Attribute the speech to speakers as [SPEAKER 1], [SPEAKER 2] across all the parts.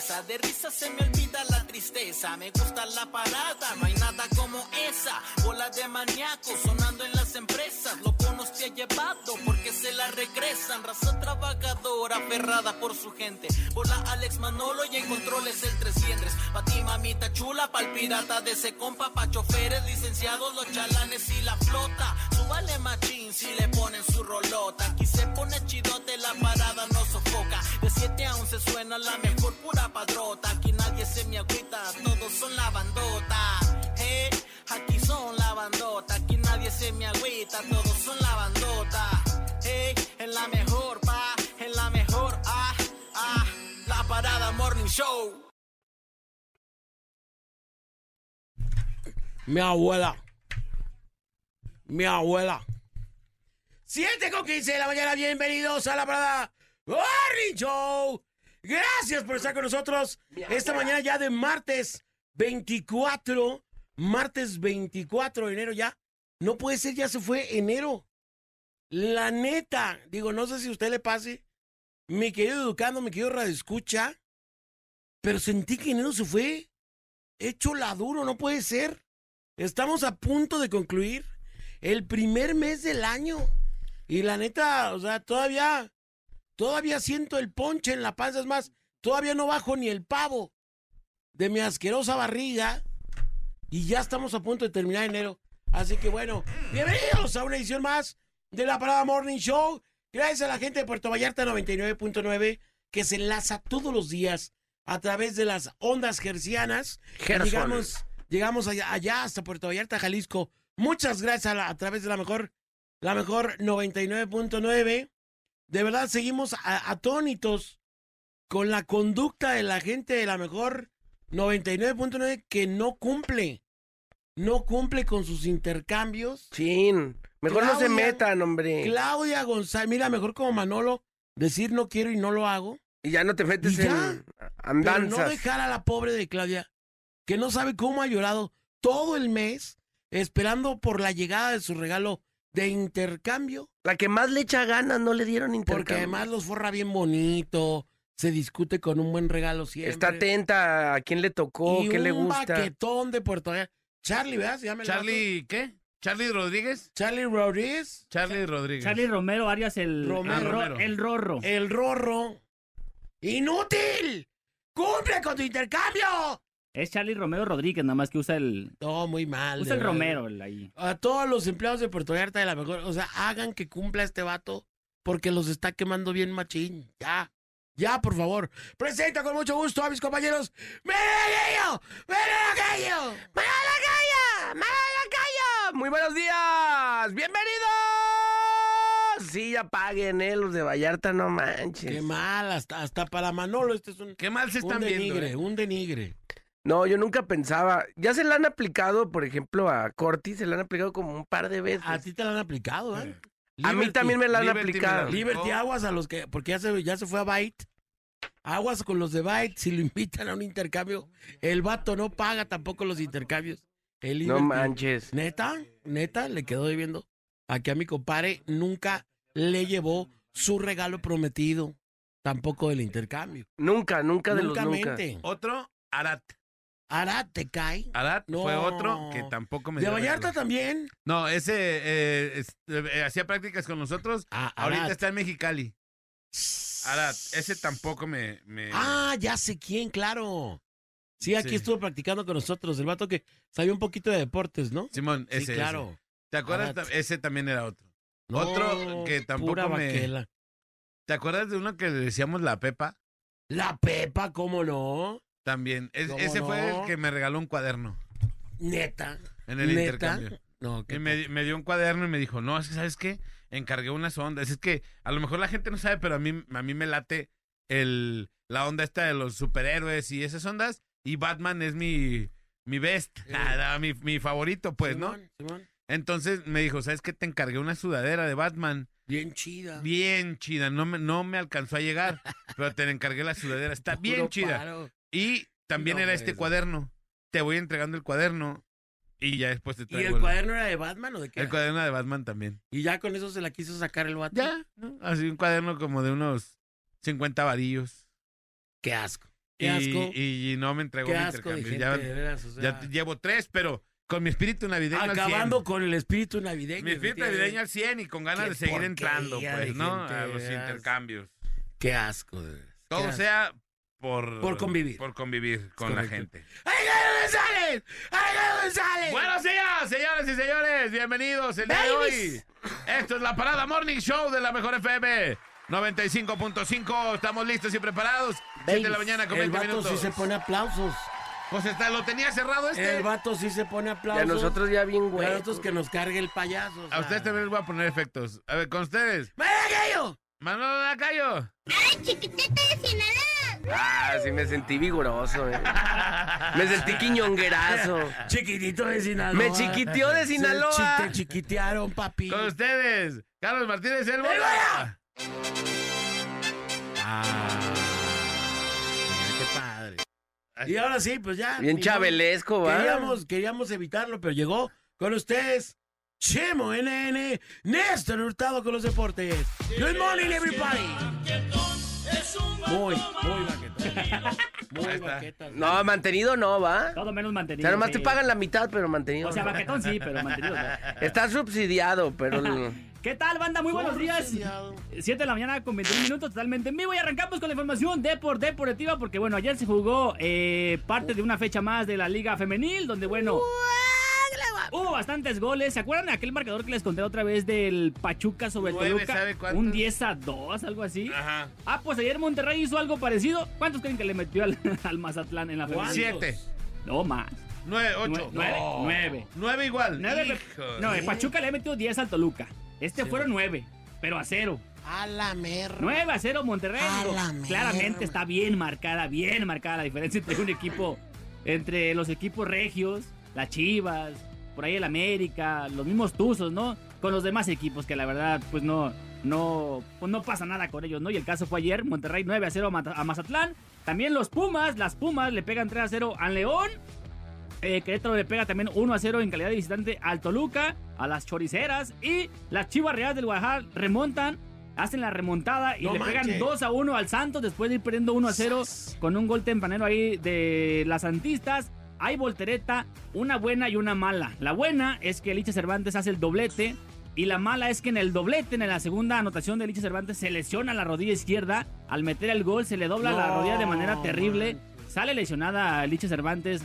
[SPEAKER 1] cabeza se me olvida la tristeza. Me gusta la parada, no hay nada como esa. Bola de maníaco sonando en las empresas. Loco nos te ha llevado porque se la regresan. Raza trabajadora, aferrada por su gente. Bola Alex Manolo y en controles el 300. Pa' ti, mamita chula, pa'l pirata de ese compa. Pa' choferes, licenciados, los chalanes y la flota. Súbale machín si le ponen su rolota. Aquí se pone chidote, la parada no sofoca. De 7 a 11 suena la mejor pura padrota. Aquí nadie se me agüita, todos son la bandota. Eh, aquí son la bandota. Aquí nadie se me agüita, todos son la bandota. Eh, en la mejor pa, en la mejor ah, ah. La parada Morning Show.
[SPEAKER 2] Mi abuela. Mi abuela. 7 con 15 de la mañana, bienvenidos a la parada Morning Show. Gracias por estar con nosotros esta mañana ya de martes 24. Martes 24 de enero ya. No puede ser, ya se fue enero. La neta, digo, no sé si a usted le pase, mi querido Educando, mi querido Radio Escucha, pero sentí que enero se fue hecho la duro, no puede ser. Estamos a punto de concluir el primer mes del año. Y la neta, o sea, todavía, todavía siento el ponche en la panza. Es más, todavía no bajo ni el pavo de mi asquerosa barriga. Y ya estamos a punto de terminar enero. Así que bueno, bienvenidos a una edición más de la Parada Morning Show. Gracias a la gente de Puerto Vallarta 99.9 que se enlaza todos los días a través de las ondas gercianas.
[SPEAKER 3] Gerson.
[SPEAKER 2] Llegamos, llegamos allá, allá hasta Puerto Vallarta, Jalisco. Muchas gracias a, la- a través de la mejor, la mejor 99.9. De verdad seguimos a- atónitos con la conducta de la gente de la mejor 99.9 que no cumple. No cumple con sus intercambios.
[SPEAKER 3] Chin. Mejor no se
[SPEAKER 2] Claudia.
[SPEAKER 3] metan, hombre.
[SPEAKER 2] Claudia González, mira, mejor como Manolo, decir no quiero y no lo hago.
[SPEAKER 3] Y ya no te metes
[SPEAKER 2] Y ya.
[SPEAKER 3] en
[SPEAKER 2] Pero
[SPEAKER 3] andanzas.
[SPEAKER 2] no dejar a la pobre de Claudia, que no sabe cómo ha llorado todo el mes esperando por la llegada de su regalo de intercambio,
[SPEAKER 3] La que más le echa ganas no le dieron intercambio.
[SPEAKER 2] porque además los forra bien bonito, se discute con un buen regalo siempre.
[SPEAKER 3] Está atenta a quién le tocó,
[SPEAKER 2] y
[SPEAKER 3] qué le
[SPEAKER 2] un
[SPEAKER 3] gusta.
[SPEAKER 2] baquetón de Puerto Vallarta. Charlie, ¿verdad? Se llama el
[SPEAKER 4] Charlie, ¿qué? ¿Charlie Rodríguez?
[SPEAKER 2] vato. Charlie Rodríguez,
[SPEAKER 4] Charlie Rodríguez.
[SPEAKER 5] Charlie Romero Arias, el,
[SPEAKER 2] Romero.
[SPEAKER 5] el, ro-
[SPEAKER 4] Romero.
[SPEAKER 5] el rorro.
[SPEAKER 2] el Rorro. ¡Inútil! ¡Cumple con tu intercambio!
[SPEAKER 5] Es Charlie Romero Rodríguez, nada más que usa el,
[SPEAKER 2] No, muy mal.
[SPEAKER 5] usa
[SPEAKER 2] de
[SPEAKER 5] el
[SPEAKER 2] verdad.
[SPEAKER 5] Romero el ahí.
[SPEAKER 2] A todos los empleados de Puerto Vallarta de la mejor, o sea, hagan que cumpla este vato porque los está quemando bien machín. Ya, ya, por favor. Presento con mucho gusto a mis compañeros. ¡Menegallo! ¡Menegallo!
[SPEAKER 3] ¡Mala la calle! ¡Mala la calle! ¡Muy buenos días! ¡Bienvenidos! Sí, ya paguen, eh, los de Vallarta, no manches.
[SPEAKER 2] Qué mal, hasta, hasta para Manolo este es un,
[SPEAKER 4] Qué mal se
[SPEAKER 2] un
[SPEAKER 4] están viendo.
[SPEAKER 2] denigre,
[SPEAKER 4] eh.
[SPEAKER 2] un denigre.
[SPEAKER 3] No, yo nunca pensaba. Ya se la han aplicado, por ejemplo, a Corti, se la han aplicado como un par de veces.
[SPEAKER 2] A ti te lo han aplicado, ¿eh?
[SPEAKER 3] A mí
[SPEAKER 2] Liberty.
[SPEAKER 3] también me la han
[SPEAKER 4] Liberty me la
[SPEAKER 3] aplicado.
[SPEAKER 4] aplicó.
[SPEAKER 2] Liberty aguas a los que, porque ya se, ya se fue a Byte. Aguas con los de Byte, si lo invitan a un intercambio, el vato no paga tampoco los intercambios. El
[SPEAKER 3] No
[SPEAKER 2] Liberty-
[SPEAKER 3] manches.
[SPEAKER 2] Neta, neta, le quedó debiendo a que a mi compadre nunca le llevó su regalo prometido, tampoco del intercambio.
[SPEAKER 3] Nunca, nunca de los nunca.
[SPEAKER 2] mente.
[SPEAKER 4] Otro, Arat.
[SPEAKER 2] Ahora te cae.
[SPEAKER 4] Arat
[SPEAKER 2] No.
[SPEAKER 4] fue otro que tampoco Ah, me
[SPEAKER 2] De
[SPEAKER 4] dio
[SPEAKER 2] Vallarta
[SPEAKER 4] regalo.
[SPEAKER 2] también.
[SPEAKER 4] No, ese eh, es- eh, hacía prácticas con nosotros.
[SPEAKER 2] Ah,
[SPEAKER 4] Ahorita
[SPEAKER 2] Arad.
[SPEAKER 4] está en Mexicali. Arat, ese tampoco me. me-
[SPEAKER 2] Ah, ya sé quién, claro. Sí, aquí
[SPEAKER 4] Sí.
[SPEAKER 2] estuvo practicando con nosotros, el vato que sabía un poquito de deportes, ¿no?
[SPEAKER 4] Simón, ese.
[SPEAKER 2] Sí,
[SPEAKER 4] ese.
[SPEAKER 2] claro.
[SPEAKER 4] ¿Te acuerdas?
[SPEAKER 2] Arat.
[SPEAKER 4] Ese también era otro. Otro que tampoco
[SPEAKER 2] pura
[SPEAKER 4] me-
[SPEAKER 2] vaquela.
[SPEAKER 4] ¿Te acuerdas de uno que le decíamos la Pepa?
[SPEAKER 2] La Pepa, ¿cómo no?
[SPEAKER 4] También. Es-
[SPEAKER 2] ¿Cómo
[SPEAKER 4] ese fue
[SPEAKER 2] no?
[SPEAKER 4] el que me regaló un cuaderno
[SPEAKER 2] Neta.
[SPEAKER 4] en el
[SPEAKER 2] neta.
[SPEAKER 4] intercambio.
[SPEAKER 2] No,
[SPEAKER 4] Y
[SPEAKER 2] qué
[SPEAKER 4] me, me dio un cuaderno y me dijo, no, es que, ¿sabes qué? Encargué unas ondas. Es que a lo mejor la gente no sabe, pero a mí, a mí me late el, la onda esta de los superhéroes y esas ondas. Y Batman es mi, mi best, nada, mi, mi favorito, pues, ¿no?
[SPEAKER 2] Eh. Simón, Simón.
[SPEAKER 4] Entonces me dijo, ¿sabes qué? Te encargué una sudadera de Batman.
[SPEAKER 2] Bien chida.
[SPEAKER 4] Bien chida, no me, no me alcanzó a llegar, pero te encargué la sudadera. Está bien
[SPEAKER 2] Puro
[SPEAKER 4] chida.
[SPEAKER 2] paro.
[SPEAKER 4] Y también
[SPEAKER 2] No,
[SPEAKER 4] era
[SPEAKER 2] pues,
[SPEAKER 4] este
[SPEAKER 2] no.
[SPEAKER 4] cuaderno. Te voy entregando el cuaderno y ya después te
[SPEAKER 2] ¿Y
[SPEAKER 4] traigo
[SPEAKER 2] el cuaderno era de Batman o de qué?
[SPEAKER 4] el
[SPEAKER 2] era?
[SPEAKER 4] cuaderno de Batman también.
[SPEAKER 2] Y ya con eso se la quiso sacar el vato.
[SPEAKER 4] Ya, ¿no? así un cuaderno como de unos 50 varillos.
[SPEAKER 2] Qué asco. Qué
[SPEAKER 4] y,
[SPEAKER 2] asco.
[SPEAKER 4] y no me entregó
[SPEAKER 2] Qué
[SPEAKER 4] mi
[SPEAKER 2] asco de
[SPEAKER 4] intercambio.
[SPEAKER 2] gente,
[SPEAKER 4] Ya,
[SPEAKER 2] de veras, o sea,
[SPEAKER 4] ya llevo tres, pero con mi espíritu navideño al 100.
[SPEAKER 2] acabando con el espíritu navideño.
[SPEAKER 4] Mi espíritu navideño
[SPEAKER 2] efectivamente.
[SPEAKER 4] al 100 y con ganas
[SPEAKER 2] Qué
[SPEAKER 4] de seguir entrando,
[SPEAKER 2] porquería de
[SPEAKER 4] pues, ¿no?
[SPEAKER 2] gente,
[SPEAKER 4] A los
[SPEAKER 2] veas.
[SPEAKER 4] intercambios.
[SPEAKER 2] Qué asco. de veras, qué
[SPEAKER 4] Todo
[SPEAKER 2] asco.
[SPEAKER 4] sea por...
[SPEAKER 2] Por convivir.
[SPEAKER 4] Por convivir con la
[SPEAKER 2] correcto.
[SPEAKER 4] gente.
[SPEAKER 2] ¡Ay, Gallo González! ¡Ay, Gallo González!
[SPEAKER 4] Buenos días, señores y señores. Bienvenidos el día de hoy.
[SPEAKER 2] Babies.
[SPEAKER 4] Esto es la Parada Morning Show de la Mejor FM 95.5. Estamos listos y preparados. 7 de la mañana con
[SPEAKER 2] el
[SPEAKER 4] 20
[SPEAKER 2] vato
[SPEAKER 4] minutos.
[SPEAKER 2] sí se pone aplausos.
[SPEAKER 4] Pues hasta lo tenía cerrado este.
[SPEAKER 2] El vato sí se pone
[SPEAKER 3] Y a
[SPEAKER 2] aplausos.
[SPEAKER 3] nosotros ya bien,
[SPEAKER 2] Y
[SPEAKER 3] güey.
[SPEAKER 2] a nosotros que nos cargue el payaso. o sea.
[SPEAKER 4] A ustedes también les voy a poner efectos. A ver, con ustedes.
[SPEAKER 2] ¡Vaya, Gallo!
[SPEAKER 4] Manolo Lacayo.
[SPEAKER 3] Ah, sí me sentí vigoroso, eh. Me sentí quiñonguerazo.
[SPEAKER 2] Chiquitito de Sinaloa.
[SPEAKER 3] Me chiquiteó de
[SPEAKER 2] Sí,
[SPEAKER 3] Sinaloa.
[SPEAKER 2] chi- te chiquitearon, papi.
[SPEAKER 4] Con ustedes. Carlos Martínez El
[SPEAKER 2] ¡El Bola!
[SPEAKER 4] Bola.
[SPEAKER 2] Ah. Mira, qué padre. Y ahora sí, pues ya.
[SPEAKER 3] Bien
[SPEAKER 2] Ni
[SPEAKER 3] chabelesco,
[SPEAKER 2] modo.
[SPEAKER 3] ¿va?
[SPEAKER 2] Queríamos, queríamos evitarlo, pero llegó con ustedes. Chemo NN, Néstor Hurtado con los deportes. Good morning, everybody. Muy, muy baquetón.
[SPEAKER 4] Ahí
[SPEAKER 2] Muy
[SPEAKER 4] está.
[SPEAKER 2] baqueta.
[SPEAKER 3] No, mantenido no, ¿va?
[SPEAKER 5] Todo menos
[SPEAKER 3] O
[SPEAKER 5] mantenido.
[SPEAKER 3] sea, nomás
[SPEAKER 5] sí.
[SPEAKER 3] te pagan la mitad, pero mantenido.
[SPEAKER 5] O sea,
[SPEAKER 3] no.
[SPEAKER 5] baquetón sí, pero mantenido. no.
[SPEAKER 3] Está subsidiado, pero. el-
[SPEAKER 5] ¿Qué tal, banda? Muy buenos días. 7 de la mañana con 21 minutos totalmente en vivo y arrancamos con la información depor deportiva porque bueno, ayer se jugó eh, parte de una fecha más de la Liga Femenil donde bueno... Hubo bastantes goles. ¿Se acuerdan de aquel marcador que les conté otra vez del Pachuca sobre
[SPEAKER 4] Nueve,
[SPEAKER 5] Toluca?
[SPEAKER 4] ¿sabe cuántos?
[SPEAKER 5] Un 10 a 2, algo así.
[SPEAKER 4] Ajá.
[SPEAKER 5] Ah, pues ayer Monterrey hizo algo parecido. ¿Cuántos creen que le metió al, al Mazatlán en la femenil?
[SPEAKER 2] ¿Cuántos?
[SPEAKER 4] Siete.
[SPEAKER 5] No más.
[SPEAKER 4] Nueve,
[SPEAKER 5] Nue-
[SPEAKER 4] ocho.
[SPEAKER 5] nueve,
[SPEAKER 4] No.
[SPEAKER 5] nueve.
[SPEAKER 4] Nueve igual.
[SPEAKER 5] Nueve, pe-
[SPEAKER 4] Hijo.
[SPEAKER 5] no, el Pachuca le metió 10 al Toluca. Este fueron 9, pero a 0.
[SPEAKER 2] A la merda.
[SPEAKER 5] 9 a 0 Monterrey.
[SPEAKER 2] A
[SPEAKER 5] Digo,
[SPEAKER 2] la merma.
[SPEAKER 5] claramente está bien marcada, bien marcada la diferencia entre un equipo, entre los equipos regios, las Chivas, por ahí el América, los mismos Tuzos, ¿no? Con los demás equipos que la verdad, pues no, no, pues no pasa nada con ellos, ¿no? Y el caso fue ayer, Monterrey 9 a 0 a Mata- a Mazatlán. También los Pumas, las Pumas le pegan 3 a 0 al León. Eh, Querétaro le pega también 1 a 0 en calidad de visitante al Toluca, a las Choriceras y las Chivas Reales del Guadalajara remontan, hacen la remontada y
[SPEAKER 2] No
[SPEAKER 5] le
[SPEAKER 2] manches.
[SPEAKER 5] pegan 2 a 1 al Santos después de ir perdiendo 1 a 0 con un gol tempranero ahí de las Santistas. Hay voltereta, una buena y una mala. La buena es que Licha Cervantes hace el doblete y la mala es que en el doblete, en la segunda anotación de Licha Cervantes, se lesiona la rodilla izquierda. Al meter el gol se le dobla la
[SPEAKER 2] No,
[SPEAKER 5] rodilla de manera terrible.
[SPEAKER 2] manches.
[SPEAKER 5] Sale lesionada Licha Cervantes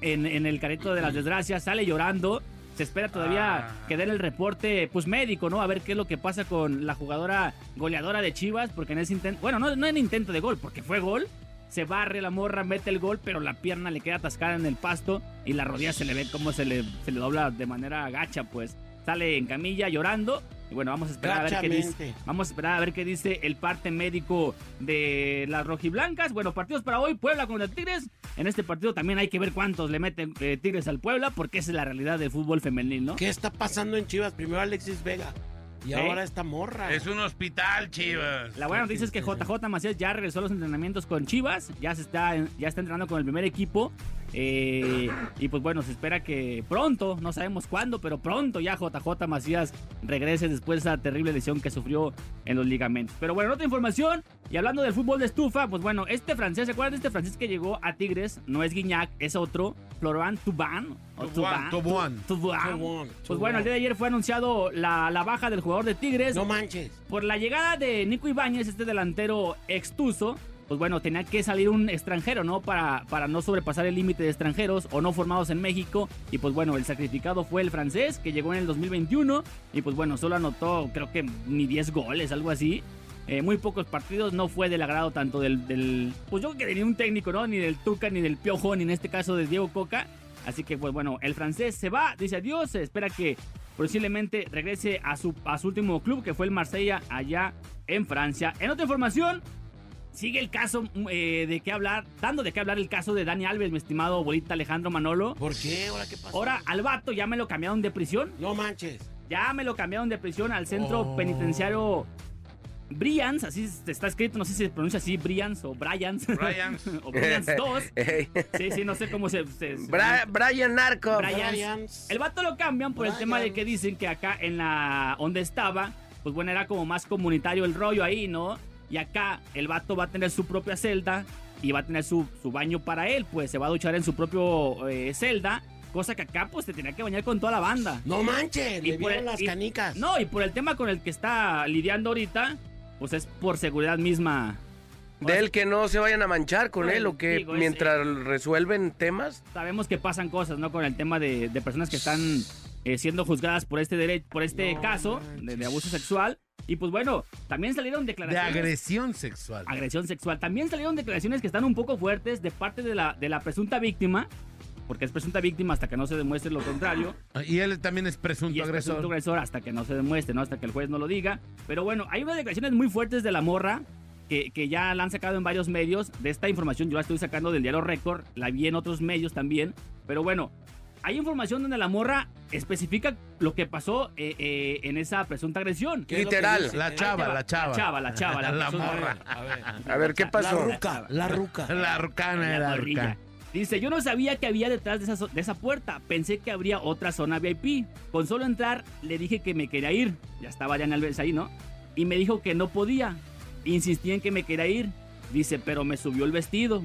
[SPEAKER 5] en, en el careto de las desgracias, sale llorando. Se espera todavía
[SPEAKER 4] Ah.
[SPEAKER 5] que den el reporte pues médico, ¿no? A ver qué es lo que pasa con la jugadora goleadora de Chivas, porque en ese intento, bueno, no, no en intento de gol, porque fue gol. Se barre la morra, mete el gol, pero la pierna le queda atascada en el pasto y la rodilla se le ve como se le, se le dobla de manera gacha, pues. Sale en camilla llorando. Y bueno, vamos a esperar a ver qué dice.
[SPEAKER 2] Gachamente.
[SPEAKER 5] Vamos a esperar a ver qué dice el parte médico de las rojiblancas. Bueno, partidos para hoy, Puebla contra Tigres. En este partido también hay que ver cuántos le meten eh, Tigres al Puebla, porque esa es la realidad del fútbol femenil, ¿no?
[SPEAKER 2] ¿Qué está pasando en Chivas? Primero Alexis Vega y
[SPEAKER 5] ¿Eh?
[SPEAKER 2] ahora esta morra.
[SPEAKER 4] Es un hospital, chivas.
[SPEAKER 5] La buena noticia es que JJ Macías ya regresó a los entrenamientos con Chivas, ya se está, ya está entrenando con el primer equipo. eh, y pues bueno, se espera que pronto, no sabemos cuándo, pero pronto ya JJ Macías regrese después de esa terrible lesión que sufrió en los ligamentos. Pero bueno, otra información, y hablando del fútbol de estufa, pues bueno, este francés, ¿se acuerdan de este francés que llegó a Tigres? No es Guiñac, es otro, Florent Tuban. o
[SPEAKER 4] Thauvin, Thauvin.
[SPEAKER 5] Thauvin.
[SPEAKER 2] Thauvin,
[SPEAKER 5] Pues bueno, el día de ayer fue anunciado la, la baja del jugador de Tigres.
[SPEAKER 2] No manches.
[SPEAKER 5] Por la llegada de Nico Ibáñez, este delantero extuso, pues bueno, tenía que salir un extranjero, ¿no? Para, para no sobrepasar el límite de extranjeros o no formados en México. Y pues bueno, el sacrificado fue el francés, que llegó en el 2021. Y pues bueno, solo anotó, creo que ni 10 goles, algo así. Eh, muy pocos partidos, no fue del agrado tanto del, del. Pues yo creo que ni un técnico, ¿no? Ni del Tuca, ni del Piojo, ni en este caso de Diego Coca. Así que, pues bueno, el francés se va, dice adiós, se espera que posiblemente regrese a su, a su último club, que fue el Marsella, allá en Francia. En otra información, sigue el caso eh, de qué hablar, dando de qué hablar el caso de Dani Alves, mi estimado bolita Alejandro Manolo.
[SPEAKER 2] ¿Por qué? ¿Ahora qué pasó?
[SPEAKER 5] Ahora al vato ya me lo cambiaron de prisión,
[SPEAKER 2] No manches.
[SPEAKER 5] ya me lo cambiaron de prisión al centro
[SPEAKER 2] Oh.
[SPEAKER 5] penitenciario Brians, así está escrito, no sé si se pronuncia así, Brians o Bryans.
[SPEAKER 4] Brian.
[SPEAKER 5] o Brians 2.
[SPEAKER 3] Ey.
[SPEAKER 5] Sí, sí, no sé cómo se... se- se-
[SPEAKER 3] Bra- Brian Narco.
[SPEAKER 5] Brian-
[SPEAKER 2] Bryans.
[SPEAKER 5] El vato lo cambian por el tema de que dicen que acá en la donde estaba, pues bueno, era como más comunitario el rollo ahí, ¿no? Y acá el vato va a tener su propia celda, y va a tener su, su baño para él, pues se va a duchar en su propio eh, celda, cosa que acá pues te tenía que bañar con toda la banda.
[SPEAKER 2] No manches,
[SPEAKER 5] Y
[SPEAKER 2] le
[SPEAKER 5] por
[SPEAKER 2] vieron
[SPEAKER 5] el-
[SPEAKER 2] las
[SPEAKER 5] y-
[SPEAKER 2] canicas.
[SPEAKER 5] No, y por el tema con el que está lidiando ahorita, pues es por seguridad misma.
[SPEAKER 3] De él que no se vayan a manchar con
[SPEAKER 5] No,
[SPEAKER 3] él o que
[SPEAKER 5] digo, es-
[SPEAKER 3] mientras resuelven temas.
[SPEAKER 5] Sabemos que pasan cosas, ¿no? Con el tema de, de personas que están eh, siendo juzgadas por este dere- por este
[SPEAKER 2] No
[SPEAKER 5] caso de, de abuso sexual. Y pues bueno, también salieron
[SPEAKER 4] De
[SPEAKER 5] declaraciones.
[SPEAKER 4] agresión sexual.
[SPEAKER 5] agresión sexual. También salieron declaraciones que están un poco fuertes de parte de la, de la presunta víctima, porque es presunta víctima hasta que no se demuestre lo contrario.
[SPEAKER 4] Ah, Y él también es presunto
[SPEAKER 5] Y es
[SPEAKER 4] agresor.
[SPEAKER 5] presunto agresor hasta que no se demuestre, ¿no? Hasta que el juez no lo diga. Pero bueno, hay unas declaraciones muy fuertes de la morra que, que ya la han sacado en varios medios. De esta información yo la estoy sacando del diario Récord, la vi en otros medios también. Pero bueno, hay información donde la morra especifica lo que pasó eh, eh, en esa presunta agresión.
[SPEAKER 2] ¿Qué es lo que
[SPEAKER 3] literal.
[SPEAKER 2] dice?
[SPEAKER 4] La
[SPEAKER 2] Eh,
[SPEAKER 4] chava, la chava.
[SPEAKER 5] La chava, la chava, la,
[SPEAKER 4] La
[SPEAKER 5] presunta-
[SPEAKER 4] morra.
[SPEAKER 2] A ver.
[SPEAKER 3] A ver, ¿qué
[SPEAKER 2] La
[SPEAKER 3] pasó?
[SPEAKER 2] ruca, la ruca.
[SPEAKER 4] La arcana
[SPEAKER 5] La
[SPEAKER 4] era
[SPEAKER 5] morrilla.
[SPEAKER 4] arcana.
[SPEAKER 5] Dice, yo no sabía que había detrás de esa, zo- de esa puerta. Pensé que habría otra zona VIP. Con solo entrar, le dije que me quería ir. Ya estaba Jan Alves ahí, ¿no? Y me dijo que no podía. Insistí en que me quería ir. Dice, pero me subió el vestido.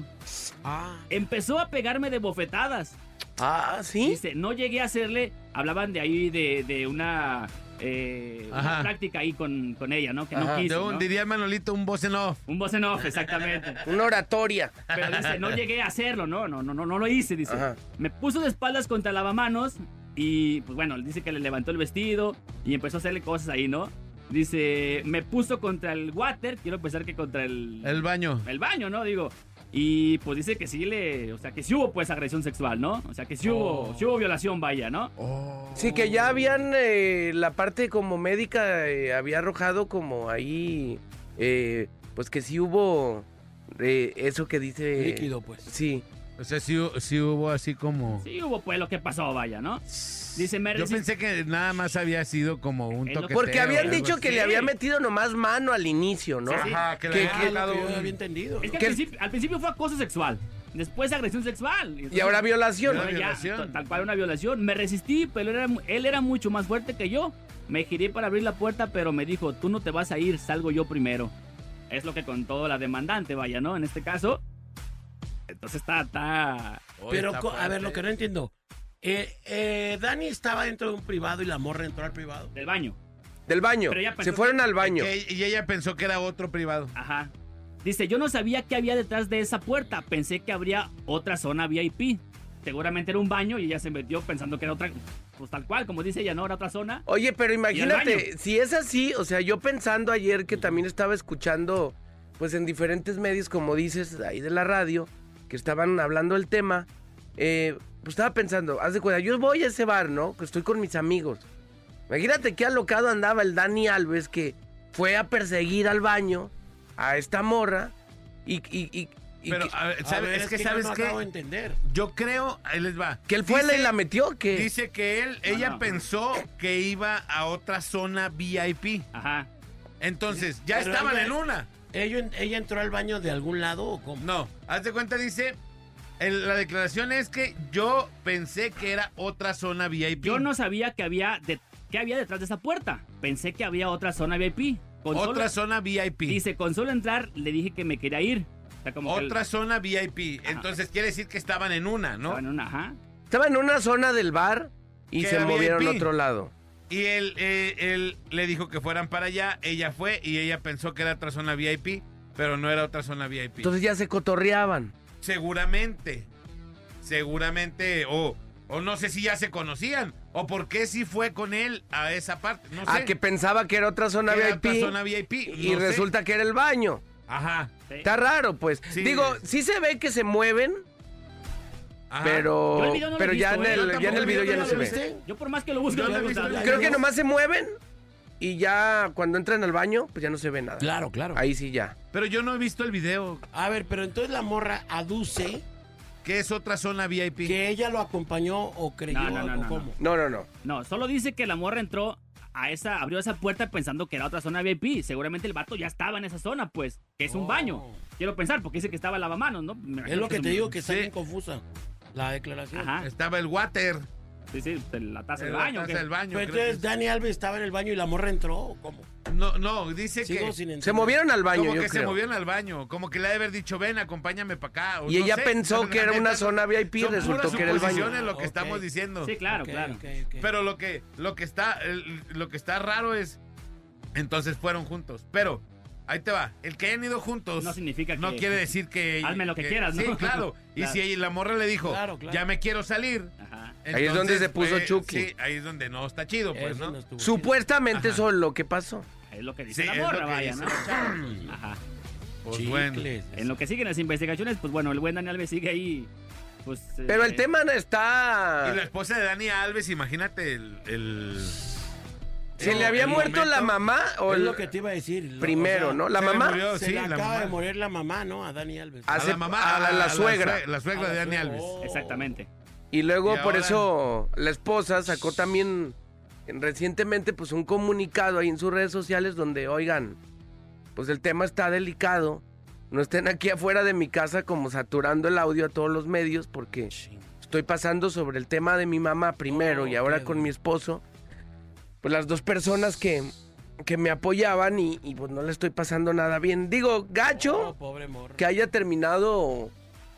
[SPEAKER 2] Ah,
[SPEAKER 5] Empezó a pegarme de bofetadas.
[SPEAKER 3] Ah, sí.
[SPEAKER 5] Dice, no llegué a hacerle. Hablaban de ahí de, de una, eh, una
[SPEAKER 4] Ajá.
[SPEAKER 5] práctica ahí con, con ella, ¿no? Que no
[SPEAKER 3] Ajá.
[SPEAKER 5] quiso.
[SPEAKER 4] De un-
[SPEAKER 5] ¿no?
[SPEAKER 4] Diría Manolito un voz en off.
[SPEAKER 5] Un voz en off, exactamente.
[SPEAKER 3] Una oratoria.
[SPEAKER 5] Pero dice, no llegué a hacerlo, no, no, no, no, no lo hice, dice.
[SPEAKER 3] Ajá.
[SPEAKER 5] Me puso de espaldas contra el lavamanos y, pues bueno, dice que le levantó el vestido y empezó a hacerle cosas ahí, ¿no? Dice, me puso contra el water, quiero pensar que contra el,
[SPEAKER 4] El baño.
[SPEAKER 5] el baño, ¿no? Digo, y pues dice que sí le, o sea, que sí hubo pues agresión sexual, ¿no? O sea, que sí hubo,
[SPEAKER 3] Oh.
[SPEAKER 5] sí hubo violación, vaya, ¿no?
[SPEAKER 3] Sí, que ya habían eh, la parte como médica eh, había arrojado como ahí, eh, pues que sí hubo eh, eso que dice.
[SPEAKER 2] líquido, pues.
[SPEAKER 3] Sí.
[SPEAKER 4] O sea, sí, hu- sí hubo así como...
[SPEAKER 5] Sí hubo pues lo que pasó, vaya, ¿no? Dice, me
[SPEAKER 4] Yo
[SPEAKER 5] resi-
[SPEAKER 4] pensé que nada más había sido como un
[SPEAKER 5] Es lo-
[SPEAKER 4] toque.
[SPEAKER 3] Porque habían
[SPEAKER 5] algo
[SPEAKER 3] dicho que
[SPEAKER 5] así.
[SPEAKER 3] le había metido nomás mano al inicio, ¿no?
[SPEAKER 5] Sí, sí.
[SPEAKER 4] Ajá, que le
[SPEAKER 3] Que-
[SPEAKER 4] habían
[SPEAKER 2] Ah, es lo
[SPEAKER 4] tocado
[SPEAKER 2] que yo
[SPEAKER 4] un-
[SPEAKER 2] había Este entendido.
[SPEAKER 5] Es que,
[SPEAKER 3] ¿Qué?
[SPEAKER 5] Al, principio, al principio fue acoso sexual, después agresión sexual.
[SPEAKER 3] Y ahora
[SPEAKER 5] entonces-
[SPEAKER 3] violación.
[SPEAKER 4] Una
[SPEAKER 5] Bueno, ya,
[SPEAKER 4] violación.
[SPEAKER 5] t- tal cual una violación. Me resistí, pero era mu- él era mucho más fuerte que yo. Me giré para abrir la puerta, pero me dijo, tú no te vas a ir, salgo yo primero. Es lo que contó la demandante, vaya, ¿no? En este caso. Entonces está, está...
[SPEAKER 2] Pero, co- a ver, lo que no entiendo. Eh, eh, Dani estaba dentro de un privado y la morra entró al privado.
[SPEAKER 5] del baño.
[SPEAKER 3] Del baño.
[SPEAKER 5] Pero ella pensó
[SPEAKER 3] Se fueron al baño.
[SPEAKER 4] Que- y ella pensó que era otro privado.
[SPEAKER 5] Ajá. Dice, yo no sabía qué había detrás de esa puerta. Pensé que habría otra zona VIP. Seguramente era un baño y ella se metió pensando que era otra... Pues tal cual, como dice ella, ¿no? Era otra zona.
[SPEAKER 3] Oye, pero
[SPEAKER 5] baño.
[SPEAKER 3] imagínate, si es así, o sea, yo pensando ayer que también estaba escuchando, pues en diferentes medios, como dices, ahí de la radio, que estaban hablando del tema, eh, pues estaba pensando, haz de cuenta, yo voy a ese bar, ¿no? Que estoy con mis amigos. Imagínate qué alocado andaba el Dani Alves que fue a perseguir al baño a esta morra y, y- y- y
[SPEAKER 4] Pero,
[SPEAKER 3] que,
[SPEAKER 4] a ver,
[SPEAKER 2] A
[SPEAKER 4] ¿sabes?
[SPEAKER 2] ver,
[SPEAKER 4] es que,
[SPEAKER 2] yo
[SPEAKER 4] ¿sabes
[SPEAKER 2] no
[SPEAKER 4] qué?
[SPEAKER 2] acabo de entender.
[SPEAKER 4] Yo creo, ahí les va.
[SPEAKER 3] que él fue
[SPEAKER 4] Dice-
[SPEAKER 3] y la metió, que...
[SPEAKER 4] Dice que él, ella
[SPEAKER 5] Ah, no.
[SPEAKER 4] pensó que iba a otra zona VIP.
[SPEAKER 5] Ajá.
[SPEAKER 4] Entonces, ya
[SPEAKER 2] Pero
[SPEAKER 4] estaban
[SPEAKER 2] ella-
[SPEAKER 4] en una.
[SPEAKER 2] ¿Ello- ¿Ella entró al baño de algún lado o cómo?
[SPEAKER 4] No, haz de cuenta, dice. el- la declaración es que yo pensé que era otra zona VIP.
[SPEAKER 5] Yo no sabía que había, de- que había detrás de esa puerta. Pensé que había otra zona VIP. Con solo-
[SPEAKER 4] Otra zona VIP.
[SPEAKER 5] dice, con solo entrar le dije que me quería ir. O sea, como que
[SPEAKER 4] otra
[SPEAKER 5] el-
[SPEAKER 4] zona VIP.
[SPEAKER 5] Ajá.
[SPEAKER 4] Entonces quiere decir que estaban en una, ¿no?
[SPEAKER 5] estaba en una, ajá.
[SPEAKER 3] Estaba en una zona del bar y
[SPEAKER 4] Que
[SPEAKER 3] se
[SPEAKER 4] era
[SPEAKER 3] movieron a
[SPEAKER 4] VIP.
[SPEAKER 3] otro lado.
[SPEAKER 4] Y él, eh, él le dijo que fueran para allá, ella fue y ella pensó que era otra zona VIP, pero no era otra zona VIP.
[SPEAKER 3] Entonces ya se cotorreaban.
[SPEAKER 4] seguramente, seguramente, o, o no sé si ya se conocían, o por qué sí fue con él a esa parte, no sé.
[SPEAKER 3] A que pensaba que era otra zona
[SPEAKER 4] que era
[SPEAKER 3] VIP.
[SPEAKER 4] otra zona VIP,
[SPEAKER 3] y
[SPEAKER 4] no sé.
[SPEAKER 3] resulta que era el baño.
[SPEAKER 4] Ajá,
[SPEAKER 5] Sí.
[SPEAKER 3] Está raro, pues.
[SPEAKER 4] Sí.
[SPEAKER 3] Digo, sí se ve que se mueven,
[SPEAKER 4] ajá.
[SPEAKER 5] Yo el
[SPEAKER 3] pero,
[SPEAKER 5] video no lo
[SPEAKER 3] pero
[SPEAKER 5] he
[SPEAKER 3] ya,
[SPEAKER 5] visto, ¿eh?
[SPEAKER 3] en
[SPEAKER 5] Yo
[SPEAKER 3] el, ya en el
[SPEAKER 5] tampoco, yo
[SPEAKER 3] video
[SPEAKER 5] no
[SPEAKER 3] ya no
[SPEAKER 5] lo
[SPEAKER 3] se
[SPEAKER 5] he
[SPEAKER 3] ve.
[SPEAKER 5] visto. Yo por más que lo busque,
[SPEAKER 4] Yo
[SPEAKER 5] no
[SPEAKER 4] no
[SPEAKER 5] lo
[SPEAKER 4] he visto
[SPEAKER 5] encuentro.
[SPEAKER 4] la-
[SPEAKER 3] Creo que
[SPEAKER 2] Yo-
[SPEAKER 3] nomás se mueven y ya cuando entran al baño, pues ya no se ve nada.
[SPEAKER 2] Claro, claro.
[SPEAKER 3] Ahí sí ya.
[SPEAKER 4] Pero yo no he visto el video,
[SPEAKER 2] A ver, pero entonces la morra aduce
[SPEAKER 4] que es otra zona VIP.
[SPEAKER 2] que ella lo acompañó o creyó
[SPEAKER 5] No, no, no,
[SPEAKER 2] o
[SPEAKER 5] no, no.
[SPEAKER 2] cómo.
[SPEAKER 3] No, no, no.
[SPEAKER 5] No, solo dice que la morra entró a esa, abrió esa puerta pensando que era otra zona VIP. Seguramente el vato ya estaba en esa zona, pues, que es un
[SPEAKER 2] Oh.
[SPEAKER 5] baño. Quiero pensar, porque dice que estaba lavamanos, ¿no? Me imagino
[SPEAKER 2] Es lo que
[SPEAKER 5] un-
[SPEAKER 2] te digo que está
[SPEAKER 4] Sí.
[SPEAKER 2] bien confusa la declaración.
[SPEAKER 5] Ajá.
[SPEAKER 4] Estaba el water.
[SPEAKER 5] Sí, sí, de la taza del
[SPEAKER 4] La
[SPEAKER 5] baño. ¿o
[SPEAKER 4] taza
[SPEAKER 5] qué?
[SPEAKER 4] del baño,
[SPEAKER 2] Pero
[SPEAKER 4] creo que
[SPEAKER 2] entonces Dani Alves estaba en el baño y la morra entró. ¿o ¿Cómo?
[SPEAKER 4] es. No, no, dice
[SPEAKER 2] Sigo
[SPEAKER 4] que.
[SPEAKER 2] sin entender.
[SPEAKER 3] Se movieron al baño,
[SPEAKER 4] como
[SPEAKER 3] yo
[SPEAKER 4] que se
[SPEAKER 3] creo.
[SPEAKER 4] movieron al baño, como que le ha de haber dicho, ven, acompáñame para acá. o
[SPEAKER 3] Y
[SPEAKER 4] no
[SPEAKER 3] ella
[SPEAKER 4] sé,
[SPEAKER 3] pensó
[SPEAKER 4] la
[SPEAKER 3] que era
[SPEAKER 4] neta,
[SPEAKER 3] una
[SPEAKER 4] son-
[SPEAKER 3] zona VIP,
[SPEAKER 4] son
[SPEAKER 3] resultó
[SPEAKER 4] puras
[SPEAKER 3] que era el baño.
[SPEAKER 4] suposiciones lo que
[SPEAKER 2] Ok.
[SPEAKER 4] estamos diciendo.
[SPEAKER 5] Sí, claro,
[SPEAKER 2] Ok,
[SPEAKER 5] claro.
[SPEAKER 2] ok, ok.
[SPEAKER 4] Pero lo que, lo que está, el- lo que está raro es, entonces fueron juntos. Pero ahí te va, el que hayan ido juntos
[SPEAKER 5] No significa
[SPEAKER 4] no
[SPEAKER 5] que-
[SPEAKER 4] quiere decir que
[SPEAKER 5] Hazme lo que quieras, ¿no?
[SPEAKER 4] Sí, claro. Y
[SPEAKER 5] Claro.
[SPEAKER 4] si ella- la morra le dijo,
[SPEAKER 2] Claro, claro.
[SPEAKER 4] ya me quiero salir.
[SPEAKER 5] Ajá.
[SPEAKER 3] Ahí es donde se puso
[SPEAKER 4] pues,
[SPEAKER 3] Chucky.
[SPEAKER 4] Sí, ahí es donde no está chido, pues,
[SPEAKER 2] Eso
[SPEAKER 4] ¿no?
[SPEAKER 2] no estuvo
[SPEAKER 3] Supuestamente
[SPEAKER 4] Ajá.
[SPEAKER 3] eso es lo que pasó.
[SPEAKER 5] Es lo que dice
[SPEAKER 4] Sí,
[SPEAKER 5] la
[SPEAKER 4] es lo
[SPEAKER 5] morra,
[SPEAKER 4] que
[SPEAKER 5] vaya,
[SPEAKER 4] dice
[SPEAKER 5] ¿no?
[SPEAKER 4] la chava.
[SPEAKER 5] Ajá.
[SPEAKER 4] Pues
[SPEAKER 2] chido.
[SPEAKER 4] bueno.
[SPEAKER 2] Chicles.
[SPEAKER 5] En lo que siguen las investigaciones, pues bueno, el buen Daniel Alves sigue ahí. Pues,
[SPEAKER 3] Pero
[SPEAKER 5] eh,
[SPEAKER 3] el tema
[SPEAKER 4] Y la
[SPEAKER 3] está...
[SPEAKER 4] esposa de Dani Alves, imagínate el... el-
[SPEAKER 3] ¿Se
[SPEAKER 4] el-
[SPEAKER 3] le había
[SPEAKER 4] el
[SPEAKER 3] muerto la
[SPEAKER 4] momento.
[SPEAKER 3] mamá o
[SPEAKER 2] Es
[SPEAKER 3] el-
[SPEAKER 2] lo que te iba a decir. lo-
[SPEAKER 3] primero,
[SPEAKER 2] o sea, oh,
[SPEAKER 3] no? ¿La
[SPEAKER 4] se le
[SPEAKER 3] mamá?
[SPEAKER 4] murió,
[SPEAKER 2] Se
[SPEAKER 4] sí,
[SPEAKER 2] le
[SPEAKER 4] la
[SPEAKER 2] acaba de
[SPEAKER 4] mamá.
[SPEAKER 2] morir la mamá, ¿no? A Dani Alves.
[SPEAKER 3] Ah,
[SPEAKER 4] A
[SPEAKER 3] Hace-
[SPEAKER 4] la mamá,
[SPEAKER 3] a la- la suegra.
[SPEAKER 4] sue- La suegra
[SPEAKER 2] A
[SPEAKER 4] de
[SPEAKER 2] la
[SPEAKER 4] Dani
[SPEAKER 2] suegra.
[SPEAKER 4] Alves.
[SPEAKER 2] Oh.
[SPEAKER 5] Exactamente.
[SPEAKER 3] Y luego
[SPEAKER 4] Y
[SPEAKER 3] por
[SPEAKER 4] ahora-
[SPEAKER 3] eso la esposa sacó también en- recientemente pues un comunicado ahí en sus redes sociales donde, oigan, pues el tema está delicado. No estén aquí afuera de mi casa como saturando el audio a todos los medios porque
[SPEAKER 2] Ching.
[SPEAKER 3] estoy pasando sobre el tema de mi mamá primero
[SPEAKER 2] Oh,
[SPEAKER 3] y ahora
[SPEAKER 2] ok,
[SPEAKER 3] con
[SPEAKER 2] güey.
[SPEAKER 3] mi esposo. Pues las dos personas que, que me apoyaban y, y, pues no le estoy pasando nada bien. Digo, gacho
[SPEAKER 2] Oh, pobre morra.
[SPEAKER 3] que haya terminado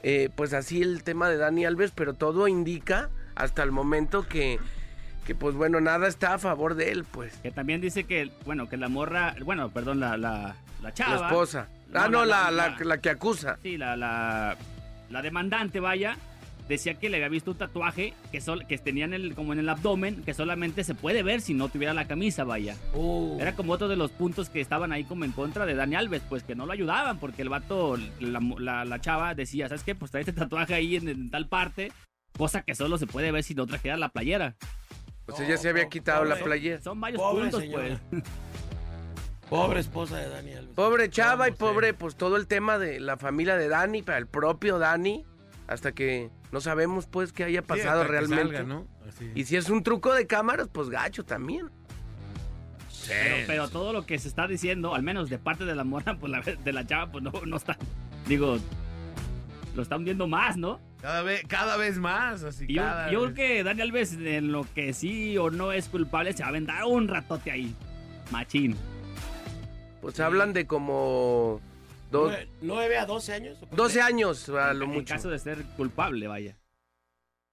[SPEAKER 3] eh, pues así el tema de Dani Alves, pero todo indica hasta el momento que, que pues bueno, nada está a favor de él, pues.
[SPEAKER 5] Que también dice que, bueno, que la morra, bueno, perdón, la, la, la chava.
[SPEAKER 3] La esposa.
[SPEAKER 5] No,
[SPEAKER 3] ah, no,
[SPEAKER 5] la-
[SPEAKER 3] la,
[SPEAKER 5] la-
[SPEAKER 3] la, la que acusa.
[SPEAKER 5] Sí, la, la, la demandante, vaya, decía que le había visto un tatuaje que, sol, que tenía en el, como en el abdomen, que solamente se puede ver si no tuviera la camisa, vaya.
[SPEAKER 2] Oh.
[SPEAKER 5] Era como otro de los puntos que estaban ahí como en contra de Dani Alves, pues que no lo ayudaban, porque el vato, la, la- la chava decía, ¿sabes qué? Pues trae este tatuaje ahí en, en tal parte, cosa que solo se puede ver si no trajera la playera.
[SPEAKER 3] Pues ella se había
[SPEAKER 2] No,
[SPEAKER 3] quitado la
[SPEAKER 2] pobre.
[SPEAKER 3] playera.
[SPEAKER 5] Son varios
[SPEAKER 2] Pobre
[SPEAKER 5] puntos,
[SPEAKER 2] señora.
[SPEAKER 5] pues.
[SPEAKER 2] Pobre esposa de Dani Alves.
[SPEAKER 3] Pobre chava y
[SPEAKER 2] Vamos,
[SPEAKER 3] pobre,
[SPEAKER 2] eh.
[SPEAKER 3] pues todo el tema de la familia de Dani, para el propio Dani, hasta que no sabemos pues qué haya
[SPEAKER 4] Sí,
[SPEAKER 3] pasado
[SPEAKER 4] hasta que
[SPEAKER 3] realmente.
[SPEAKER 4] salga, ¿no? Así.
[SPEAKER 3] Y si es un truco de cámaras, pues gacho también.
[SPEAKER 4] Sí.
[SPEAKER 5] Pero, pero todo lo que se está diciendo, al menos de parte de la morra, pues la, de la chava, pues no, no está. Digo, lo está hundiendo más, ¿no?
[SPEAKER 4] Cada vez, cada vez más, así
[SPEAKER 5] Y yo,
[SPEAKER 4] cada
[SPEAKER 5] yo creo
[SPEAKER 4] vez.
[SPEAKER 5] que Dani Alves, en lo que sí o no es culpable, se va a aventar un ratote ahí. Machín.
[SPEAKER 3] Pues hablan de como dos,
[SPEAKER 2] Nueve- ¿Nueve a 12 años?
[SPEAKER 3] 12 años a lo
[SPEAKER 5] en
[SPEAKER 3] mucho.
[SPEAKER 5] caso de ser culpable, vaya.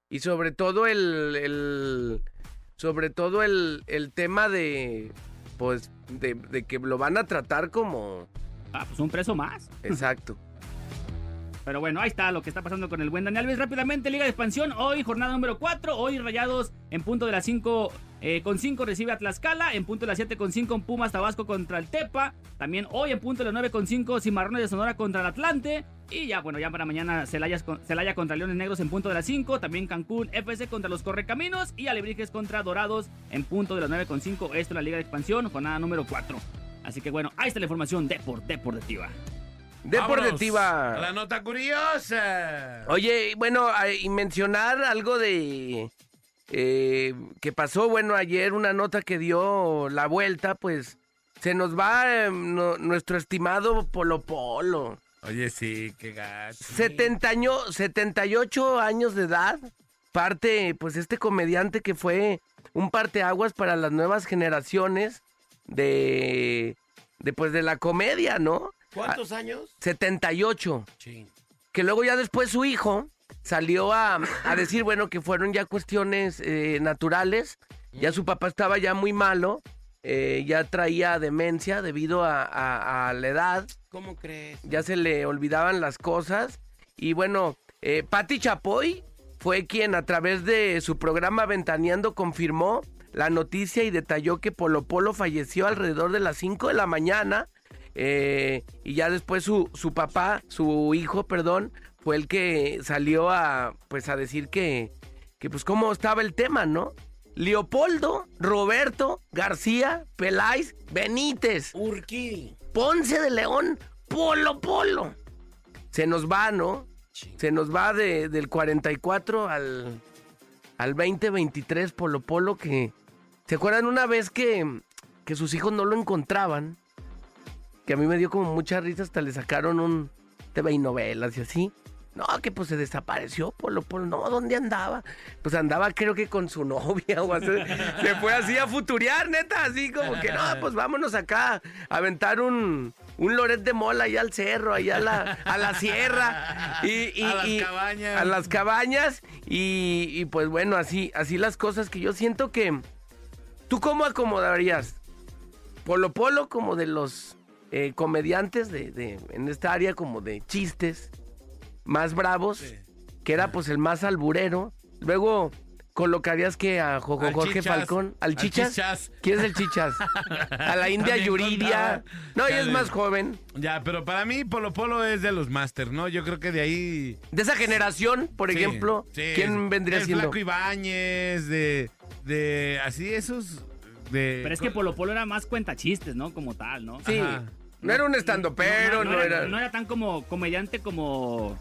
[SPEAKER 3] Y sobre todo el, el- sobre todo el, el tema de pues de, de que lo van a tratar como
[SPEAKER 5] Ah, pues un preso más.
[SPEAKER 3] exacto.
[SPEAKER 5] Pero bueno, ahí está lo que está pasando con el buen Dani Alves. Rápidamente, Liga de Expansión. Hoy, jornada número 4. Hoy, Rayados en punto de las 5 eh, con 5 recibe a Tlaxcala. En punto de las 7 con 5 en Pumas Tabasco contra el Tepa. También hoy en punto de las 9 con 5 Cimarrones de Sonora contra el Atlante. Y ya, bueno, ya para mañana Celaya, Celaya contra Leones Negros en punto de las 5. También Cancún FC contra los Correcaminos. Y Alebrijes contra Dorados en punto de las 9 con 5. Esto es la Liga de Expansión, jornada número 4. Así que bueno, ahí está la información de por Deportiva.
[SPEAKER 4] Vámonos
[SPEAKER 3] Deportiva.
[SPEAKER 4] a La nota curiosa.
[SPEAKER 3] Oye, y bueno, a- y mencionar algo de eh, que pasó, bueno, ayer una nota que dio la vuelta, pues se nos va eh, no- nuestro estimado Polo Polo.
[SPEAKER 4] Oye, sí, qué gacho.
[SPEAKER 3] 70 año- 78 años de edad, parte, pues este comediante que fue un parteaguas para las nuevas generaciones de, de pues de la comedia, ¿no?
[SPEAKER 2] ¿Cuántos años?
[SPEAKER 3] 78,
[SPEAKER 2] Ching.
[SPEAKER 3] que luego ya después su hijo salió a, a decir, bueno, que fueron ya cuestiones eh, naturales, ya su papá estaba ya muy malo, eh, ya traía demencia debido a- a- a la edad,
[SPEAKER 2] ¿Cómo crees?
[SPEAKER 3] ya se le olvidaban las cosas. Y bueno, eh, Patti Chapoy fue quien a través de su programa Ventaneando confirmó la noticia y detalló que Polo Polo falleció alrededor de las 5 de la mañana. eh, y ya después su, su papá, su hijo, perdón, fue el que salió a, pues, a decir que, que pues cómo estaba el tema, ¿no? Leopoldo, Roberto, García, Peláez, Benítez.
[SPEAKER 2] Urquidi.
[SPEAKER 3] Ponce de León, Polo Polo. Se nos va, ¿no?
[SPEAKER 2] Ching.
[SPEAKER 3] Se nos va de- del 44 al, al 2023 Polo Polo que... ¿Se acuerdan una vez que, que sus hijos no lo encontraban? Que a mí me dio como mucha risa, hasta le sacaron un TV y novelas y así. No, que pues se desapareció, Polo Polo. No, ¿dónde andaba? Pues andaba creo que con su novia o así. Se fue así a futurear, neta, así como que no, pues vámonos acá a aventar un, un Loret de Mola allá al cerro, allá a la, a la sierra. Y, y-
[SPEAKER 4] A las
[SPEAKER 3] y-
[SPEAKER 4] cabañas.
[SPEAKER 3] A las cabañas. Y, y, pues bueno, así, así las cosas que yo siento que... ¿Tú cómo acomodarías? Polo Polo como de los eh, comediantes de, de- en esta área como de chistes más bravos, que era pues el más alburero. Luego colocarías que a Jo- Jo-
[SPEAKER 4] Al
[SPEAKER 3] Jorge
[SPEAKER 4] Chichas.
[SPEAKER 3] Falcón, al
[SPEAKER 4] Al
[SPEAKER 3] Chichas.
[SPEAKER 4] Chichas.
[SPEAKER 3] ¿Quién es el Chichas? A la India
[SPEAKER 4] También
[SPEAKER 3] Yuridia.
[SPEAKER 4] contaba.
[SPEAKER 3] No, ella es
[SPEAKER 4] Chale.
[SPEAKER 3] más joven.
[SPEAKER 4] Ya, pero para mí Polo Polo es de los Masters, ¿no? Yo creo que de ahí...
[SPEAKER 3] De esa generación, por
[SPEAKER 4] Sí,
[SPEAKER 3] ejemplo,
[SPEAKER 4] sí,
[SPEAKER 3] ¿quién vendría
[SPEAKER 4] el
[SPEAKER 3] siendo?
[SPEAKER 4] Flaco Ibáñez, de, de... Así esos... De,
[SPEAKER 5] Pero es que Polo Polo era más cuentachistes, ¿no? Como tal, ¿no?
[SPEAKER 3] Sí.
[SPEAKER 4] Ajá.
[SPEAKER 3] No era un estandopero, no, era...
[SPEAKER 5] No era tan como comediante como...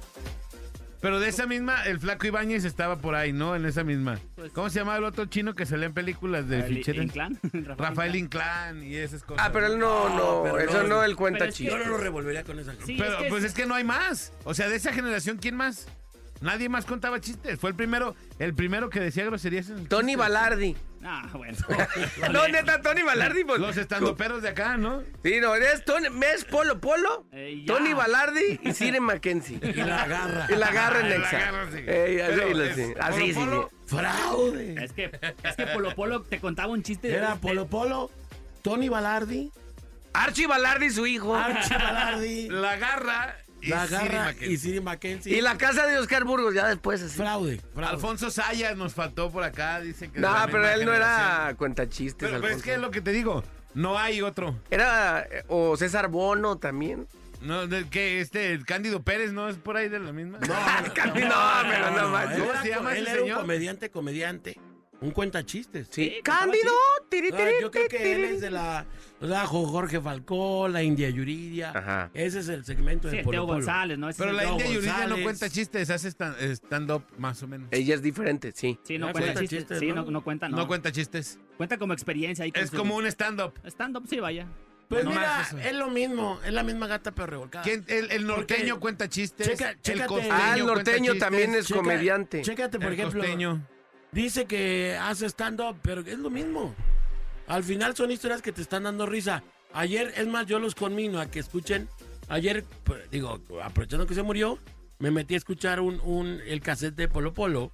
[SPEAKER 4] Pero de esa misma, el Flaco Ibáñez estaba por ahí, ¿no? En esa misma.
[SPEAKER 5] Pues-
[SPEAKER 4] ¿Cómo se llamaba el otro chino que salía en películas
[SPEAKER 5] eh,
[SPEAKER 4] de
[SPEAKER 5] Rafael
[SPEAKER 4] ficheras?
[SPEAKER 5] Inclán.
[SPEAKER 4] Rafael Inclán y esas cosas.
[SPEAKER 3] Ah, pero él no, no,
[SPEAKER 2] No, pero
[SPEAKER 3] eso
[SPEAKER 2] no,
[SPEAKER 3] no, él
[SPEAKER 5] pero
[SPEAKER 3] cuenta
[SPEAKER 5] es que-
[SPEAKER 2] Yo
[SPEAKER 3] chistes.
[SPEAKER 2] no lo revolvería con esa.
[SPEAKER 5] Sí,
[SPEAKER 4] Pero
[SPEAKER 5] es que
[SPEAKER 4] pues
[SPEAKER 5] es-
[SPEAKER 4] es que no hay más. O sea, de esa generación, ¿quién más? Nadie más contaba chistes. Fue el primero, el primero que decía groserías en el
[SPEAKER 3] Tony
[SPEAKER 4] chiste.
[SPEAKER 3] Balardi.
[SPEAKER 5] Ah, bueno.
[SPEAKER 3] No, neta, Tony Balardi, pues.
[SPEAKER 4] Los estandoperos de acá, ¿no?
[SPEAKER 3] Sí, no, eres Tony, ¿ves Polo Polo?
[SPEAKER 5] Eh, ya.
[SPEAKER 3] Tony Balardi y Sire Mackenzie.
[SPEAKER 2] Y la agarra.
[SPEAKER 3] Y la agarra en
[SPEAKER 4] La
[SPEAKER 3] Nexa.
[SPEAKER 4] agarra, sí.
[SPEAKER 3] Ey, así,
[SPEAKER 4] Pero
[SPEAKER 3] lo-
[SPEAKER 4] es
[SPEAKER 3] sí.
[SPEAKER 4] Polo
[SPEAKER 3] Así, sí, sí.
[SPEAKER 4] Polo.
[SPEAKER 2] Fraude.
[SPEAKER 5] Es que, es que Polo Polo te contaba un chiste. de-
[SPEAKER 2] Era
[SPEAKER 5] de-
[SPEAKER 2] Polo Polo, Tony Balardi,
[SPEAKER 3] Archie Balardi y su hijo.
[SPEAKER 2] Archie Balardi,
[SPEAKER 4] La garra y
[SPEAKER 2] la
[SPEAKER 4] Siri
[SPEAKER 2] agarra
[SPEAKER 4] Mackenzie.
[SPEAKER 2] y Siri Mackenzie.
[SPEAKER 3] Y la casa de Oscar Burgos, ya después así.
[SPEAKER 2] Fraude. fraude.
[SPEAKER 4] Alfonso Sayas nos faltó por acá, dice que... de
[SPEAKER 3] No,
[SPEAKER 4] la
[SPEAKER 3] pero
[SPEAKER 4] misma
[SPEAKER 3] él no
[SPEAKER 4] generación.
[SPEAKER 3] era cuenta chistes.
[SPEAKER 4] Pero, pero es que es lo que te digo, no hay otro.
[SPEAKER 3] Era eh, o César Bono también.
[SPEAKER 4] No, de- que este, el Cándido Pérez no es por ahí de la misma.
[SPEAKER 3] Ah, Cami, No, pero no
[SPEAKER 2] él
[SPEAKER 3] manches.
[SPEAKER 4] ¿Cómo
[SPEAKER 2] era,
[SPEAKER 4] se llama
[SPEAKER 2] él
[SPEAKER 4] ese
[SPEAKER 2] era un
[SPEAKER 4] señor?
[SPEAKER 2] comediante, comediante. Un cuentachistes.
[SPEAKER 3] Sí. Ah,
[SPEAKER 5] contaba
[SPEAKER 3] Cándido. tiri,
[SPEAKER 2] No,
[SPEAKER 3] tiri,
[SPEAKER 2] Ah, yo creo que él
[SPEAKER 3] tiri.
[SPEAKER 2] es de la, o sea, Jo- Jorge Falcón, la India Yuridia.
[SPEAKER 3] Ajá.
[SPEAKER 2] Ese es el segmento
[SPEAKER 5] Sí,
[SPEAKER 2] de
[SPEAKER 5] el
[SPEAKER 2] Polo
[SPEAKER 5] Teo
[SPEAKER 2] Polo.
[SPEAKER 5] González, ¿no? Ese
[SPEAKER 4] Pero
[SPEAKER 5] es
[SPEAKER 4] la
[SPEAKER 5] el-
[SPEAKER 2] Teo
[SPEAKER 4] India Yuridia no
[SPEAKER 2] González.
[SPEAKER 4] cuenta chistes, hace stan- stand-up más o menos.
[SPEAKER 3] Ella es diferente, sí.
[SPEAKER 5] Sí, no
[SPEAKER 2] Ah,
[SPEAKER 5] cuenta
[SPEAKER 2] cuenta
[SPEAKER 5] chistes.
[SPEAKER 2] chistes,
[SPEAKER 5] sí,
[SPEAKER 2] ¿no?
[SPEAKER 5] no, no cuenta, no.
[SPEAKER 4] No cuenta chistes.
[SPEAKER 5] Cuenta como experiencia. ahí con
[SPEAKER 4] Es
[SPEAKER 5] su-
[SPEAKER 4] como un stand-up.
[SPEAKER 5] Stand-up, sí, vaya.
[SPEAKER 2] Pues
[SPEAKER 4] No
[SPEAKER 2] mira,
[SPEAKER 4] más eso.
[SPEAKER 2] es lo mismo, es la misma gata pero revolcada.
[SPEAKER 4] ¿Quién- el, el norteño
[SPEAKER 2] Porque-
[SPEAKER 4] cuenta chistes.
[SPEAKER 2] Checa- chécate.
[SPEAKER 4] el costeño
[SPEAKER 3] Ah, el
[SPEAKER 4] cuenta
[SPEAKER 3] norteño
[SPEAKER 4] chistes,
[SPEAKER 3] también es
[SPEAKER 2] Checa-
[SPEAKER 3] comediante.
[SPEAKER 2] Chécate, por
[SPEAKER 4] el
[SPEAKER 2] ejemplo,
[SPEAKER 4] costeño.
[SPEAKER 2] dice que hace stand-up, pero es lo mismo. Al final son historias que te están dando risa. Ayer, es más, yo los conmino a que escuchen. Ayer, pues, digo, aprovechando que se murió, me metí a escuchar un, un- el cassette de Polo Polo.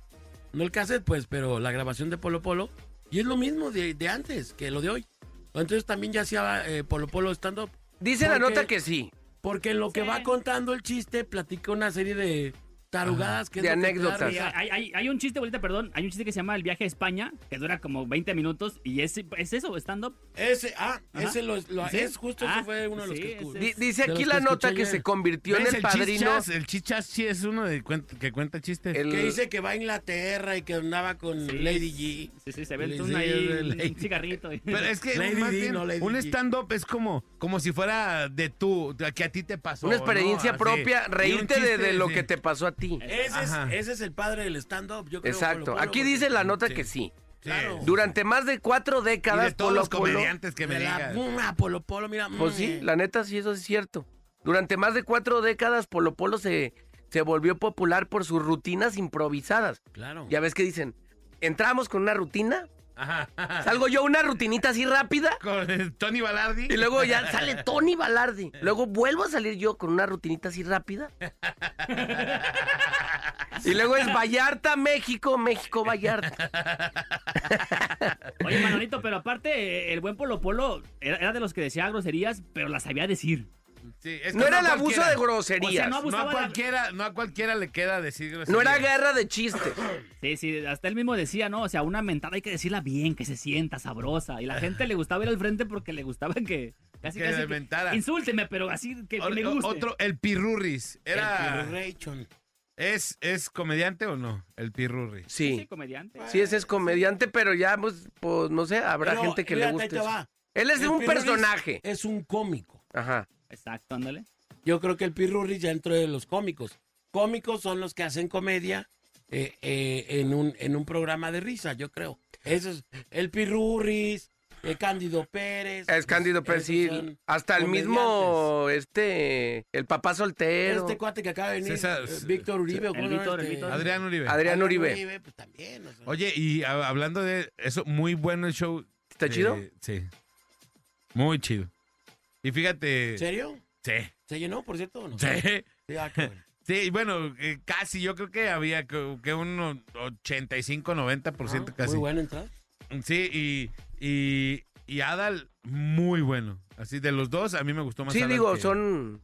[SPEAKER 2] No el cassette, pues, pero la grabación de Polo Polo. Y es lo mismo de, de antes que lo de hoy. Entonces también ya hacía eh, Polo Polo stand-up.
[SPEAKER 3] Dice la
[SPEAKER 2] Porque-
[SPEAKER 3] nota que sí.
[SPEAKER 2] Porque en lo que
[SPEAKER 5] Sí.
[SPEAKER 2] va contando el chiste, platica una serie de tarugadas que es
[SPEAKER 3] De
[SPEAKER 2] lo que te da
[SPEAKER 3] anécdotas.
[SPEAKER 5] Sí,
[SPEAKER 2] risa.
[SPEAKER 5] hay, hay- hay un chiste, ahorita, perdón. Hay un chiste que se llama El viaje a España, que dura como 20 minutos. Y es, es eso, stand-up.
[SPEAKER 2] Ese, ah,
[SPEAKER 5] Ajá.
[SPEAKER 2] ese lo, lo-
[SPEAKER 5] ¿Sí?
[SPEAKER 2] es justo,
[SPEAKER 5] Ah,
[SPEAKER 2] ese fue uno de los
[SPEAKER 5] sí,
[SPEAKER 2] que
[SPEAKER 5] ese
[SPEAKER 2] escuché.
[SPEAKER 3] Di- dice
[SPEAKER 2] De los
[SPEAKER 3] aquí
[SPEAKER 2] que
[SPEAKER 3] la nota
[SPEAKER 2] escuché
[SPEAKER 3] que
[SPEAKER 2] ayer.
[SPEAKER 3] se convirtió en
[SPEAKER 4] ¿Ves?
[SPEAKER 3] el
[SPEAKER 4] El
[SPEAKER 3] padrino.
[SPEAKER 4] chichas, el chichas sí es uno de cuen- que cuenta chistes.
[SPEAKER 3] el-
[SPEAKER 2] Que dice que va a Inglaterra y que andaba con
[SPEAKER 5] Sí.
[SPEAKER 2] Lady G.
[SPEAKER 5] Sí, sí, se ve el
[SPEAKER 2] Sí,
[SPEAKER 5] tun ahí,
[SPEAKER 2] de ley.
[SPEAKER 5] un cigarrito. y-
[SPEAKER 4] Pero es que
[SPEAKER 2] Lady
[SPEAKER 4] más
[SPEAKER 2] Di,
[SPEAKER 4] bien,
[SPEAKER 2] no Lady
[SPEAKER 4] un
[SPEAKER 2] Di.
[SPEAKER 4] stand-up es como, como si fuera de tú, de que a ti te pasó.
[SPEAKER 3] Una
[SPEAKER 4] Oh, ¿no?
[SPEAKER 3] experiencia
[SPEAKER 4] Así.
[SPEAKER 3] propia,
[SPEAKER 4] Y un
[SPEAKER 3] reírte de,
[SPEAKER 4] chiste,
[SPEAKER 3] de lo
[SPEAKER 4] sí.
[SPEAKER 3] que te pasó a ti.
[SPEAKER 2] Ese es,
[SPEAKER 4] Ajá.
[SPEAKER 2] ese es el padre del stand-up, yo creo. Polo
[SPEAKER 3] Exacto.
[SPEAKER 2] Polo,
[SPEAKER 3] Aquí
[SPEAKER 2] porque-
[SPEAKER 3] dice la nota
[SPEAKER 4] sí.
[SPEAKER 3] que sí.
[SPEAKER 4] Sí.
[SPEAKER 2] Claro.
[SPEAKER 3] Durante más de cuatro
[SPEAKER 4] Y
[SPEAKER 3] décadas,
[SPEAKER 4] de todos
[SPEAKER 3] Polo
[SPEAKER 4] los
[SPEAKER 3] Polo.
[SPEAKER 4] comediantes que me
[SPEAKER 2] de la-
[SPEAKER 4] digan.
[SPEAKER 2] mm, ah, Polo Polo, mira.
[SPEAKER 3] Pues
[SPEAKER 2] mm,
[SPEAKER 3] sí,
[SPEAKER 2] eh.
[SPEAKER 3] la neta sí, eso es cierto. Durante más de cuatro décadas, Polo Polo se, se volvió popular por sus rutinas improvisadas.
[SPEAKER 2] Claro.
[SPEAKER 3] Ya ves que dicen, entramos con una rutina,
[SPEAKER 4] Ajá.
[SPEAKER 3] salgo yo una rutinita así rápida
[SPEAKER 4] Con el Tony Balardi.
[SPEAKER 3] y luego ya sale Tony Balardi. Luego vuelvo a salir yo con una rutinita así rápida. Y luego es Vallarta, México, México, Vallarta.
[SPEAKER 5] Oye, Manolito, pero aparte, eh, el buen Polo Polo era, era de los que decía groserías, pero las sabía decir.
[SPEAKER 4] Sí, es que
[SPEAKER 3] No era el
[SPEAKER 4] a
[SPEAKER 3] abuso
[SPEAKER 4] cualquiera.
[SPEAKER 3] de groserías.
[SPEAKER 5] O sea, no
[SPEAKER 4] No a
[SPEAKER 5] abusaba de-
[SPEAKER 4] cualquiera, no a cualquiera le queda decir
[SPEAKER 3] No era
[SPEAKER 4] groserías.
[SPEAKER 3] guerra de chistes.
[SPEAKER 5] Sí, sí, hasta él mismo decía, ¿no? O sea, una mentada hay que decirla bien, que se sienta sabrosa. Y la gente le gustaba ir al frente porque le gustaba que. Casi,
[SPEAKER 4] Que
[SPEAKER 5] casi.
[SPEAKER 4] le mentara.
[SPEAKER 5] insúlteme, pero así que, que
[SPEAKER 4] O-
[SPEAKER 5] me
[SPEAKER 4] o-
[SPEAKER 5] guste.
[SPEAKER 4] Otro, el Pirurris. Era,
[SPEAKER 2] El Pirration.
[SPEAKER 4] ¿es, ¿Es comediante o no? El Pirurris.
[SPEAKER 5] Sí,
[SPEAKER 3] Sí.
[SPEAKER 5] comediante.
[SPEAKER 3] Sí, ese es comediante, pero ya, pues, pues, no sé, habrá
[SPEAKER 2] Pero,
[SPEAKER 3] gente que le
[SPEAKER 2] fíjate, ahí
[SPEAKER 3] guste.
[SPEAKER 2] te
[SPEAKER 3] eso.
[SPEAKER 2] va.
[SPEAKER 3] Él es
[SPEAKER 2] El
[SPEAKER 3] un
[SPEAKER 2] Pirurris
[SPEAKER 3] personaje.
[SPEAKER 2] Es un cómico.
[SPEAKER 3] Ajá.
[SPEAKER 5] Exacto, ándale.
[SPEAKER 2] Yo creo que el Pirurri ya entró de los cómicos. Cómicos son los que hacen comedia eh, eh, en, un, en un programa de risa, yo creo. Eso es el Pirurris, eh, Cándido Pérez.
[SPEAKER 3] Es Cándido
[SPEAKER 2] Pues,
[SPEAKER 3] Pérez,
[SPEAKER 2] esos
[SPEAKER 3] sí,
[SPEAKER 2] son
[SPEAKER 3] hasta el mismo, este, el papá soltero.
[SPEAKER 2] Este cuate que acaba de venir,
[SPEAKER 4] César-
[SPEAKER 2] eh, Víctor Uribe. ¿o
[SPEAKER 5] El
[SPEAKER 2] cómo se llama
[SPEAKER 5] Víctor, el
[SPEAKER 2] este?
[SPEAKER 5] Víctor.
[SPEAKER 4] Adrián Uribe.
[SPEAKER 3] Adrián Uribe.
[SPEAKER 2] pues también. o sea.
[SPEAKER 4] Oye, y a- hablando de eso, muy bueno el show.
[SPEAKER 3] ¿Está
[SPEAKER 4] Eh,
[SPEAKER 3] chido?
[SPEAKER 4] Sí. Muy chido. Y fíjate.
[SPEAKER 2] ¿En serio?
[SPEAKER 4] Sí.
[SPEAKER 2] ¿Se llenó, por cierto? o no?
[SPEAKER 4] Sí.
[SPEAKER 2] Sí, ah, qué bueno.
[SPEAKER 4] Sí, y bueno, eh, casi, yo creo que había que, que un o- 85, 90%
[SPEAKER 2] Ah,
[SPEAKER 4] casi.
[SPEAKER 2] Muy buena entrada.
[SPEAKER 4] Sí, y, y, y Adal, muy bueno. Así, de los dos, a mí me gustó más
[SPEAKER 3] Sí,
[SPEAKER 4] Adal
[SPEAKER 3] digo,
[SPEAKER 4] que-
[SPEAKER 3] son,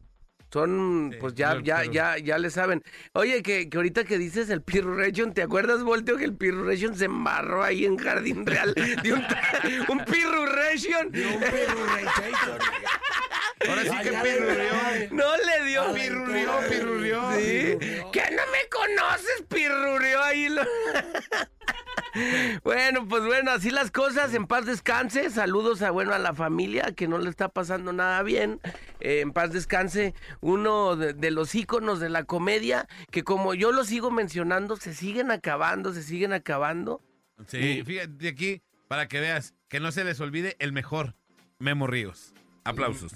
[SPEAKER 3] son,
[SPEAKER 4] Sí,
[SPEAKER 3] pues ya,
[SPEAKER 4] pero-
[SPEAKER 3] ya,
[SPEAKER 4] pero-
[SPEAKER 3] ya, ya le saben. Oye, que, que ahorita que dices el Pirruration, ¿te acuerdas, Volteo, que el Pirruration se embarró ahí en Jardín Real? De un, un Pirruration.
[SPEAKER 2] Dio un pirurrechazo.
[SPEAKER 4] Ahora sí
[SPEAKER 2] Ah,
[SPEAKER 4] que
[SPEAKER 2] ya le-
[SPEAKER 4] pirurrió.
[SPEAKER 3] No le dio.
[SPEAKER 4] Pirurrió, pirurrió.
[SPEAKER 3] ¿Sí? ¿Que no me conoces, pirurrió ahí? lo- bueno, pues bueno, así las cosas. En paz descanse. Saludos a, bueno, a la familia que no le está pasando nada bien. Eh, en paz descanse uno de, de los íconos de la comedia que como yo lo sigo mencionando, se siguen acabando, se siguen acabando.
[SPEAKER 4] Sí, fíjate aquí, para que veas, que no se les olvide el mejor, Memo Ríos. Aplausos.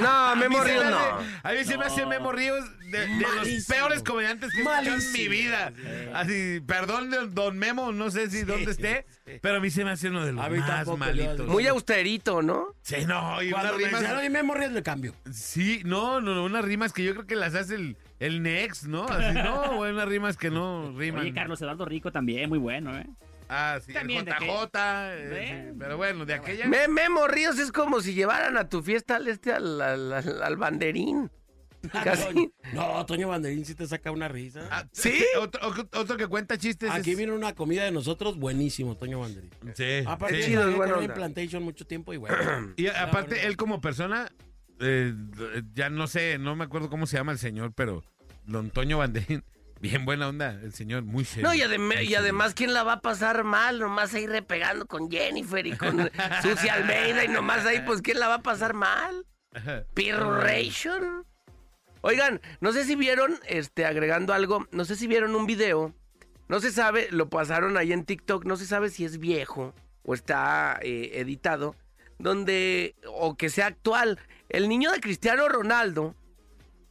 [SPEAKER 3] No, Memo
[SPEAKER 4] Se
[SPEAKER 3] Ríos
[SPEAKER 4] me
[SPEAKER 3] no.
[SPEAKER 4] hace- A mí se me hace Memo Ríos de, de los
[SPEAKER 2] Malísimo.
[SPEAKER 4] peores comediantes que he escuchado en mi
[SPEAKER 2] Malísimo.
[SPEAKER 4] vida. Así, perdón, don- don Memo, no sé si dónde esté, pero a mí se me hace uno de los
[SPEAKER 2] A mí
[SPEAKER 4] más
[SPEAKER 2] tampoco,
[SPEAKER 4] malitos.
[SPEAKER 2] yo-
[SPEAKER 3] Muy austerito, ¿no?
[SPEAKER 4] Sí, no, y
[SPEAKER 2] Cuando
[SPEAKER 4] unas
[SPEAKER 2] me
[SPEAKER 4] rimas-
[SPEAKER 2] enseñaron y me morí, le cambio.
[SPEAKER 4] Sí, no, no, no, unas rimas que yo creo que las hace el, el Next, ¿no? Así, no, güey, unas rimas que no riman.
[SPEAKER 5] Oye, Carlos Eduardo Rico también, muy bueno, ¿eh?
[SPEAKER 4] Ah, sí,
[SPEAKER 5] También
[SPEAKER 4] el
[SPEAKER 5] de
[SPEAKER 4] JJ. eh,
[SPEAKER 5] ¿Eh?
[SPEAKER 4] sí, pero bueno, de aquella.
[SPEAKER 3] Me- Memo Ríos es como si llevaran a tu fiesta al este al, al- al- al banderín. Ah, Casi.
[SPEAKER 2] No, Toño Banderín sí te saca una risa.
[SPEAKER 4] Ah,
[SPEAKER 3] ¿Sí?
[SPEAKER 4] Otro, otro que cuenta chistes.
[SPEAKER 2] Aquí
[SPEAKER 4] es-
[SPEAKER 2] viene una comida de nosotros buenísimo, Toño Banderín.
[SPEAKER 4] Sí.
[SPEAKER 2] Aparte,
[SPEAKER 4] sí.
[SPEAKER 3] chido, es
[SPEAKER 2] trabajé
[SPEAKER 3] buena
[SPEAKER 2] con él en
[SPEAKER 3] onda.
[SPEAKER 2] Plantation mucho tiempo y bueno.
[SPEAKER 4] Y
[SPEAKER 2] la
[SPEAKER 4] aparte,
[SPEAKER 2] verdad.
[SPEAKER 4] él como persona, eh, ya no sé, no me acuerdo cómo se llama el señor, pero Don Toño Banderín, bien buena onda, el señor, muy serio.
[SPEAKER 3] No, y, adem-
[SPEAKER 4] muy
[SPEAKER 3] y
[SPEAKER 4] serio.
[SPEAKER 3] además, ¿quién la va a pasar mal? Nomás ahí repegando con Jennifer y con Susi Almeida y nomás ahí, pues, ¿quién la va a pasar mal?
[SPEAKER 4] Ajá.
[SPEAKER 3] Pirration. Mm. Oigan, no sé si vieron, este, agregando algo, no sé si vieron un video, no se sabe, lo pasaron ahí en TikTok, no se sabe si es viejo o está eh, editado, donde, o que sea actual, el niño de Cristiano Ronaldo,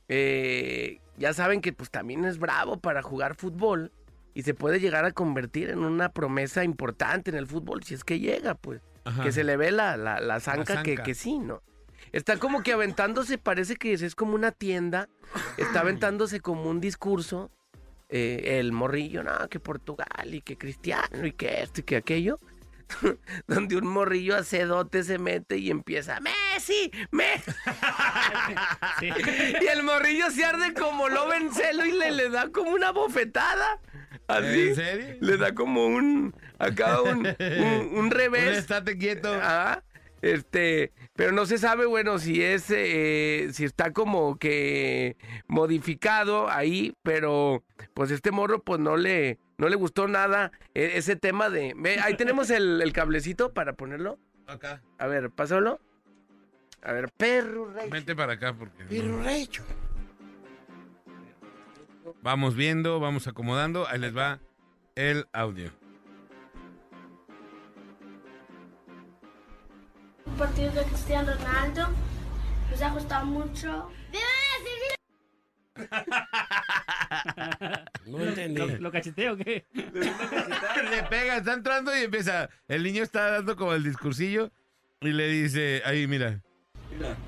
[SPEAKER 3] eh, ya saben que pues también es bravo para jugar fútbol y se puede llegar a convertir en una promesa importante en el fútbol, si es que llega, pues,
[SPEAKER 4] Ajá.
[SPEAKER 3] que se le ve la, la, la zanca, Que,
[SPEAKER 4] zanca.
[SPEAKER 3] que sí, ¿no? Está como que aventándose, parece que es, es como una tienda, está aventándose como un discurso, eh, el morrillo, no, que Portugal y que Cristiano y que esto y que aquello, donde un morrillo acedote se mete y empieza, Messi, Messi.
[SPEAKER 5] Sí.
[SPEAKER 3] Y el morrillo se arde como lo vencelo y le, le da como una bofetada. Así.
[SPEAKER 4] ¿En serio?
[SPEAKER 3] Le da como un. Acá un, un, un
[SPEAKER 4] Un
[SPEAKER 2] Pues,
[SPEAKER 3] revés.
[SPEAKER 4] estate quieto.
[SPEAKER 3] Ajá. Ah, Este, pero no se sabe, bueno, si es, eh, si está como que modificado ahí, pero pues este morro, pues no le, no le gustó nada e- ese tema de, ve, ahí tenemos el, el cablecito para ponerlo,
[SPEAKER 4] Acá.
[SPEAKER 3] a ver, pásalo, a ver, perro, rey.
[SPEAKER 4] Vente para acá porque.
[SPEAKER 2] Pero recho.
[SPEAKER 4] Vamos viendo, vamos acomodando. Ahí les va el audio.
[SPEAKER 6] Un partido de Cristiano Ronaldo. Nos ha gustado mucho.
[SPEAKER 2] No entendí.
[SPEAKER 5] ¿Lo, lo cacheteo o qué?
[SPEAKER 4] Le pega, está entrando y empieza. El niño está dando como el discursillo y le dice, ahí mira.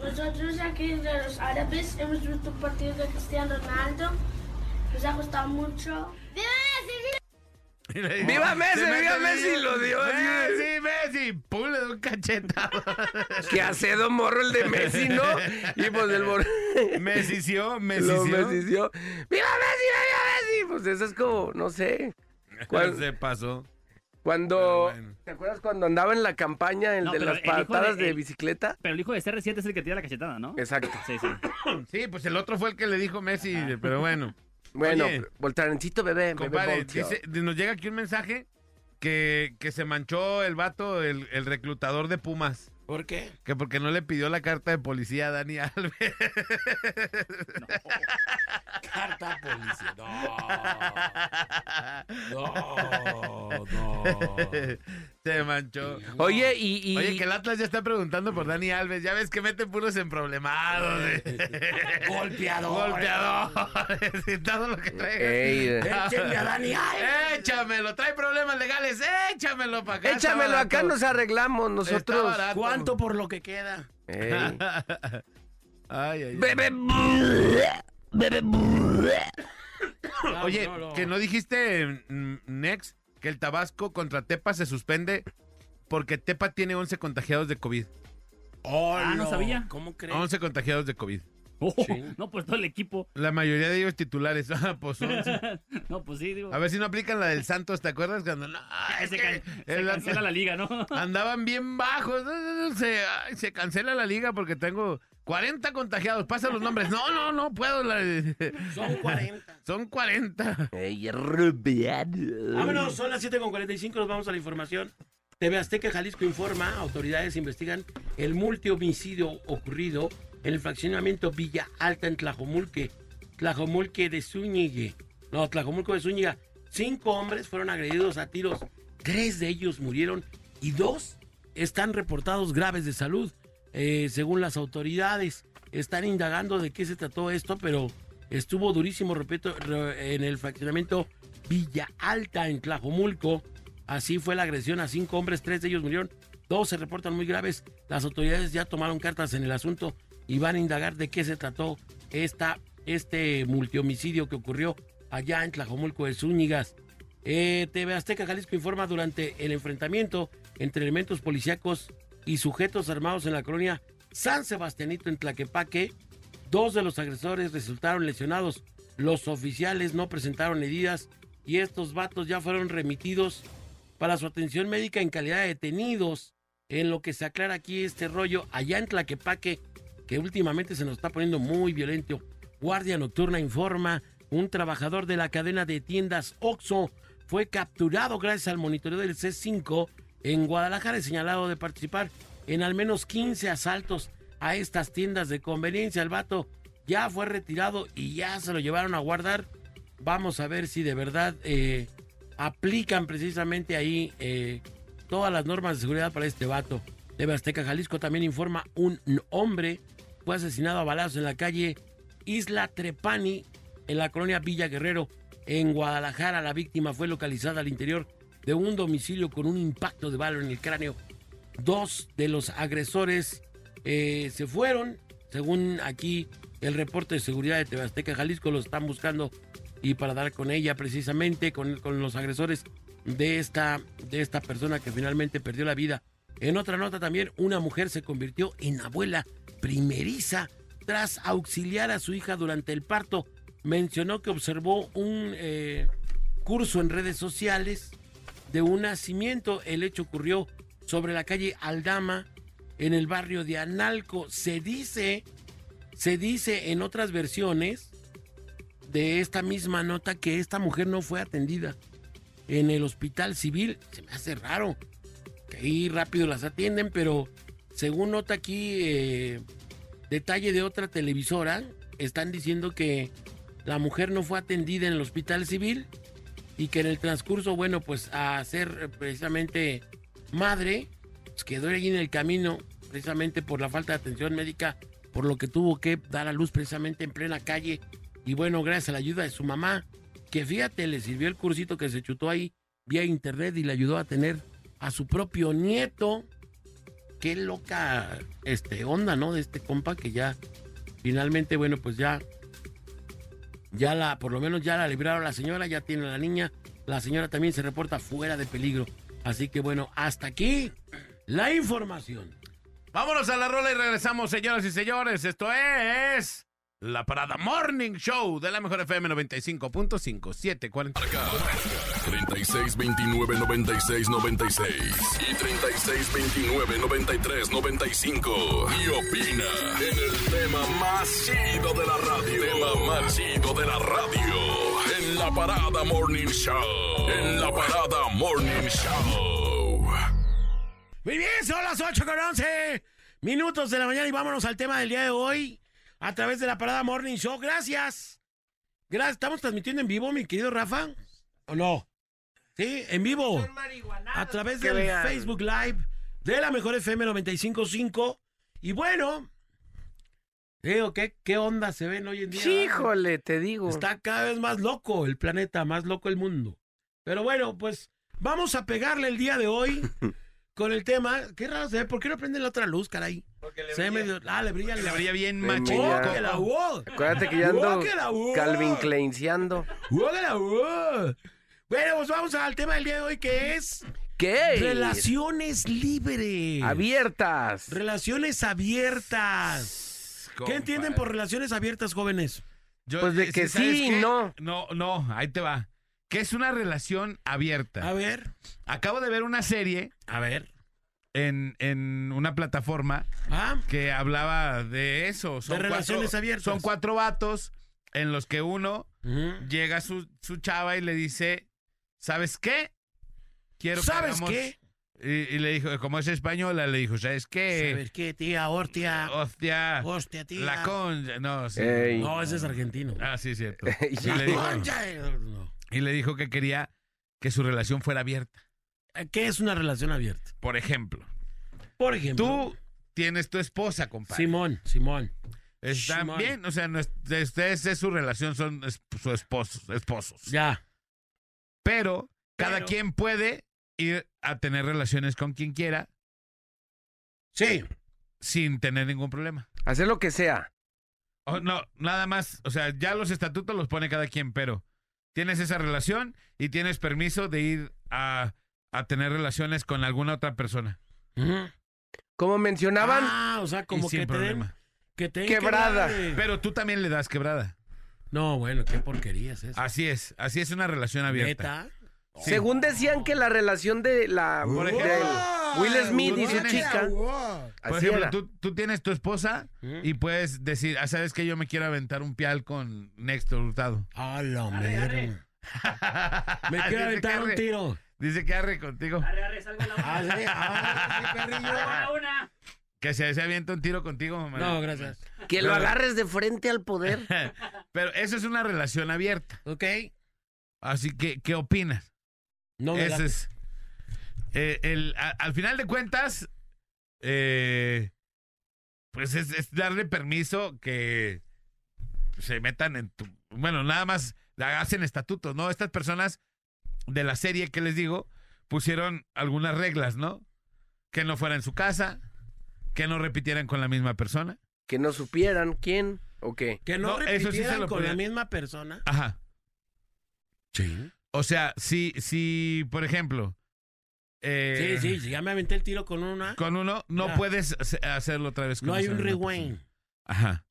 [SPEAKER 6] Nosotros aquí de los árabes hemos visto un partido de Cristiano Ronaldo. Nos ha gustado mucho.
[SPEAKER 4] Y le dice,
[SPEAKER 3] ¡Viva
[SPEAKER 4] "Se
[SPEAKER 3] Messi,
[SPEAKER 4] mete
[SPEAKER 3] viva
[SPEAKER 4] el
[SPEAKER 3] Messi!",
[SPEAKER 4] niño,
[SPEAKER 3] lo dio así.
[SPEAKER 4] Messi, Messi. Pum, le da un cachetado.
[SPEAKER 3] Que hace don morro el de Messi, ¿no? Y pues el morro.
[SPEAKER 4] Mesició,
[SPEAKER 3] lo
[SPEAKER 4] mesició.
[SPEAKER 3] mesició. ¡Viva Messi, viva Messi! Pues eso es como, no sé. ¿Cuál?
[SPEAKER 4] Se pasó.
[SPEAKER 3] Cuando.
[SPEAKER 4] Pero Ah, bueno.
[SPEAKER 3] ¿Te acuerdas cuando andaba en la campaña, el
[SPEAKER 5] No,
[SPEAKER 3] de
[SPEAKER 5] pero
[SPEAKER 3] las
[SPEAKER 5] el hijo de-
[SPEAKER 3] patadas de,
[SPEAKER 5] el-
[SPEAKER 3] bicicleta?
[SPEAKER 5] Pero el hijo de CR7 es el que tira la cachetada, ¿no?
[SPEAKER 3] Exacto.
[SPEAKER 5] Sí, sí.
[SPEAKER 4] Sí, pues el otro fue el que le dijo Messi, pero bueno.
[SPEAKER 3] Bueno,
[SPEAKER 4] Oye.
[SPEAKER 3] Voltarencito bebé, bebé
[SPEAKER 4] Compadre,
[SPEAKER 3] Voltio.
[SPEAKER 4] dice- nos llega aquí un mensaje que, que se manchó el vato, el, el reclutador de Pumas.
[SPEAKER 2] ¿Por qué?
[SPEAKER 4] Que porque no le pidió la carta de policía a Dani Alves.
[SPEAKER 2] está policía. No. No,
[SPEAKER 4] Oh.
[SPEAKER 2] no.
[SPEAKER 4] Se manchó.
[SPEAKER 3] Oye, y. y-
[SPEAKER 4] Oye, que el Atlas ya está preguntando por Dani Alves. Ya ves que mete puros emproblemados. eh.
[SPEAKER 2] Golpeador.
[SPEAKER 4] Golpeadores y todo lo que traiga.
[SPEAKER 3] Ey, eh.
[SPEAKER 2] Échenle a Dani Alves.
[SPEAKER 4] Échamelo, trae problemas legales. Échamelo para acá. está
[SPEAKER 3] échamelo,
[SPEAKER 4] barato.
[SPEAKER 3] acá nos arreglamos
[SPEAKER 4] Está
[SPEAKER 3] nosotros.
[SPEAKER 4] barato.
[SPEAKER 2] ¿Cuánto por lo que queda?
[SPEAKER 3] Ey.
[SPEAKER 4] Ay, ay, ay.
[SPEAKER 3] Bebe. Bebe.
[SPEAKER 4] Oye, que no dijiste, mm, Nex, que el Tabasco contra Tepa se suspende porque Tepa tiene 11 contagiados de COVID.
[SPEAKER 5] Ah, no
[SPEAKER 2] Hola.
[SPEAKER 5] sabía.
[SPEAKER 2] ¿Cómo crees?
[SPEAKER 4] 11 contagiados de COVID.
[SPEAKER 5] Oh, no, pues todo el equipo.
[SPEAKER 4] La mayoría de ellos titulares. Ah, pues 11.
[SPEAKER 5] No, pues sí, digo. ah,
[SPEAKER 4] A ver si no aplican la del Santos, ¿te acuerdas? Cuando no, es
[SPEAKER 5] se,
[SPEAKER 4] que
[SPEAKER 5] can- se
[SPEAKER 4] el-
[SPEAKER 5] cancela la liga, ¿no?
[SPEAKER 4] andaban bien bajos. No, no, no, se, ay, se cancela la liga porque tengo 40 contagiados. Pasa los nombres. No, no, no puedo. la-
[SPEAKER 2] Son 40.
[SPEAKER 4] son 40.
[SPEAKER 3] Ey, rubiado.
[SPEAKER 2] Vámonos, son las 7 con 45, nos vamos a la información. TV Azteca Jalisco informa, autoridades investigan el multihomicidio ocurrido en el fraccionamiento Villa Alta en Tlajomulque, Tlajomulque de Zúñiga. No, Tlajomulco de Zúñiga. Cinco hombres fueron agredidos a tiros, tres de ellos murieron y dos están reportados graves de salud. Eh, según las autoridades, están indagando de qué se trató esto, pero estuvo durísimo, repito, re- en el fraccionamiento Villa Alta, en Tlajomulco. Así fue la agresión a cinco hombres, tres de ellos murieron, dos se reportan muy graves. Las autoridades ya tomaron cartas en el asunto y van a indagar de qué se trató esta, este multihomicidio que ocurrió allá en Tlajomulco de Zúñigas. Eh, TV Azteca Jalisco informa durante el enfrentamiento entre elementos policíacos y sujetos armados en la colonia San Sebastianito en Tlaquepaque, dos de los agresores resultaron lesionados. Los oficiales no presentaron heridas y estos vatos ya fueron remitidos para su atención médica en calidad de detenidos. En lo que se aclara aquí este rollo allá en Tlaquepaque, que últimamente se nos está poniendo muy violento. Guardia Nocturna informa, un trabajador de la cadena de tiendas Oxxo fue capturado gracias al monitoreo del C5 en Guadalajara y señalado de participar en al menos 15 asaltos a estas tiendas de conveniencia. El vato ya fue retirado y ya se lo llevaron a guardar. Vamos a ver si de verdad eh, aplican precisamente ahí eh, todas las normas de seguridad para este vato. TV Azteca Jalisco también informa un hombre fue asesinado a balazos en la calle Isla Trepani en la colonia Villa Guerrero en Guadalajara. La víctima fue localizada al interior de un domicilio con un impacto de bala en el cráneo. Dos de los agresores eh, se fueron. Según aquí el reporte de seguridad de TV Azteca Jalisco, los están buscando y para dar con ella precisamente, con, con los agresores de esta, de esta persona que finalmente perdió la vida. En otra nota también, una mujer se convirtió en abuela primeriza tras auxiliar a su hija durante el parto. Mencionó que observó un eh, curso en redes sociales de un nacimiento. El hecho ocurrió sobre la calle Aldama, en el barrio de Analco. Se dice, se dice en otras versiones de esta misma nota que esta mujer no fue atendida en el hospital civil. Se me hace raro que ahí rápido las atienden, pero según nota aquí, eh, detalle de otra televisora, están diciendo que la mujer no fue atendida en el hospital civil y que en el transcurso, bueno, pues a ser eh, precisamente madre, pues quedó allí en el camino precisamente por la falta de atención médica, por lo que tuvo que dar a luz precisamente en plena calle. Y bueno, gracias a la ayuda de su mamá, que fíjate, le sirvió el cursito que se chutó ahí vía internet y le ayudó a tener a su propio nieto. Qué loca este onda, ¿no? De este compa que ya finalmente, bueno, pues ya ya la, por lo menos ya la libraron la señora, ya tiene a la niña. La señora también se reporta fuera de peligro. Así que bueno, hasta aquí la información.
[SPEAKER 4] Vámonos a la rola y regresamos, señoras y señores. Esto es la Parada Morning Show de la Mejor FM 95.5740.
[SPEAKER 7] 36 29 96 96 y 36 29 93 95 y opina en el tema más chido de la radio tema más chido de la radio en la parada morning show en la parada morning show
[SPEAKER 2] Muy bien, son las 8 con 11 minutos de la mañana y vámonos al tema del día de hoy a través de la parada Morning Show. Gracias. Gracias. ¿Estamos transmitiendo en vivo, mi querido Rafa? ¿O no? Sí, en vivo. A través del Facebook Live de la Mejor FM 955. Y bueno, digo, ¿qué, qué onda se ven hoy en día? ¿verdad?
[SPEAKER 3] Híjole, te digo.
[SPEAKER 2] Está cada vez más loco el planeta, más loco el mundo. Pero bueno, pues vamos a pegarle el día de hoy con el tema. Qué raro se ve, ¿por qué no prende la otra luz, caray? Porque le se ve medio- ah, le brilla
[SPEAKER 4] Le
[SPEAKER 2] la-
[SPEAKER 4] brilla bien
[SPEAKER 3] Le
[SPEAKER 4] macho.
[SPEAKER 3] brilla.
[SPEAKER 2] ¡Oh, que la voz!
[SPEAKER 3] Acuérdate que ya ando
[SPEAKER 2] Guácala, guá.
[SPEAKER 3] Calvin Kleinseando.
[SPEAKER 2] ¡Guácala, guá! Bueno, pues vamos al tema del día de hoy que es
[SPEAKER 3] ¿Qué?
[SPEAKER 2] relaciones libres.
[SPEAKER 3] Abiertas.
[SPEAKER 2] Relaciones abiertas. ¿Qué entienden por relaciones abiertas, jóvenes?
[SPEAKER 4] Yo-
[SPEAKER 3] Pues de
[SPEAKER 4] si
[SPEAKER 3] que
[SPEAKER 4] sabes
[SPEAKER 3] sí y
[SPEAKER 4] qué,
[SPEAKER 3] no.
[SPEAKER 4] No, no, ahí te va. Que es una relación abierta.
[SPEAKER 2] A ver,
[SPEAKER 4] Acabo de ver una serie
[SPEAKER 2] a ver.
[SPEAKER 4] en, en una plataforma
[SPEAKER 2] Ah,
[SPEAKER 4] que hablaba de eso.
[SPEAKER 2] De relaciones
[SPEAKER 4] cuatro,
[SPEAKER 2] abiertas.
[SPEAKER 4] Son cuatro vatos en los que uno
[SPEAKER 2] ujú.
[SPEAKER 4] llega su, su chava y le dice, ¿sabes qué? Quiero que
[SPEAKER 2] ¿Sabes
[SPEAKER 4] hagamos-"
[SPEAKER 2] qué?
[SPEAKER 4] Y, y le dijo, como es española, le dijo, ¿sabes qué?
[SPEAKER 2] ¿Sabes qué, tía? Hostia.
[SPEAKER 4] Hostia,
[SPEAKER 2] Hostia, tía.
[SPEAKER 4] eh, la concha. No, sí.
[SPEAKER 3] Ey.
[SPEAKER 2] No, ese es argentino.
[SPEAKER 4] Ah, sí, es cierto.
[SPEAKER 3] Y-
[SPEAKER 4] Y le, dijo,
[SPEAKER 2] Concha de- no.
[SPEAKER 4] y le dijo que quería que su relación fuera abierta.
[SPEAKER 2] ¿Qué es una relación abierta?
[SPEAKER 4] Por ejemplo,
[SPEAKER 2] Por ejemplo.
[SPEAKER 4] tú tienes tu esposa, compadre.
[SPEAKER 2] Simón, Simón.
[SPEAKER 4] Están
[SPEAKER 2] Simón.
[SPEAKER 4] bien, o sea, no es- de ustedes es su relación, son es- su esposos, esposos.
[SPEAKER 2] Ya.
[SPEAKER 4] Pero, cada
[SPEAKER 2] Pero-
[SPEAKER 4] quien puede ir a tener relaciones con quien quiera
[SPEAKER 2] Sí.
[SPEAKER 4] sin tener ningún problema.
[SPEAKER 3] Hacer lo que sea.
[SPEAKER 4] O no, nada más, o sea, ya los estatutos los pone cada quien, pero tienes esa relación y tienes permiso de ir a, a tener relaciones con alguna otra persona.
[SPEAKER 2] Ujú.
[SPEAKER 3] Como mencionaban,
[SPEAKER 2] Ah, o sea, como
[SPEAKER 4] y sin
[SPEAKER 2] que te, den,
[SPEAKER 4] problema.
[SPEAKER 2] que te den
[SPEAKER 3] Quebrada.
[SPEAKER 2] quebrada.
[SPEAKER 4] Pero tú también le das quebrada.
[SPEAKER 2] No, bueno, qué porquería es eso.
[SPEAKER 4] Así es, así es una relación Ah, abierta.
[SPEAKER 2] Pues Neta.
[SPEAKER 4] Sí. Uh.
[SPEAKER 3] según decían que la relación de la
[SPEAKER 4] Por
[SPEAKER 3] de
[SPEAKER 4] ejemplo,
[SPEAKER 3] Will Smith y su
[SPEAKER 4] tienes-
[SPEAKER 3] chica,
[SPEAKER 4] Por
[SPEAKER 3] así
[SPEAKER 4] ejemplo,
[SPEAKER 3] era.
[SPEAKER 4] tú, tú tienes tu esposa y puedes decir, ah, ¿sabes que Yo me quiero aventar un pial con Néstor Hurtado.
[SPEAKER 2] A ah, la mierda. Me
[SPEAKER 4] Dice que
[SPEAKER 2] quiero aventar un
[SPEAKER 4] arre-
[SPEAKER 2] tiro.
[SPEAKER 4] Dice que arre contigo.
[SPEAKER 5] Arre, arre, salgo a la una.
[SPEAKER 2] Ah, sí, ah, sí,
[SPEAKER 5] Salgo a
[SPEAKER 2] perrillo.
[SPEAKER 5] la una.
[SPEAKER 4] Que se, se avienta un tiro contigo.
[SPEAKER 2] No,
[SPEAKER 4] madre.
[SPEAKER 2] gracias.
[SPEAKER 3] que lo agarres de frente al poder.
[SPEAKER 4] Pero eso es una relación abierta.
[SPEAKER 2] Ok.
[SPEAKER 4] Así que, ¿qué opinas?
[SPEAKER 2] No me
[SPEAKER 4] Ese
[SPEAKER 2] late.
[SPEAKER 4] es. eh, el- a- al final de cuentas, eh, pues es, es darle permiso que se metan en tu. Bueno, nada más hacen estatutos, ¿no? Estas personas de la serie que les digo pusieron algunas reglas, ¿no? Que no fuera en su casa, que no repitieran con la misma persona.
[SPEAKER 3] Que no supieran quién o qué.
[SPEAKER 2] Que no,
[SPEAKER 4] No, eso sí se
[SPEAKER 2] repitieran
[SPEAKER 4] lo
[SPEAKER 2] con la
[SPEAKER 4] podía-
[SPEAKER 2] misma persona.
[SPEAKER 4] Ajá.
[SPEAKER 2] Sí.
[SPEAKER 4] O sea, si, si, por ejemplo, eh,
[SPEAKER 2] Sí, sí, sí, ya me aventé el tiro con una.
[SPEAKER 4] con uno, no
[SPEAKER 2] Ya.
[SPEAKER 4] puedes hace- hacerlo otra vez con
[SPEAKER 2] no hay
[SPEAKER 4] esa
[SPEAKER 2] un
[SPEAKER 4] misma
[SPEAKER 2] rewind.
[SPEAKER 4] persona. Ajá.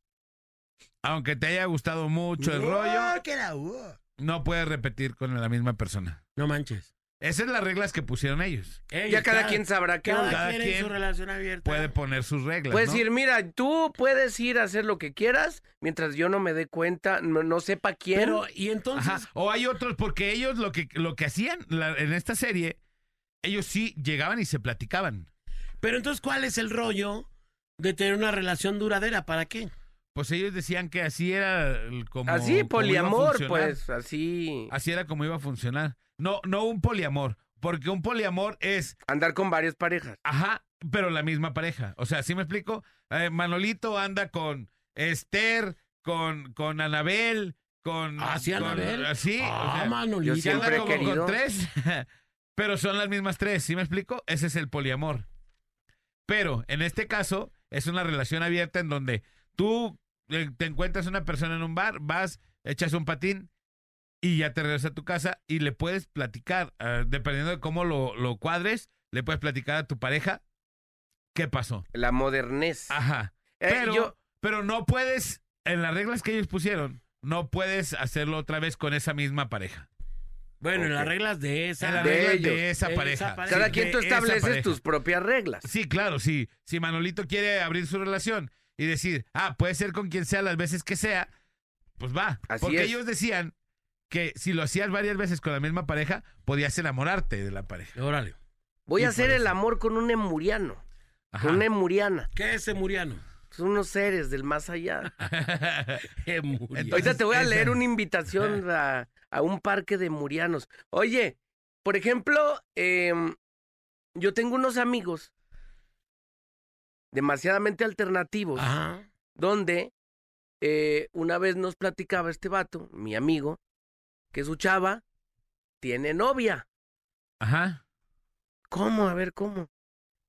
[SPEAKER 4] Aunque te haya gustado mucho el rollo,
[SPEAKER 2] Oh, que la hubo.
[SPEAKER 4] no puedes repetir con la misma persona.
[SPEAKER 2] No manches.
[SPEAKER 4] Esas son las reglas que pusieron ellos.
[SPEAKER 2] Ey,
[SPEAKER 3] Ya cada quien sabrá qué
[SPEAKER 2] Cada,
[SPEAKER 3] onda.
[SPEAKER 4] Cada
[SPEAKER 2] quien, en
[SPEAKER 4] quien
[SPEAKER 2] su relación abierta.
[SPEAKER 4] Puede poner sus reglas.
[SPEAKER 3] Puedes
[SPEAKER 4] ¿no?
[SPEAKER 3] ir, mira, tú puedes ir a hacer lo que quieras mientras yo no me dé cuenta, no, no sepa quién.
[SPEAKER 2] Pero, y entonces.
[SPEAKER 4] Ajá. O hay otros, porque ellos lo que, lo que hacían la- en esta serie, ellos sí llegaban y se platicaban.
[SPEAKER 2] Pero entonces, ¿cuál es el rollo de tener una relación duradera? ¿Para qué?
[SPEAKER 4] Pues ellos decían que así era el- como. como
[SPEAKER 3] así,
[SPEAKER 4] iba a
[SPEAKER 3] poliamor,
[SPEAKER 4] funcionar. Ah.
[SPEAKER 3] pues, así.
[SPEAKER 4] Así era como iba a funcionar. No, no un poliamor, porque un poliamor es,
[SPEAKER 3] Andar con varias parejas.
[SPEAKER 4] ajá, pero la misma pareja. O sea, ¿sí me explico? Eh, Manolito anda con Esther, con, con Anabel, con...
[SPEAKER 2] Ah, sí,
[SPEAKER 4] con-
[SPEAKER 2] Anabel.
[SPEAKER 4] Sí, o
[SPEAKER 2] Ah,
[SPEAKER 4] sea,
[SPEAKER 2] Manolito.
[SPEAKER 4] sí anda
[SPEAKER 3] Siempre he
[SPEAKER 4] como
[SPEAKER 3] querido.
[SPEAKER 4] con tres, pero son las mismas tres, ¿sí me explico? Ese es el poliamor. Pero en este caso es una relación abierta en donde tú eh, te encuentras una persona en un bar, vas, echas un patín y ya te regresas a tu casa y le puedes platicar, eh, dependiendo de cómo lo, lo cuadres, le puedes platicar a tu pareja qué pasó.
[SPEAKER 3] La modernez.
[SPEAKER 4] Ajá.
[SPEAKER 3] Eh,
[SPEAKER 4] Ah, Pero,
[SPEAKER 3] yo-
[SPEAKER 4] pero no puedes, en las reglas que ellos pusieron, no puedes hacerlo otra vez con esa misma pareja.
[SPEAKER 2] Bueno, en las
[SPEAKER 3] Ok.
[SPEAKER 2] reglas de esa.
[SPEAKER 4] En las
[SPEAKER 3] De
[SPEAKER 4] reglas
[SPEAKER 3] ellos.
[SPEAKER 4] de esa
[SPEAKER 2] De
[SPEAKER 4] pareja.
[SPEAKER 2] esa pareja.
[SPEAKER 4] Sí,
[SPEAKER 3] cada
[SPEAKER 4] de
[SPEAKER 3] quien tú
[SPEAKER 4] esa
[SPEAKER 3] estableces
[SPEAKER 4] pareja.
[SPEAKER 3] tus propias reglas.
[SPEAKER 4] Sí, claro, sí. Si Manolito quiere abrir su relación y decir, ah, puede ser con quien sea las veces que sea, pues va.
[SPEAKER 3] Así
[SPEAKER 4] Porque
[SPEAKER 3] es.
[SPEAKER 4] ellos decían que si lo hacías varias veces con la misma pareja, podías enamorarte de la pareja.
[SPEAKER 2] Órale.
[SPEAKER 3] Voy a
[SPEAKER 4] Sí,
[SPEAKER 3] hacer
[SPEAKER 4] parece.
[SPEAKER 3] el amor con un emuriano,
[SPEAKER 4] Ajá.
[SPEAKER 3] con una emuriana.
[SPEAKER 2] ¿Qué es ese muriano?
[SPEAKER 3] Son unos seres del más allá.
[SPEAKER 2] Que murió.
[SPEAKER 3] Ahorita te voy a
[SPEAKER 4] ese-
[SPEAKER 3] leer una invitación a, a un parque de murianos. Oye, por ejemplo, em, yo tengo unos amigos demasiadamente alternativos,
[SPEAKER 2] Ajá.
[SPEAKER 3] donde eh, una vez nos platicaba este vato, mi amigo, que su chava tiene novia.
[SPEAKER 4] Ajá.
[SPEAKER 3] ¿Cómo? A ver, ¿cómo?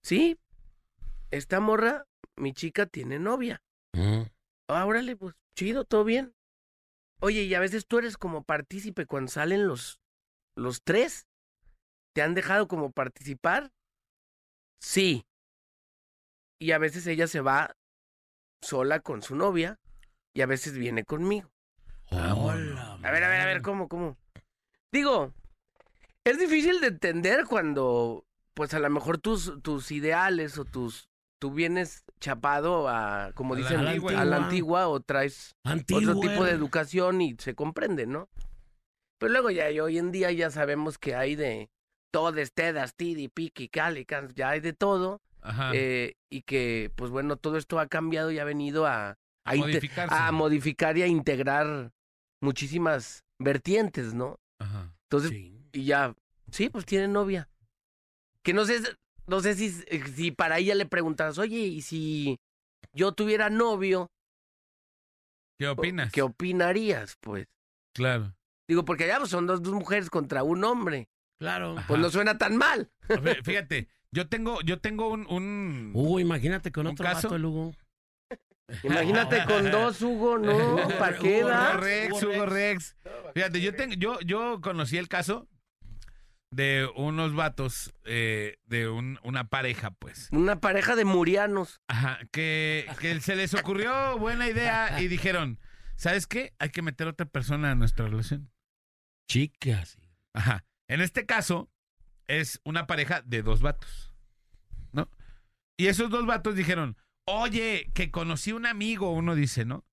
[SPEAKER 3] Sí, esta morra, mi chica, tiene novia.
[SPEAKER 2] Ujú.
[SPEAKER 3] Ah, órale, pues chido, todo bien. Oye, y a veces tú eres como partícipe cuando salen los, los tres. ¿Te han dejado como participar? Sí. Y a veces ella se va sola con su novia y a veces viene conmigo.
[SPEAKER 4] Ah,
[SPEAKER 2] Hola.
[SPEAKER 3] A ver, a ver, a ver, ¿cómo, cómo? Digo, es difícil de entender cuando, pues a lo mejor tus, tus ideales o tus... Tú vienes chapado a, como
[SPEAKER 4] A la
[SPEAKER 3] dicen,
[SPEAKER 2] antigua.
[SPEAKER 3] a la antigua o traes
[SPEAKER 2] Antiguo.
[SPEAKER 3] otro tipo de
[SPEAKER 2] era.
[SPEAKER 3] educación y se comprende, ¿no? Pero luego ya y hoy en día ya sabemos que hay de todes, tedas, tidi, piqui, cali, can- ya hay de todo
[SPEAKER 4] Ajá.
[SPEAKER 3] eh, y que pues bueno, todo esto ha cambiado y ha venido a, a, inte-
[SPEAKER 4] Modificarse.
[SPEAKER 3] a modificar y a integrar muchísimas vertientes, ¿no?
[SPEAKER 4] Ajá.
[SPEAKER 3] Entonces,
[SPEAKER 2] Sí.
[SPEAKER 3] y ya, sí, pues tiene novia. Que no sé, no sé si, si para ella le preguntaras, oye, ¿y si yo tuviera novio?
[SPEAKER 4] ¿Qué opinas?
[SPEAKER 3] ¿Qué opinarías, pues?
[SPEAKER 4] claro.
[SPEAKER 3] Digo, porque ya pues, son dos, dos mujeres contra un hombre.
[SPEAKER 2] Claro.
[SPEAKER 3] Pues
[SPEAKER 4] Ajá.
[SPEAKER 3] no suena tan mal.
[SPEAKER 4] Fí- Fíjate, yo tengo, yo tengo un, un-
[SPEAKER 2] Hugo, imagínate con
[SPEAKER 4] ¿Un
[SPEAKER 2] otro
[SPEAKER 4] caso?
[SPEAKER 2] vato el Hugo.
[SPEAKER 3] Imagínate con dos, Hugo, ¿no? ¿Para qué
[SPEAKER 2] Hugo,
[SPEAKER 3] da?
[SPEAKER 4] Hugo Rex, Hugo Rex. Fíjate, yo tengo, yo, yo conocí el caso de unos vatos, eh, de un- una pareja, pues.
[SPEAKER 3] Una pareja de murianos.
[SPEAKER 4] Ajá, que, que se les ocurrió buena idea y dijeron, ¿sabes qué? Hay que meter otra persona a nuestra relación.
[SPEAKER 2] Chicas.
[SPEAKER 4] Ajá. En este caso, es una pareja de dos vatos. ¿No? Y esos dos vatos dijeron, oye, que conocí un amigo, uno dice, ¿no?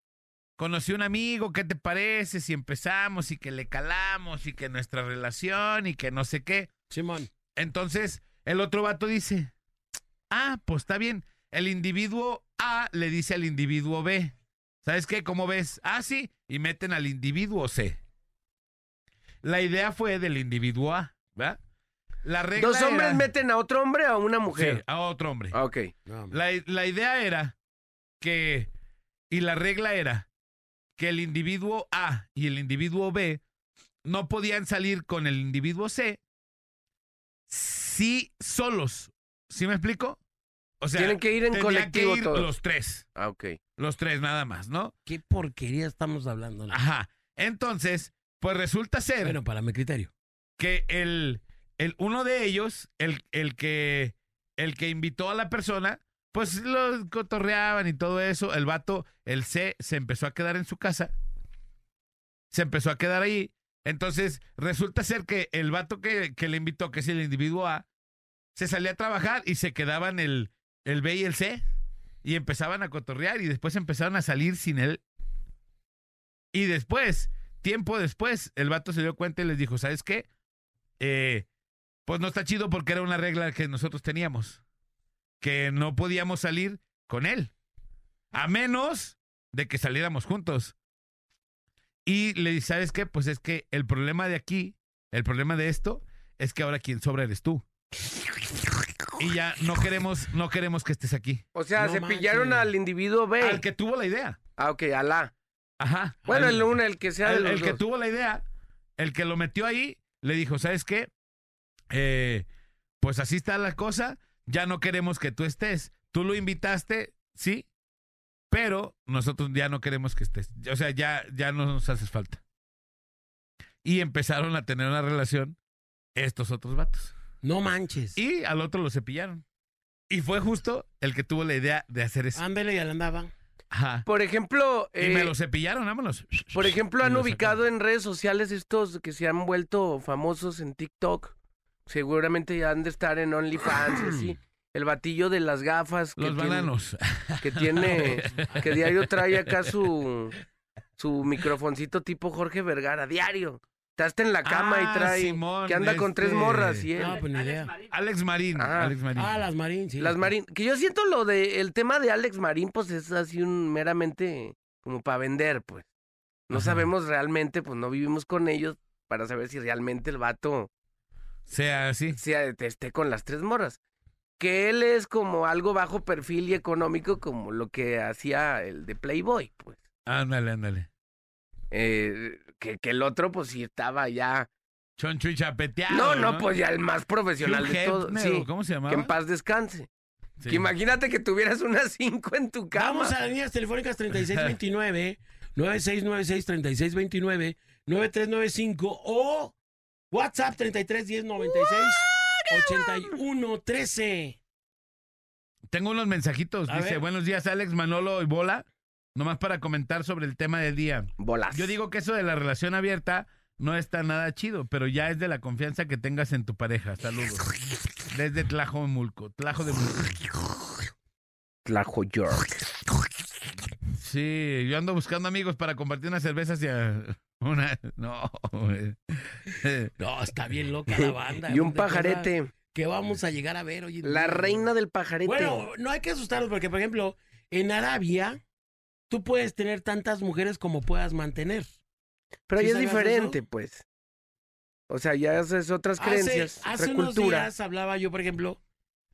[SPEAKER 4] Conocí un amigo, ¿qué te parece? Si empezamos y que le calamos y que nuestra relación y que no sé qué.
[SPEAKER 2] Simón.
[SPEAKER 4] Entonces, el otro vato dice, ah, pues está bien. El individuo A le dice al individuo B, ¿sabes qué? ¿Cómo ves? Ah, sí, y meten al individuo C. La idea fue del individuo A, ¿verdad? La regla
[SPEAKER 3] ¿Dos hombres
[SPEAKER 4] era-
[SPEAKER 3] meten a otro hombre o a una
[SPEAKER 4] Sí,
[SPEAKER 3] mujer?
[SPEAKER 4] a otro hombre.
[SPEAKER 3] Ah, Ok.
[SPEAKER 2] No, hombre.
[SPEAKER 4] La, la idea era que, y la regla era que el individuo A y el individuo B no podían salir con el individuo C si solos. ¿Sí me explico? O sea,
[SPEAKER 3] Tienen que ir en
[SPEAKER 4] tenían
[SPEAKER 3] colectivo
[SPEAKER 4] que ir
[SPEAKER 3] todos.
[SPEAKER 4] los tres,
[SPEAKER 3] Ah, ok.
[SPEAKER 4] los tres nada más, ¿no?
[SPEAKER 2] ¿Qué porquería estamos hablando? no?
[SPEAKER 4] Ajá. Entonces, pues resulta ser
[SPEAKER 2] Bueno, para mi criterio.
[SPEAKER 4] que el, el uno de ellos, el, el que el que invitó a la persona, pues lo cotorreaban y todo eso. El vato, el C, se empezó a quedar en su casa. Se empezó a quedar ahí. Entonces, resulta ser que el vato que, que le invitó, que es el individuo A, se salía a trabajar y se quedaban el, el B y el C. Y empezaban a cotorrear y después empezaron a salir sin él. Y después, tiempo después, el vato se dio cuenta y les dijo, ¿sabes qué? eh, pues no está chido porque era una regla que nosotros teníamos. Que no podíamos salir con él. A menos de que saliéramos juntos. Y le dice, ¿sabes qué? Pues es que el problema de aquí, el problema de esto, es que ahora quien sobra eres tú. Y ya no queremos, no queremos que estés aquí.
[SPEAKER 3] O sea,
[SPEAKER 2] No
[SPEAKER 3] se
[SPEAKER 2] manches.
[SPEAKER 3] pillaron al individuo B.
[SPEAKER 4] Al que tuvo la idea.
[SPEAKER 3] Ah, ok, alá.
[SPEAKER 4] Ajá.
[SPEAKER 3] Bueno,
[SPEAKER 4] Al-
[SPEAKER 3] el uno, el que sea de
[SPEAKER 4] el,
[SPEAKER 3] los
[SPEAKER 4] el que
[SPEAKER 3] dos.
[SPEAKER 4] tuvo la idea, el que lo metió ahí, le dijo, ¿sabes qué? Eh, pues así está la cosa, ya no queremos que tú estés. Tú lo invitaste, sí, pero nosotros ya no queremos que estés. O sea, ya, ya no nos haces falta. Y empezaron a tener una relación estos otros vatos.
[SPEAKER 2] No manches.
[SPEAKER 4] Y al otro lo cepillaron. Y fue justo el que tuvo la idea de hacer eso.
[SPEAKER 2] Ándale, ya le andaba.
[SPEAKER 4] Ajá.
[SPEAKER 3] Por ejemplo,
[SPEAKER 4] y me
[SPEAKER 3] Ah, eh,
[SPEAKER 4] lo cepillaron, vámonos.
[SPEAKER 3] por ejemplo,
[SPEAKER 4] Y
[SPEAKER 3] han
[SPEAKER 4] lo
[SPEAKER 3] ubicado en redes sociales estos que se han vuelto famosos en TikTok. Seguramente ya han de estar en OnlyFans, y así. El batillo de las gafas. que
[SPEAKER 4] sacaron. Los
[SPEAKER 3] tiene-
[SPEAKER 4] bananos.
[SPEAKER 3] que tiene, que diario trae acá su, su microfoncito tipo Jorge Vergara, diario. Está hasta en la cama
[SPEAKER 4] Ah,
[SPEAKER 3] y trae.
[SPEAKER 4] Simón,
[SPEAKER 3] que anda con tres
[SPEAKER 4] este.
[SPEAKER 3] morras y él.
[SPEAKER 2] No, pues ni idea.
[SPEAKER 4] Alex Marín.
[SPEAKER 3] Ah.
[SPEAKER 4] Alex Marín.
[SPEAKER 2] Ah, las Marín, sí.
[SPEAKER 3] Las Marín. Que yo siento lo de el tema de Alex Marín, pues es así un meramente como para vender, pues. No sabemos realmente, pues no vivimos con ellos para saber si realmente el vato
[SPEAKER 4] Sea así.
[SPEAKER 3] sea, te- esté con las tres morras. Que él es como algo bajo perfil y económico como lo que hacía el de Playboy, pues.
[SPEAKER 4] Ándale, ándale.
[SPEAKER 3] Eh, que, que el otro, pues sí estaba ya.
[SPEAKER 4] Choncho y chapeteado.
[SPEAKER 3] No, no, pues ya el más profesional
[SPEAKER 4] Hugh
[SPEAKER 3] de todos.
[SPEAKER 4] Hefner,
[SPEAKER 3] Sí,
[SPEAKER 4] ¿o ¿Cómo se llamaba?
[SPEAKER 3] que en paz descanse.
[SPEAKER 4] Sí.
[SPEAKER 3] Que imagínate que tuvieras unas cinco en tu cama.
[SPEAKER 2] Vamos a las líneas telefónicas 3629, 9696-3629, 9395 o WhatsApp 331096-8113.
[SPEAKER 4] Tengo unos mensajitos.
[SPEAKER 2] A
[SPEAKER 4] Dice,
[SPEAKER 2] ver.
[SPEAKER 4] buenos días, Alex, Manolo y Bola. Nomás para comentar sobre el tema del día.
[SPEAKER 3] Bolas.
[SPEAKER 4] Yo digo que eso de la relación abierta no está nada chido, pero ya es de la confianza que tengas en tu pareja. Saludos. Desde Tlajo de Mulco. Tlajo de Mulco.
[SPEAKER 3] Tlajo York.
[SPEAKER 4] Sí, yo ando buscando amigos para compartir unas cervezas y a- una... No, güey.
[SPEAKER 2] No, está bien loca la banda.
[SPEAKER 3] Y un
[SPEAKER 2] de cosas
[SPEAKER 3] pajarete.
[SPEAKER 2] Que vamos a llegar a ver hoy. en
[SPEAKER 3] La
[SPEAKER 2] día.
[SPEAKER 3] reina del pajarete.
[SPEAKER 2] Bueno, no hay que asustarnos porque, por ejemplo, en Arabia tú puedes tener tantas mujeres como puedas mantener.
[SPEAKER 3] Pero
[SPEAKER 2] ¿sí
[SPEAKER 3] ya es
[SPEAKER 2] sabías
[SPEAKER 3] diferente, pues. O sea, ya haces otras creencias,
[SPEAKER 2] hace
[SPEAKER 3] otra
[SPEAKER 2] unos
[SPEAKER 3] cultura.
[SPEAKER 2] días hablaba yo, por ejemplo,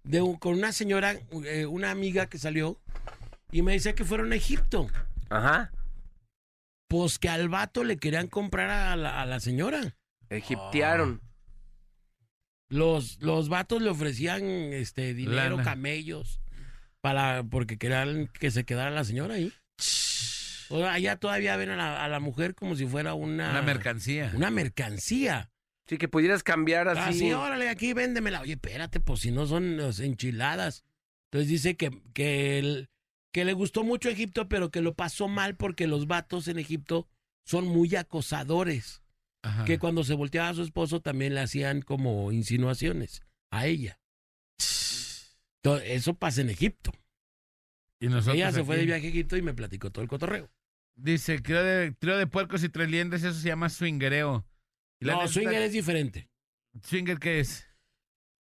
[SPEAKER 2] de un- con una señora, eh, una amiga que salió y me decía que fueron a Egipto.
[SPEAKER 3] Ajá.
[SPEAKER 2] Pues que al vato le querían comprar a la, a la señora.
[SPEAKER 3] Egiptearon.
[SPEAKER 2] Ah. Los, los vatos le ofrecían este dinero,
[SPEAKER 4] Lana.
[SPEAKER 2] camellos, para, porque querían que se quedara la señora ahí. O sea, allá todavía ven a la, a la mujer como si fuera una,
[SPEAKER 4] Una mercancía.
[SPEAKER 2] una mercancía.
[SPEAKER 3] Sí, que pudieras cambiar
[SPEAKER 2] Ah,
[SPEAKER 3] así.
[SPEAKER 2] sí, órale, aquí véndemela. Oye, espérate, pues si no son las enchiladas. Entonces dice que, que, el- que le gustó mucho Egipto, pero que lo pasó mal porque los vatos en Egipto son muy acosadores.
[SPEAKER 4] Ajá.
[SPEAKER 2] Que cuando se volteaba a su esposo también le hacían como insinuaciones a ella. Entonces, eso pasa en Egipto.
[SPEAKER 4] Y nosotros
[SPEAKER 2] Ella se fue de
[SPEAKER 4] pues aquí.
[SPEAKER 2] viaje a Egipto y me platicó todo el cotorreo.
[SPEAKER 4] Dice, trío de, trío de puercos y tres liendres, eso se llama swingereo. Y la
[SPEAKER 2] No,
[SPEAKER 4] neta-
[SPEAKER 2] swinger es diferente.
[SPEAKER 4] ¿Swinger qué es?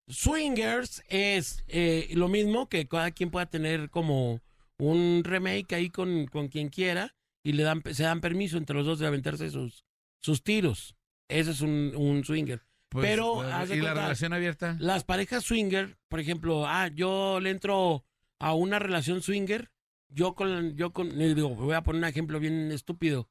[SPEAKER 2] Swingers es eh, lo mismo que cada quien pueda tener como un remake ahí con, con quien quiera y le dan se dan permiso entre los dos de aventarse sus, sus tiros. Eso es un, un swinger.
[SPEAKER 4] Pues,
[SPEAKER 2] Pero,
[SPEAKER 4] eh,
[SPEAKER 2] haz de
[SPEAKER 4] ¿Y la
[SPEAKER 2] cuenta-
[SPEAKER 4] relación abierta?
[SPEAKER 2] Las parejas swinger, por ejemplo, ah, yo le entro a una relación swinger, yo con yo con eh, digo, voy a poner un ejemplo bien estúpido,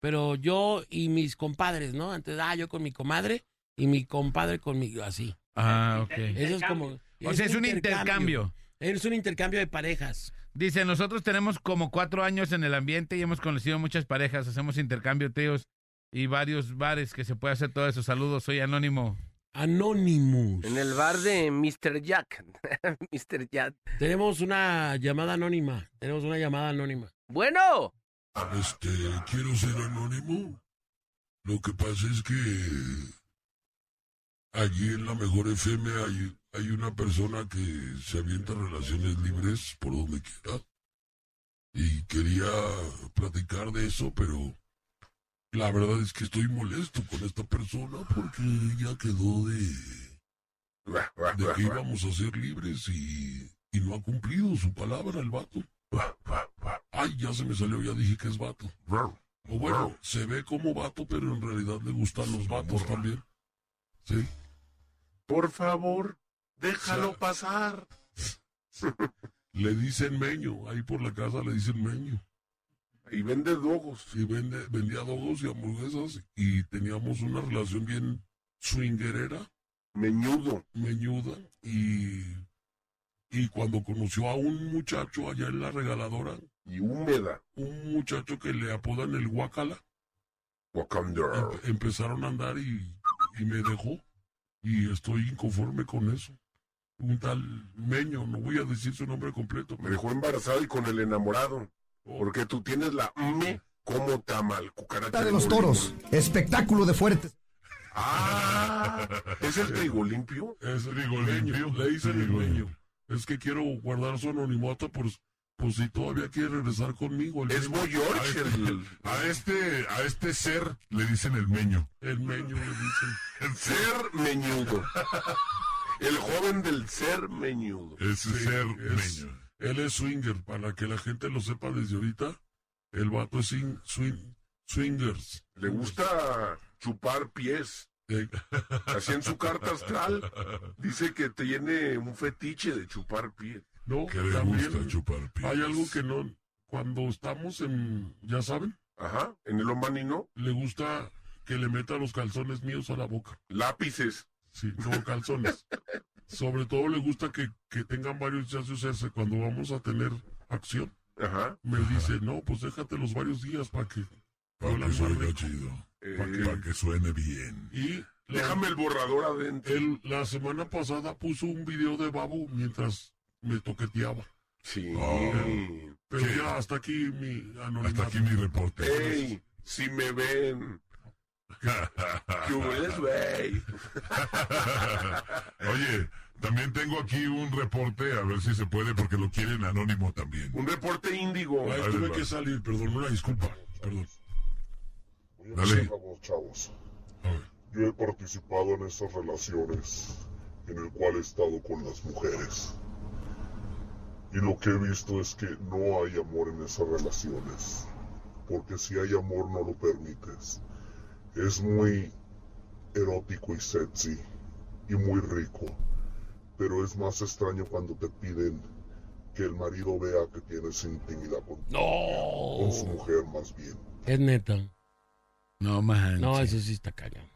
[SPEAKER 2] pero yo y mis compadres, ¿no? Antes, ah, yo con mi comadre y mi compadre con mi así.
[SPEAKER 4] Ah, ok.
[SPEAKER 2] Eso es como
[SPEAKER 4] O sea, es un intercambio.
[SPEAKER 2] Es un intercambio de parejas.
[SPEAKER 4] Dice, nosotros tenemos como cuatro años en el ambiente y hemos conocido muchas parejas, hacemos intercambio, tríos y varios bares que se puede hacer todo eso. Saludos, soy anónimo.
[SPEAKER 2] Anonymous.
[SPEAKER 3] En el bar de Mr. Jack. Mr. Jack.
[SPEAKER 2] Tenemos una llamada anónima. Tenemos una llamada anónima.
[SPEAKER 3] Bueno.
[SPEAKER 8] Este, quiero ser anónimo. Lo que pasa es que allí en la mejor FM hay, hay una persona que se avienta relaciones libres por donde quiera. Y quería platicar de eso, pero la verdad es que estoy molesto con esta persona porque ella quedó de, de que íbamos a ser libres y, y no ha cumplido su palabra el vato. Ay, ya se me salió, ya dije que es vato. O bueno, se ve como vato, pero en realidad le gustan los vatos también. Sí.
[SPEAKER 9] Por favor, déjalo pasar.
[SPEAKER 8] Le dicen meño, ahí por la casa le dicen meño.
[SPEAKER 9] Y vende dogos.
[SPEAKER 8] Sí, vende, vendía dogos y hamburguesas y teníamos una relación bien swingerera,
[SPEAKER 9] Meñudo.
[SPEAKER 8] meñuda. Y, y cuando conoció a un muchacho allá en la regaladora,
[SPEAKER 9] Y húmeda.
[SPEAKER 8] un muchacho que le apodan el guacala,
[SPEAKER 9] Wakanda.
[SPEAKER 8] Empe- empezaron a andar y, y me dejó. Y estoy inconforme con eso. Un tal Meño, no voy a decir su nombre completo.
[SPEAKER 9] Me dejó embarazada y con el enamorado. Porque tú tienes la M como tamal. Cucaracha
[SPEAKER 10] de los toros, espectáculo de fuertes.
[SPEAKER 9] Ah, ¿es el trigo limpio?
[SPEAKER 8] Es Rigoleño, le dicen el Meño. Es que quiero guardar su anonimato por, pues si todavía quiere regresar conmigo. el
[SPEAKER 11] Es
[SPEAKER 8] meño.
[SPEAKER 11] Boy George,
[SPEAKER 8] A
[SPEAKER 11] el-
[SPEAKER 8] este, a este, a este ser le dicen el meño. El meño le dicen. El ser.
[SPEAKER 11] Ser meñudo. El joven del ser meñudo.
[SPEAKER 8] Ese ser
[SPEAKER 11] es-
[SPEAKER 8] meño. Él es swinger, para que la gente lo sepa desde ahorita. El vato es swing, swing- swingers.
[SPEAKER 11] Le gusta chupar pies.
[SPEAKER 8] Eh,
[SPEAKER 11] Así en su carta astral dice que tiene un fetiche de chupar pies.
[SPEAKER 8] no,
[SPEAKER 11] Que le gusta
[SPEAKER 8] chupar Hay algo que no. Cuando estamos en. Ya saben,
[SPEAKER 11] Ajá, en el omanino,
[SPEAKER 8] le gusta que le meta los calzones míos a la boca.
[SPEAKER 11] lápices.
[SPEAKER 8] Sí, no calzones. Sobre todo le gusta que, que tengan varios días de usarse cuando vamos a tener acción.
[SPEAKER 11] Ajá.
[SPEAKER 8] Me dice, no, pues déjate los varios días para que... Para que suene chido.
[SPEAKER 11] eh,
[SPEAKER 8] suene bien. Y la,
[SPEAKER 11] déjame el borrador adentro.
[SPEAKER 8] él la semana pasada puso un video de Babu mientras me toqueteaba.
[SPEAKER 11] Sí.
[SPEAKER 8] Ah, Pero ya hasta aquí mi Hasta aquí mi reporte.
[SPEAKER 11] Ey, si me ven. ¿Qué hueles, güey?
[SPEAKER 8] Oye, también tengo aquí un reporte, a ver si se puede, porque lo quieren anónimo también.
[SPEAKER 11] Un reporte índigo.
[SPEAKER 8] Ay, tuve que salir, perdón, una disculpa, perdón.
[SPEAKER 9] Sí,
[SPEAKER 8] Dale.
[SPEAKER 9] vamos, chavos.
[SPEAKER 8] A ver.
[SPEAKER 9] Yo he participado en esas relaciones en el cual he estado con las mujeres. Y lo que he visto es que no hay amor en esas relaciones. Porque si hay amor no lo permites. Es muy erótico y sexy y muy rico. Pero es más extraño cuando te piden que el marido vea que tienes intimidad con,
[SPEAKER 8] Oh.
[SPEAKER 9] con su
[SPEAKER 2] No.
[SPEAKER 9] mujer más bien.
[SPEAKER 2] Es neta.
[SPEAKER 4] No, man.
[SPEAKER 2] No, eso sí está cañón.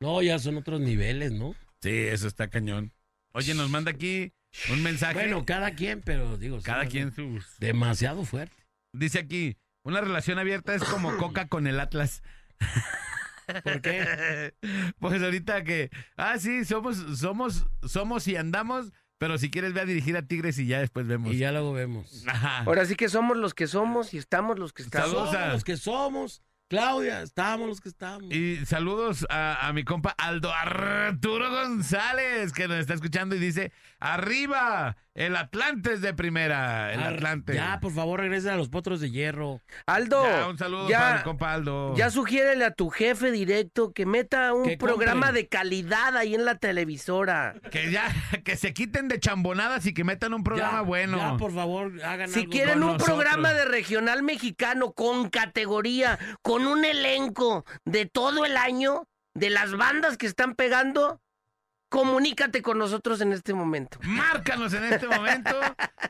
[SPEAKER 2] No, ya son otros niveles, ¿no?
[SPEAKER 4] Sí, eso está cañón. Oye, nos manda aquí un mensaje.
[SPEAKER 2] Bueno, cada quien, pero digo. sí,
[SPEAKER 4] cada
[SPEAKER 2] no,
[SPEAKER 4] quien sus.
[SPEAKER 2] Demasiado fuerte.
[SPEAKER 4] Dice aquí, una relación abierta es como coca con el Atlas.
[SPEAKER 2] ¿Por qué?
[SPEAKER 4] Pues ahorita que, ah, sí, somos, somos, somos y andamos, pero si quieres ve a dirigir a Tigres y ya después vemos.
[SPEAKER 2] Y ya luego vemos.
[SPEAKER 4] Ajá.
[SPEAKER 3] Ahora sí que somos los que somos y estamos los que estamos.
[SPEAKER 4] Saludos a-
[SPEAKER 2] Somos los que somos. Claudia, estamos los que estamos.
[SPEAKER 4] Y saludos a, a mi compa Aldo Arturo González, que nos está escuchando y dice, arriba, el Atlantes de primera, el
[SPEAKER 2] Ar-
[SPEAKER 4] Atlante.
[SPEAKER 2] Ya, por favor, regresen a los potros de hierro.
[SPEAKER 3] Aldo,
[SPEAKER 4] Ya, un saludo
[SPEAKER 3] ya-
[SPEAKER 4] para mi compa Aldo.
[SPEAKER 3] Ya sugiérele a tu jefe directo que meta un
[SPEAKER 2] Que
[SPEAKER 3] programa
[SPEAKER 2] compren.
[SPEAKER 3] de calidad ahí en la televisora.
[SPEAKER 4] Que ya, que se quiten de chambonadas y que metan un programa
[SPEAKER 2] ya,
[SPEAKER 4] bueno.
[SPEAKER 2] Ya, por favor, hagan
[SPEAKER 3] Si
[SPEAKER 2] algo.
[SPEAKER 3] quieren
[SPEAKER 4] con
[SPEAKER 3] un
[SPEAKER 4] nosotros.
[SPEAKER 3] programa de regional mexicano con categoría, con un elenco de todo el año, de las bandas que están pegando, comunícate con nosotros en este momento.
[SPEAKER 4] Márcanos en este momento.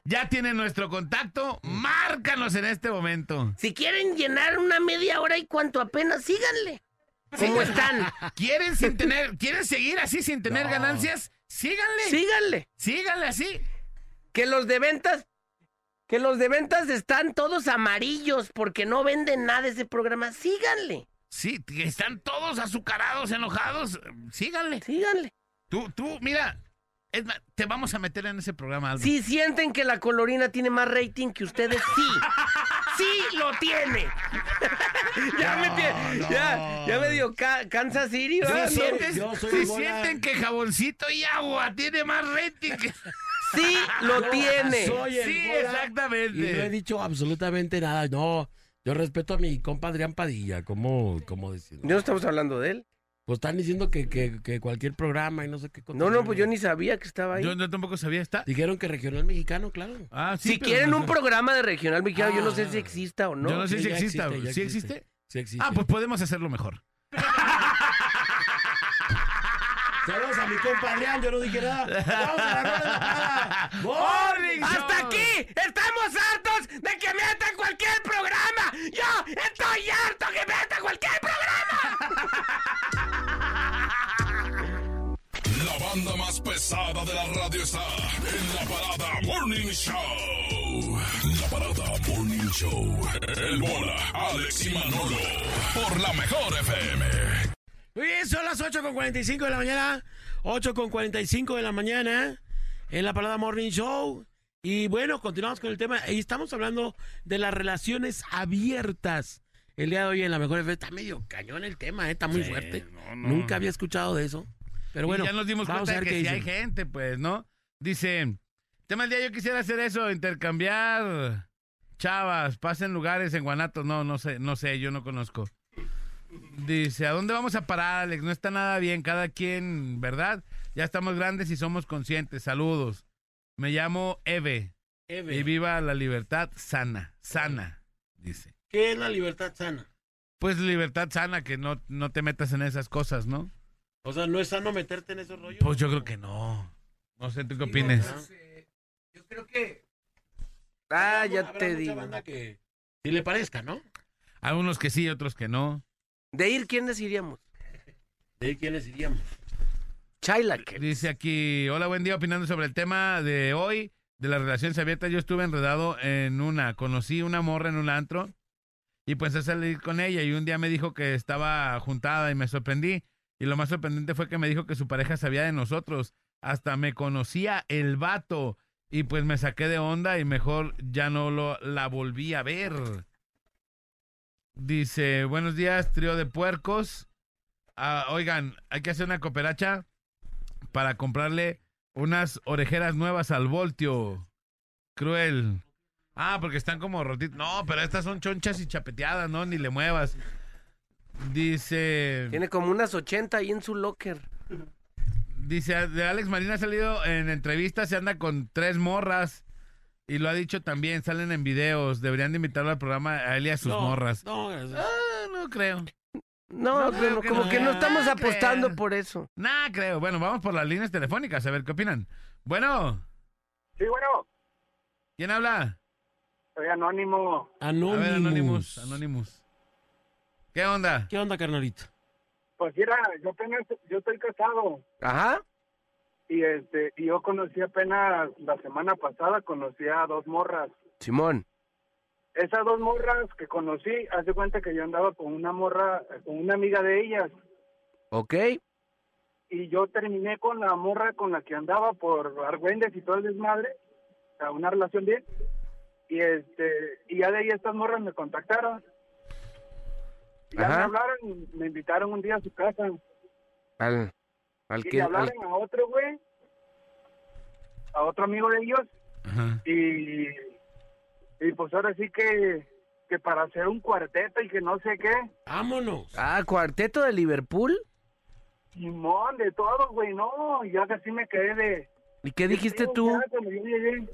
[SPEAKER 4] Ya tienen nuestro contacto. Márcanos en este momento.
[SPEAKER 3] Si quieren llenar una media hora y cuanto apenas, síganle. ¿Cómo están?
[SPEAKER 4] ¿Quieren sin tener, quieren seguir así sin tener
[SPEAKER 2] No.
[SPEAKER 4] ganancias? Síganle.
[SPEAKER 3] Síganle.
[SPEAKER 4] Síganle así.
[SPEAKER 3] Que los de ventas, que los de ventas están todos amarillos porque no venden nada ese programa. Síganle,
[SPEAKER 4] Sí, que están todos azucarados, enojados. Síganle.
[SPEAKER 3] síganle.
[SPEAKER 4] Tú, tú, mira. Es más, te vamos a meter en ese programa, Aldo.
[SPEAKER 3] Si sienten que la colorina tiene más rating que ustedes, sí. Sí lo tiene. ya, me tie-
[SPEAKER 4] no.
[SPEAKER 3] ya, ya me dio ca- Kansas City.
[SPEAKER 4] Si
[SPEAKER 3] ¿verdad?
[SPEAKER 4] sientes-
[SPEAKER 2] yo soy
[SPEAKER 4] si
[SPEAKER 2] bola-
[SPEAKER 4] sienten que jaboncito y agua tiene más rating que...
[SPEAKER 3] Sí lo tiene.
[SPEAKER 2] Soy el
[SPEAKER 4] Sí,
[SPEAKER 2] Bola Y
[SPEAKER 4] exactamente.
[SPEAKER 2] no he dicho absolutamente nada. No, yo respeto a mi compa Adrián Padilla. ¿Cómo, cómo decirlo?
[SPEAKER 3] No estamos hablando de él.
[SPEAKER 2] Pues están diciendo que, que, que cualquier programa y no sé qué.
[SPEAKER 3] No, no, pues yo ni sabía que estaba ahí.
[SPEAKER 4] Yo, yo tampoco sabía esta.
[SPEAKER 2] Dijeron que regional mexicano, claro.
[SPEAKER 4] Ah, sí,
[SPEAKER 3] si
[SPEAKER 4] pero
[SPEAKER 3] quieren
[SPEAKER 4] no
[SPEAKER 3] un
[SPEAKER 4] sé.
[SPEAKER 3] programa de regional mexicano, yo no sé
[SPEAKER 2] Ah.
[SPEAKER 3] si exista o no.
[SPEAKER 4] Yo no sé
[SPEAKER 2] Sí,
[SPEAKER 4] si
[SPEAKER 2] ya
[SPEAKER 4] exista.
[SPEAKER 2] existe, ya
[SPEAKER 4] ¿Sí
[SPEAKER 2] existe.
[SPEAKER 4] existe?
[SPEAKER 2] Sí existe.
[SPEAKER 4] Ah, pues podemos hacerlo mejor.
[SPEAKER 2] Saludos a mi compa Adrián, yo no dije nada. Vamos a la rola de la parada.
[SPEAKER 4] Morning Show.
[SPEAKER 3] ¡Hasta aquí! ¡Estamos hartos de que metan cualquier programa! ¡Yo estoy harto que metan cualquier programa!
[SPEAKER 7] La banda más pesada de la radio está en la parada Morning Show. La parada Morning Show. El bola, Alex y Manolo. Por la mejor FM.
[SPEAKER 2] Muy bien, son las 8 con 45 de la mañana. 8 con 45 de la mañana en la parada Morning Show. Y bueno, continuamos con el tema. Y estamos hablando de las relaciones abiertas. El día de hoy en la mejor FM. está medio cañón el tema, ¿eh? está muy
[SPEAKER 4] Sí,
[SPEAKER 2] fuerte.
[SPEAKER 4] no, no.
[SPEAKER 2] Nunca había escuchado de eso. Pero bueno,
[SPEAKER 4] Y ya nos dimos
[SPEAKER 2] vamos
[SPEAKER 4] cuenta
[SPEAKER 2] a
[SPEAKER 4] de
[SPEAKER 2] ver
[SPEAKER 4] que
[SPEAKER 2] qué
[SPEAKER 4] sí hay
[SPEAKER 2] dicen.
[SPEAKER 4] gente, pues, ¿no? Dice, Tema del día, yo quisiera hacer eso, intercambiar chavas, pasen lugares en Guanatos. No, no sé, no sé, yo no conozco. Dice, ¿a dónde vamos a parar, Alex? No está nada bien, cada quien, ¿verdad? Ya estamos grandes y somos conscientes. Saludos. Me llamo Eve.
[SPEAKER 2] Eve.
[SPEAKER 4] Y viva la libertad sana, sana, dice.
[SPEAKER 2] ¿Qué es la libertad sana?
[SPEAKER 4] Pues libertad sana, que no, no te metas en esas cosas, ¿no?
[SPEAKER 2] O sea, ¿no es sano meterte en esos rollos?
[SPEAKER 4] Pues yo creo que no. No sé, ¿tú qué opinas?
[SPEAKER 3] Yo creo que. Ah, ya
[SPEAKER 2] Habrá
[SPEAKER 3] te
[SPEAKER 2] mucha
[SPEAKER 3] digo.
[SPEAKER 2] banda que- Si le parezca, ¿no?
[SPEAKER 4] Algunos que sí, otros que no.
[SPEAKER 3] De ir, ¿quiénes iríamos?
[SPEAKER 2] ¿De ahí quiénes iríamos?
[SPEAKER 3] Chayla, que.
[SPEAKER 4] Dice aquí, hola, buen día, opinando sobre el tema de hoy, de las relaciones abiertas. Yo estuve enredado en una, conocí una morra en un antro y pues a salir con ella y un día me dijo que estaba juntada y me sorprendí. Y lo más sorprendente fue que me dijo que su pareja sabía de nosotros, hasta me conocía el vato y pues me saqué de onda y mejor ya no lo, la volví a ver. Dice, buenos días, trío de puercos. Ah, oigan, hay que hacer una cooperacha para comprarle unas orejeras nuevas al Voltio. Cruel. Ah, porque están como rotitas. No, pero estas son chonchas y chapeteadas, ¿no? Ni le muevas. Dice.
[SPEAKER 3] Tiene como unas 80 ahí en su locker.
[SPEAKER 4] Dice, de Alex Marina ha salido en entrevistas, se anda con tres morras. Y lo ha dicho también, salen en videos. Deberían de invitarlo al programa a él y a sus
[SPEAKER 2] No,
[SPEAKER 4] morras.
[SPEAKER 2] No, gracias.
[SPEAKER 4] Ah, no creo. No,
[SPEAKER 3] No, pero
[SPEAKER 4] creo que
[SPEAKER 3] como
[SPEAKER 4] no.
[SPEAKER 3] que no estamos
[SPEAKER 4] Ah,
[SPEAKER 3] apostando
[SPEAKER 4] creo.
[SPEAKER 3] por eso.
[SPEAKER 4] Nah, creo. Bueno, vamos por las líneas telefónicas, a ver qué opinan. Bueno,
[SPEAKER 12] Sí, bueno,
[SPEAKER 4] ¿quién habla?
[SPEAKER 12] soy anónimo.
[SPEAKER 4] A
[SPEAKER 2] Anonymous.
[SPEAKER 4] ver, Anonymous. Anonymous. ¿Qué onda?
[SPEAKER 2] ¿Qué onda, carnalito?
[SPEAKER 12] Pues mira, yo apenas, yo estoy casado
[SPEAKER 3] Ajá.
[SPEAKER 12] y este, y yo conocí apenas la semana pasada, conocí a dos morras.
[SPEAKER 3] Simón.
[SPEAKER 12] Esas dos morras que conocí, hace cuenta que yo andaba con una morra, con una amiga de ellas,
[SPEAKER 3] ¿Ok?
[SPEAKER 12] y yo terminé con la morra con la que andaba por argüendes y todo el desmadre, o sea, una relación bien, y este, y ya de ahí estas morras me contactaron. Ya
[SPEAKER 3] Ajá.
[SPEAKER 12] me hablaron y me invitaron un día a su casa.
[SPEAKER 3] Al, al
[SPEAKER 12] y
[SPEAKER 3] que.
[SPEAKER 12] le
[SPEAKER 3] al-
[SPEAKER 12] hablaron a otro güey, a otro amigo de ellos,
[SPEAKER 4] Ajá.
[SPEAKER 12] y, y pues ahora sí que, que para hacer un cuarteto y que no sé qué,
[SPEAKER 2] Vámonos.
[SPEAKER 3] Ah, cuarteto de Liverpool.
[SPEAKER 12] Simón, de todo, güey, no, y ya casi me quedé de...
[SPEAKER 3] ¿Y qué dijiste
[SPEAKER 12] de-
[SPEAKER 3] tú?
[SPEAKER 12] ya cuando yo llegué.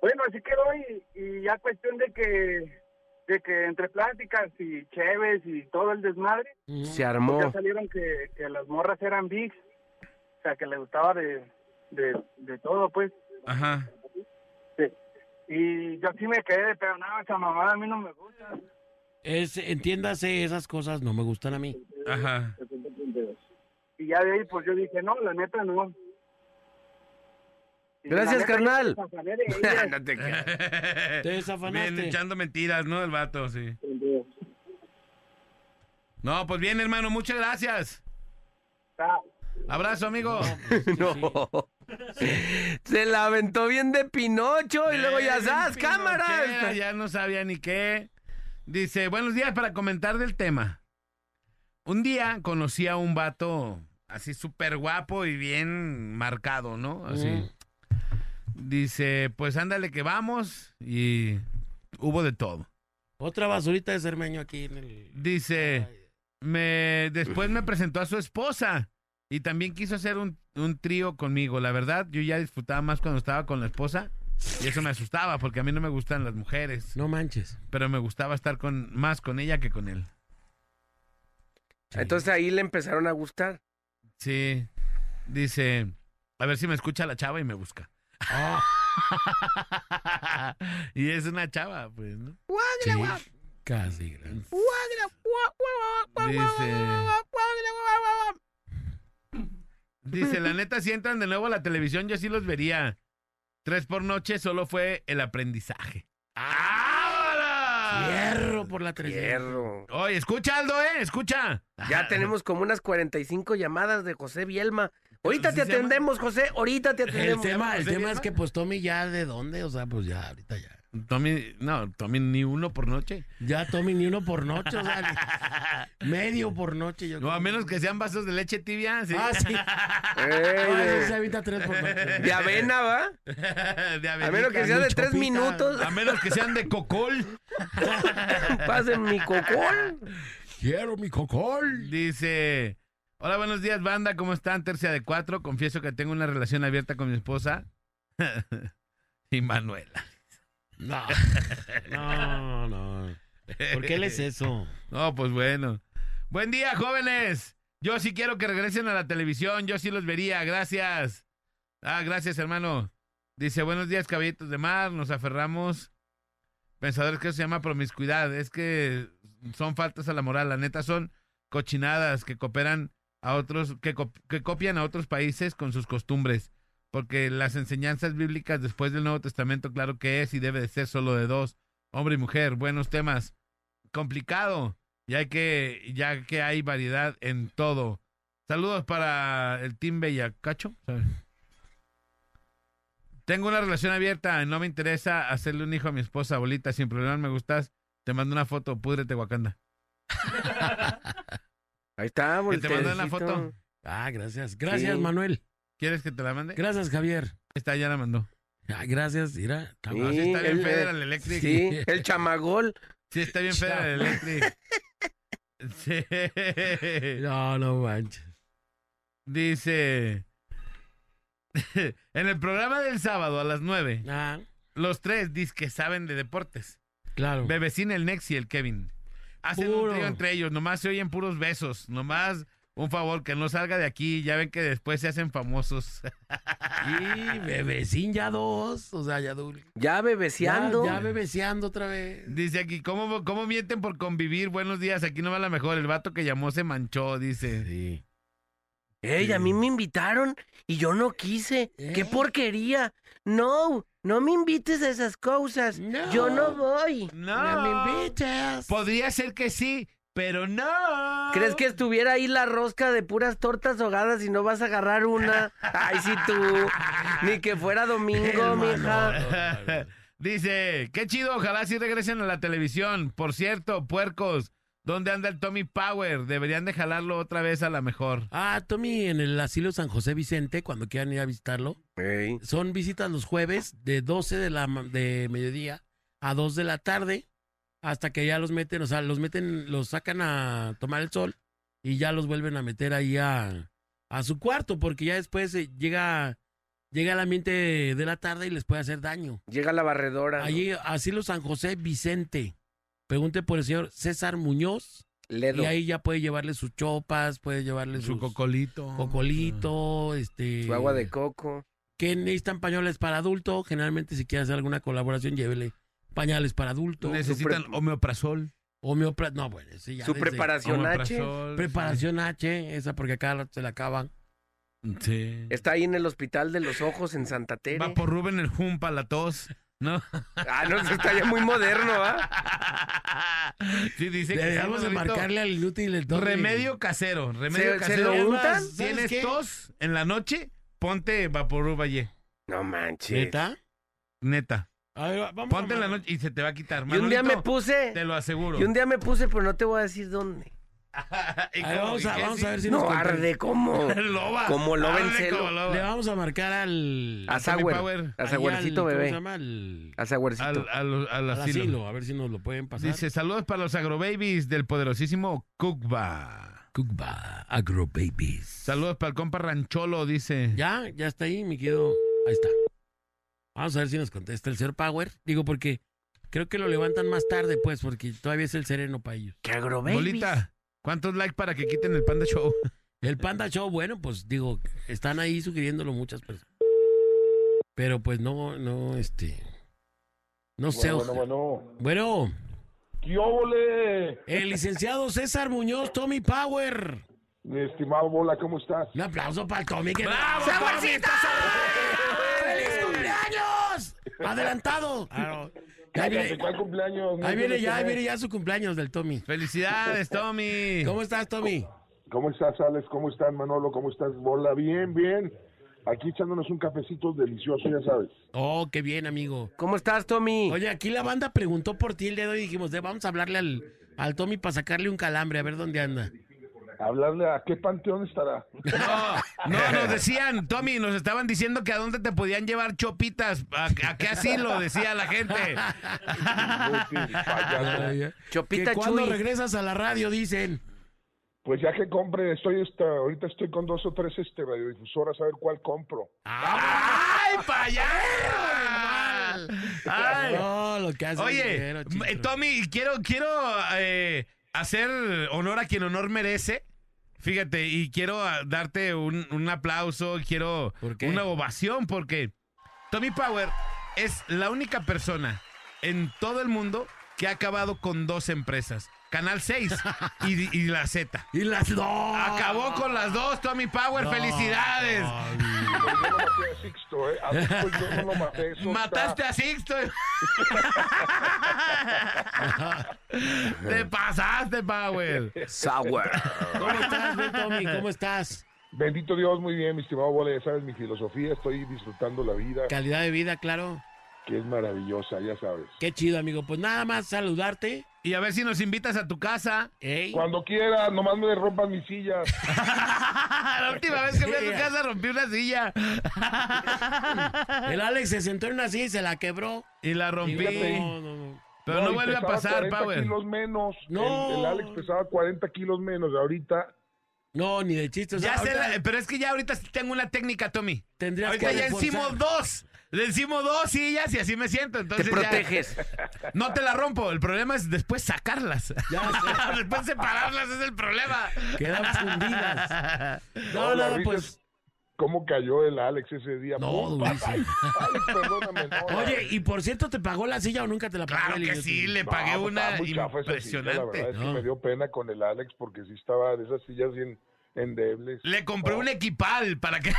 [SPEAKER 12] Bueno, así quedó y, y ya cuestión de que, de que entre pláticas y cheves y todo el desmadre,
[SPEAKER 3] Se
[SPEAKER 12] ya
[SPEAKER 3] armó.
[SPEAKER 12] salieron que, que las morras eran bigs, o sea, que le gustaba de, de, de todo, pues.
[SPEAKER 4] Ajá.
[SPEAKER 12] Y yo sí me quedé, pero nada, esa mamada a mí no me gusta.
[SPEAKER 2] Es, entiéndase, esas cosas no me gustan a mí.
[SPEAKER 4] Ajá.
[SPEAKER 12] Y ya de ahí, pues yo dije, no, la neta no. Y
[SPEAKER 3] Gracias,
[SPEAKER 12] la neta,
[SPEAKER 3] carnal.
[SPEAKER 12] yo me desafané de ella.
[SPEAKER 3] No te creas.
[SPEAKER 2] Te desafanaste.
[SPEAKER 4] Bien, echando mentiras, ¿no? El vato, sí. No, pues bien, hermano, muchas gracias.
[SPEAKER 12] Está-
[SPEAKER 4] Abrazo, amigo.
[SPEAKER 3] No. Se la aventó bien de Pinocho y luego ya "Ah,
[SPEAKER 4] Bien,
[SPEAKER 3] sabes,
[SPEAKER 4] pinochera,
[SPEAKER 3] cámara.
[SPEAKER 4] Ya no sabía ni qué. Dice, buenos días para comentar del tema. Un día conocí a un vato así súper guapo y bien marcado, ¿no? Así.
[SPEAKER 3] Mm.
[SPEAKER 4] Dice, pues ándale que vamos y hubo de todo.
[SPEAKER 2] Otra basurita de cermeño aquí en el...
[SPEAKER 4] Dice, me, después me presentó a su esposa y también quiso hacer un, un trío conmigo. La verdad, yo ya disfrutaba más cuando estaba con la esposa y eso me asustaba porque a mí no me gustan las mujeres,
[SPEAKER 2] No manches.
[SPEAKER 4] pero me gustaba estar con, más con ella que con él.
[SPEAKER 3] Entonces ahí le empezaron a gustar.
[SPEAKER 4] Sí, dice, a ver si me escucha la chava y me busca.
[SPEAKER 2] Ah,
[SPEAKER 4] y es una chava, pues, ¿no?
[SPEAKER 2] Sí, casi. gracias.
[SPEAKER 4] Dice... Dice, la neta, si entran de nuevo a la televisión, yo sí los vería. Tres por noche solo fue el aprendizaje. ¡Ahora!
[SPEAKER 2] Hierro por la tres.
[SPEAKER 3] Hierro.
[SPEAKER 4] Oye, escucha, Aldo, ¿eh? Escucha.
[SPEAKER 3] Ya tenemos como unas 45 llamadas de José Bielma. Ahorita
[SPEAKER 4] ¿Sí
[SPEAKER 3] te
[SPEAKER 4] se llama?
[SPEAKER 3] atendemos, José. Ahorita te
[SPEAKER 2] El
[SPEAKER 3] atendemos.
[SPEAKER 2] tema, el
[SPEAKER 4] ¿Se
[SPEAKER 2] tema es
[SPEAKER 4] llama?
[SPEAKER 2] que pues Tommy ya de dónde, o sea, pues ya, ahorita ya.
[SPEAKER 4] Tommy, no, Tommy ni uno por noche.
[SPEAKER 2] Ya Tommy ni uno por noche, o sea, ni- medio por noche. Yo
[SPEAKER 4] No, a menos que sean vasos de leche tibia, sí.
[SPEAKER 2] Ah, sí. No, eso se evita tres por noche.
[SPEAKER 3] De avena, ¿va? A menos que sea de tres minutos.
[SPEAKER 4] A menos que sean de cocol.
[SPEAKER 3] Pasen mi cocol.
[SPEAKER 4] Quiero mi cocol. Dice, hola, buenos días, banda, ¿cómo están? Tercia de cuatro, confieso que tengo una relación abierta con mi esposa y Manuela.
[SPEAKER 2] No. No, no. ¿Por qué les eso?
[SPEAKER 4] No, pues bueno. Buen día, jóvenes. Yo sí quiero que regresen a la televisión. Yo sí los vería. Gracias. Ah, gracias, hermano. Dice, buenos días, caballitos de mar. Nos aferramos. Pensadores que eso se llama promiscuidad. Es que son faltas a la moral. La neta son cochinadas que cooperan a otros, que, co- que copian a otros países con sus costumbres. Porque las enseñanzas bíblicas después del Nuevo Testamento, claro que es y debe de ser solo de dos, hombre y mujer. Buenos temas complicado, ya que, ya que hay variedad en todo. Saludos para el Team Bellacacho. ¿sabe? Tengo una relación abierta, no me interesa hacerle un hijo a mi esposa, abuelita, sin problema me gustas. Te mando una foto, púdrete, Wakanda.
[SPEAKER 3] Ahí está,
[SPEAKER 4] Que te mando una
[SPEAKER 3] volterecito.
[SPEAKER 4] foto.
[SPEAKER 2] Ah, gracias. Gracias,
[SPEAKER 3] Sí.
[SPEAKER 2] Manuel.
[SPEAKER 4] ¿Quieres que te la mande?
[SPEAKER 2] Gracias, Javier.
[SPEAKER 4] Está, ya la mandó.
[SPEAKER 2] Ah, gracias, mira.
[SPEAKER 3] Sí,
[SPEAKER 4] No, sí está bien
[SPEAKER 3] el-
[SPEAKER 4] Federal Electric.
[SPEAKER 3] Sí, el chamagol.
[SPEAKER 4] Sí, está bien Federal Electric. Sí.
[SPEAKER 2] No, no manches.
[SPEAKER 4] Dice. en el programa del sábado a las 9,
[SPEAKER 2] Ah,
[SPEAKER 4] los tres dis que saben de deportes.
[SPEAKER 2] claro.
[SPEAKER 4] Bebecín, el Nex y el Kevin. Hacen
[SPEAKER 2] Mm. Puro.
[SPEAKER 4] un trío entre ellos, nomás se oyen puros besos, nomás un favor que no salga de aquí, ya ven que después se hacen famosos.
[SPEAKER 2] Y bebecín ya dos. O sea, ya doble.
[SPEAKER 3] Ya
[SPEAKER 2] Ya,
[SPEAKER 3] bebeciando.
[SPEAKER 2] ya bebeceando otra vez.
[SPEAKER 4] Dice aquí, ¿cómo, ¿cómo mienten por convivir? Buenos días, aquí no va la mejor, el vato que llamó se manchó, dice.
[SPEAKER 2] Sí.
[SPEAKER 3] Ey, a mí me invitaron y yo no quise.
[SPEAKER 2] ¿Eh?
[SPEAKER 3] ¡Qué porquería! No, no me invites a esas cosas.
[SPEAKER 2] No.
[SPEAKER 3] Yo no voy.
[SPEAKER 2] No Pues,
[SPEAKER 4] No,
[SPEAKER 2] me invites.
[SPEAKER 4] podría ser que sí, pero no.
[SPEAKER 3] ¿Crees que estuviera ahí la rosca de puras tortas ahogadas y no vas a agarrar una? Ay, sí tú. Ni que fuera domingo, mija.
[SPEAKER 4] Dice, qué chido, ojalá sí regresen a la televisión. Por cierto, puercos, ¿dónde anda el Tommy Power? Deberían de jalarlo otra vez a la mejor.
[SPEAKER 2] Ah, Tommy, en el asilo San José Vicente, cuando quieran ir a visitarlo.
[SPEAKER 3] Ey.
[SPEAKER 2] Son visitas los jueves de 12 de la ma- de mediodía a 2 de la tarde hasta que ya los meten, o sea, los meten, los sacan a tomar el sol y ya los vuelven a meter ahí a, a su cuarto porque ya después eh, llega llega el ambiente de la tarde y les puede hacer daño.
[SPEAKER 3] Llega la barredora. ¿no?
[SPEAKER 2] Allí Asilo San José Vicente. Pregunte por el señor César Muñoz
[SPEAKER 3] Ledo.
[SPEAKER 2] y ahí ya puede llevarle sus chopas, puede llevarle
[SPEAKER 4] Su
[SPEAKER 2] sus-
[SPEAKER 4] cocolito. Ah.
[SPEAKER 2] cocolito, este
[SPEAKER 3] Ah. Su agua de coco.
[SPEAKER 2] que necesitan pañales para adulto. Generalmente, si quiere hacer alguna colaboración, llévele pañales para adulto.
[SPEAKER 4] Necesitan
[SPEAKER 3] Supre-
[SPEAKER 4] homeoprazol.
[SPEAKER 2] Homeopra- No, bueno, sí, ya.
[SPEAKER 3] Su
[SPEAKER 2] desde-
[SPEAKER 3] preparación H.
[SPEAKER 4] Omeprazol.
[SPEAKER 2] Preparación H, esa porque acá se la acaban.
[SPEAKER 4] Sí.
[SPEAKER 3] Está ahí en el hospital de los ojos en Santa Tere.
[SPEAKER 4] Va por Rubén el Jumpa, la tos. ¿No?
[SPEAKER 3] Ah, no, eso está ya muy moderno, ¿ah?
[SPEAKER 4] sí, dice que
[SPEAKER 2] Deberíamos
[SPEAKER 4] sí,
[SPEAKER 2] de
[SPEAKER 4] Manolito.
[SPEAKER 2] marcarle al inútil el toque.
[SPEAKER 4] Remedio casero, remedio
[SPEAKER 3] ¿Se- se
[SPEAKER 4] casero.
[SPEAKER 3] lo untan?
[SPEAKER 4] ¿Tienes
[SPEAKER 2] ¿Sabes qué?
[SPEAKER 4] tos en la noche? Ponte Vaporú Valle,
[SPEAKER 3] No manches.
[SPEAKER 2] ¿Neta?
[SPEAKER 4] neta.
[SPEAKER 2] A ver, vamos
[SPEAKER 4] Ponte
[SPEAKER 2] a-
[SPEAKER 4] en la noche y se te va a quitar.
[SPEAKER 3] Y un día me
[SPEAKER 4] Manolito,
[SPEAKER 3] puse.
[SPEAKER 4] Te lo aseguro.
[SPEAKER 3] Y un día me puse, pero no te voy a decir dónde.
[SPEAKER 4] Y
[SPEAKER 2] A ver,
[SPEAKER 4] como
[SPEAKER 2] vamos, a,
[SPEAKER 4] que
[SPEAKER 2] vamos
[SPEAKER 4] sí.
[SPEAKER 2] a ver si nos
[SPEAKER 3] No,
[SPEAKER 2] contesta.
[SPEAKER 3] arde como.
[SPEAKER 4] Loba.
[SPEAKER 3] Como loba en
[SPEAKER 4] Arde
[SPEAKER 3] celo.
[SPEAKER 4] como
[SPEAKER 2] Le
[SPEAKER 4] loba.
[SPEAKER 2] vamos a marcar al.
[SPEAKER 3] A
[SPEAKER 4] Tommy
[SPEAKER 3] Sauer.
[SPEAKER 4] Power.
[SPEAKER 3] A
[SPEAKER 2] ahí al-
[SPEAKER 3] Sauercito,
[SPEAKER 2] ¿cómo se
[SPEAKER 3] bebé.
[SPEAKER 2] llama? Al,
[SPEAKER 3] A Sauercito.
[SPEAKER 4] Al, al- al
[SPEAKER 2] al
[SPEAKER 4] asilo.
[SPEAKER 2] asilo, a ver si nos lo pueden pasar.
[SPEAKER 4] Dice, saludos para los agrobabies del poderosísimo Kukba.
[SPEAKER 2] Cuba Agro Babies.
[SPEAKER 4] Saludos para el compa Rancholo, dice.
[SPEAKER 2] Ya, ya está ahí, mi querido. Ahí está. Vamos a ver si nos contesta el señor Power. Digo, porque creo que lo levantan más tarde, pues, porque todavía es el sereno para ellos.
[SPEAKER 3] ¿Qué agrobé?
[SPEAKER 4] Bolita, ¿cuántos likes para que quiten el Panda Show?
[SPEAKER 2] El Panda Show, bueno, pues digo, están ahí sugiriéndolo muchas personas. Pero pues no, no, este. No sé.
[SPEAKER 9] Bueno,
[SPEAKER 2] ojalá.
[SPEAKER 9] bueno.
[SPEAKER 2] Bueno,
[SPEAKER 9] ¿Qué óvole?
[SPEAKER 2] el licenciado César Muñoz, Tommy Power.
[SPEAKER 9] Mi estimado Bola, ¿cómo estás?
[SPEAKER 2] Un aplauso para el Tommy. Que...
[SPEAKER 4] ¡Bravo, Tommy! ¡Estás
[SPEAKER 2] ¡Feliz cumpleaños! Adelantado.
[SPEAKER 9] Ah,
[SPEAKER 2] Ahí viene,
[SPEAKER 9] ¿Cuál cumpleaños? ¿eh?
[SPEAKER 2] ahí viene ya, ahí viene ya su cumpleaños del Tommy.
[SPEAKER 4] Felicidades, Tommy.
[SPEAKER 2] ¿Cómo estás, Tommy?
[SPEAKER 9] ¿Cómo estás, Alex? ¿Cómo estás, Manolo? ¿Cómo estás, Bola? Bien, bien. Aquí echándonos un cafecito delicioso, ya sabes.
[SPEAKER 2] Oh, qué bien, amigo.
[SPEAKER 3] ¿Cómo estás, Tommy?
[SPEAKER 2] Oye, aquí la banda preguntó por ti el dedo y dijimos, "De- vamos a hablarle al, al Tommy para sacarle un calambre, a ver dónde anda.
[SPEAKER 9] Hablarle a qué panteón estará.
[SPEAKER 4] No, nos decían, Tommy, nos estaban diciendo que a dónde te podían llevar chopitas, a, a qué asilo, decía la gente.
[SPEAKER 2] que cuando regresas a la radio, dicen.
[SPEAKER 9] Pues ya que compre, estoy esta, ahorita estoy con dos o tres este radiodifusoras a ver cuál compro.
[SPEAKER 4] ¡Ay, payaso! Ay.
[SPEAKER 2] No, lo que hace
[SPEAKER 4] Oye,
[SPEAKER 2] el dinero, chico.
[SPEAKER 4] eh, Tommy, quiero, quiero eh, hacer honor a quien honor merece. Fíjate, y quiero ah, darte un, un aplauso, quiero una ovación, porque Tommy Power es la única persona en todo el mundo que ha acabado con dos empresas. Canal 6 y, y la Z.
[SPEAKER 2] Y las dos.
[SPEAKER 4] Acabó con las dos, Tommy Power. ¡Felicidades!
[SPEAKER 9] Yo no maté a Sixto,
[SPEAKER 4] Ah.
[SPEAKER 9] ¿eh? A
[SPEAKER 12] pues,
[SPEAKER 9] Sixto yo no lo maté. eso
[SPEAKER 4] Mataste
[SPEAKER 9] está-
[SPEAKER 4] a Sixto. Te pasaste, Powell.
[SPEAKER 3] Sour.
[SPEAKER 2] ¿Cómo estás, mi Tommy? ¿Cómo estás?
[SPEAKER 9] Bendito Dios, muy bien, mi estimado Bola, ya sabes mi filosofía, estoy disfrutando la vida,
[SPEAKER 2] Calidad de vida, claro.
[SPEAKER 9] que es maravillosa, ya sabes.
[SPEAKER 2] Qué chido, amigo. Pues nada más saludarte.
[SPEAKER 4] Y a ver si nos invitas a tu casa. ¿eh?
[SPEAKER 2] Ey.
[SPEAKER 9] Cuando quiera, nomás me rompan mis sillas.
[SPEAKER 4] la última vez que fui a tu casa rompí una silla.
[SPEAKER 2] El Alex se sentó en una silla y se la quebró.
[SPEAKER 4] Y la rompí.
[SPEAKER 9] Fíjate.
[SPEAKER 2] No, no, no.
[SPEAKER 4] Pero no,
[SPEAKER 9] y
[SPEAKER 4] vuelve a
[SPEAKER 9] pesaba
[SPEAKER 4] pasar,
[SPEAKER 9] 40
[SPEAKER 4] Powell.
[SPEAKER 9] kilos menos.
[SPEAKER 2] No.
[SPEAKER 9] El, el Alex pesaba 40 kilos menos. Ahorita
[SPEAKER 2] No, ni de chiste. o sea,
[SPEAKER 4] Ya sé
[SPEAKER 2] ahorita
[SPEAKER 4] la- pero es que ya ahorita sí tengo una técnica, Tommy.
[SPEAKER 2] tendrías
[SPEAKER 4] Ahorita
[SPEAKER 2] que
[SPEAKER 4] ya
[SPEAKER 2] reforzar.
[SPEAKER 4] encimos dos. Le encimo dos sillas y así me siento.
[SPEAKER 3] Te
[SPEAKER 4] Entonces ya-
[SPEAKER 3] proteges.
[SPEAKER 4] no te la rompo. El problema es después sacarlas.
[SPEAKER 2] Ya
[SPEAKER 4] después separarlas es el problema.
[SPEAKER 2] Quedan fundidas. No,
[SPEAKER 9] No, la
[SPEAKER 2] no, no,
[SPEAKER 9] risa
[SPEAKER 2] pues.
[SPEAKER 9] es- cómo cayó el Alex ese día.
[SPEAKER 2] No,
[SPEAKER 9] Pum,
[SPEAKER 2] durísimo.
[SPEAKER 9] Alex, perdóname. no, eh.
[SPEAKER 2] Oye, y por cierto, ¿te pagó la silla o nunca te la pagó?
[SPEAKER 4] Claro
[SPEAKER 2] el
[SPEAKER 4] que
[SPEAKER 2] idiota?
[SPEAKER 4] sí, le
[SPEAKER 9] no,
[SPEAKER 4] pagué
[SPEAKER 9] pues,
[SPEAKER 4] una
[SPEAKER 9] estaba muy chafa esa silla, la verdad
[SPEAKER 8] ¿eh?
[SPEAKER 4] impresionante.
[SPEAKER 9] es que me dio pena con el Alex porque sí estaba de esas sillas bien endebles.
[SPEAKER 4] Le compré un equipal para que.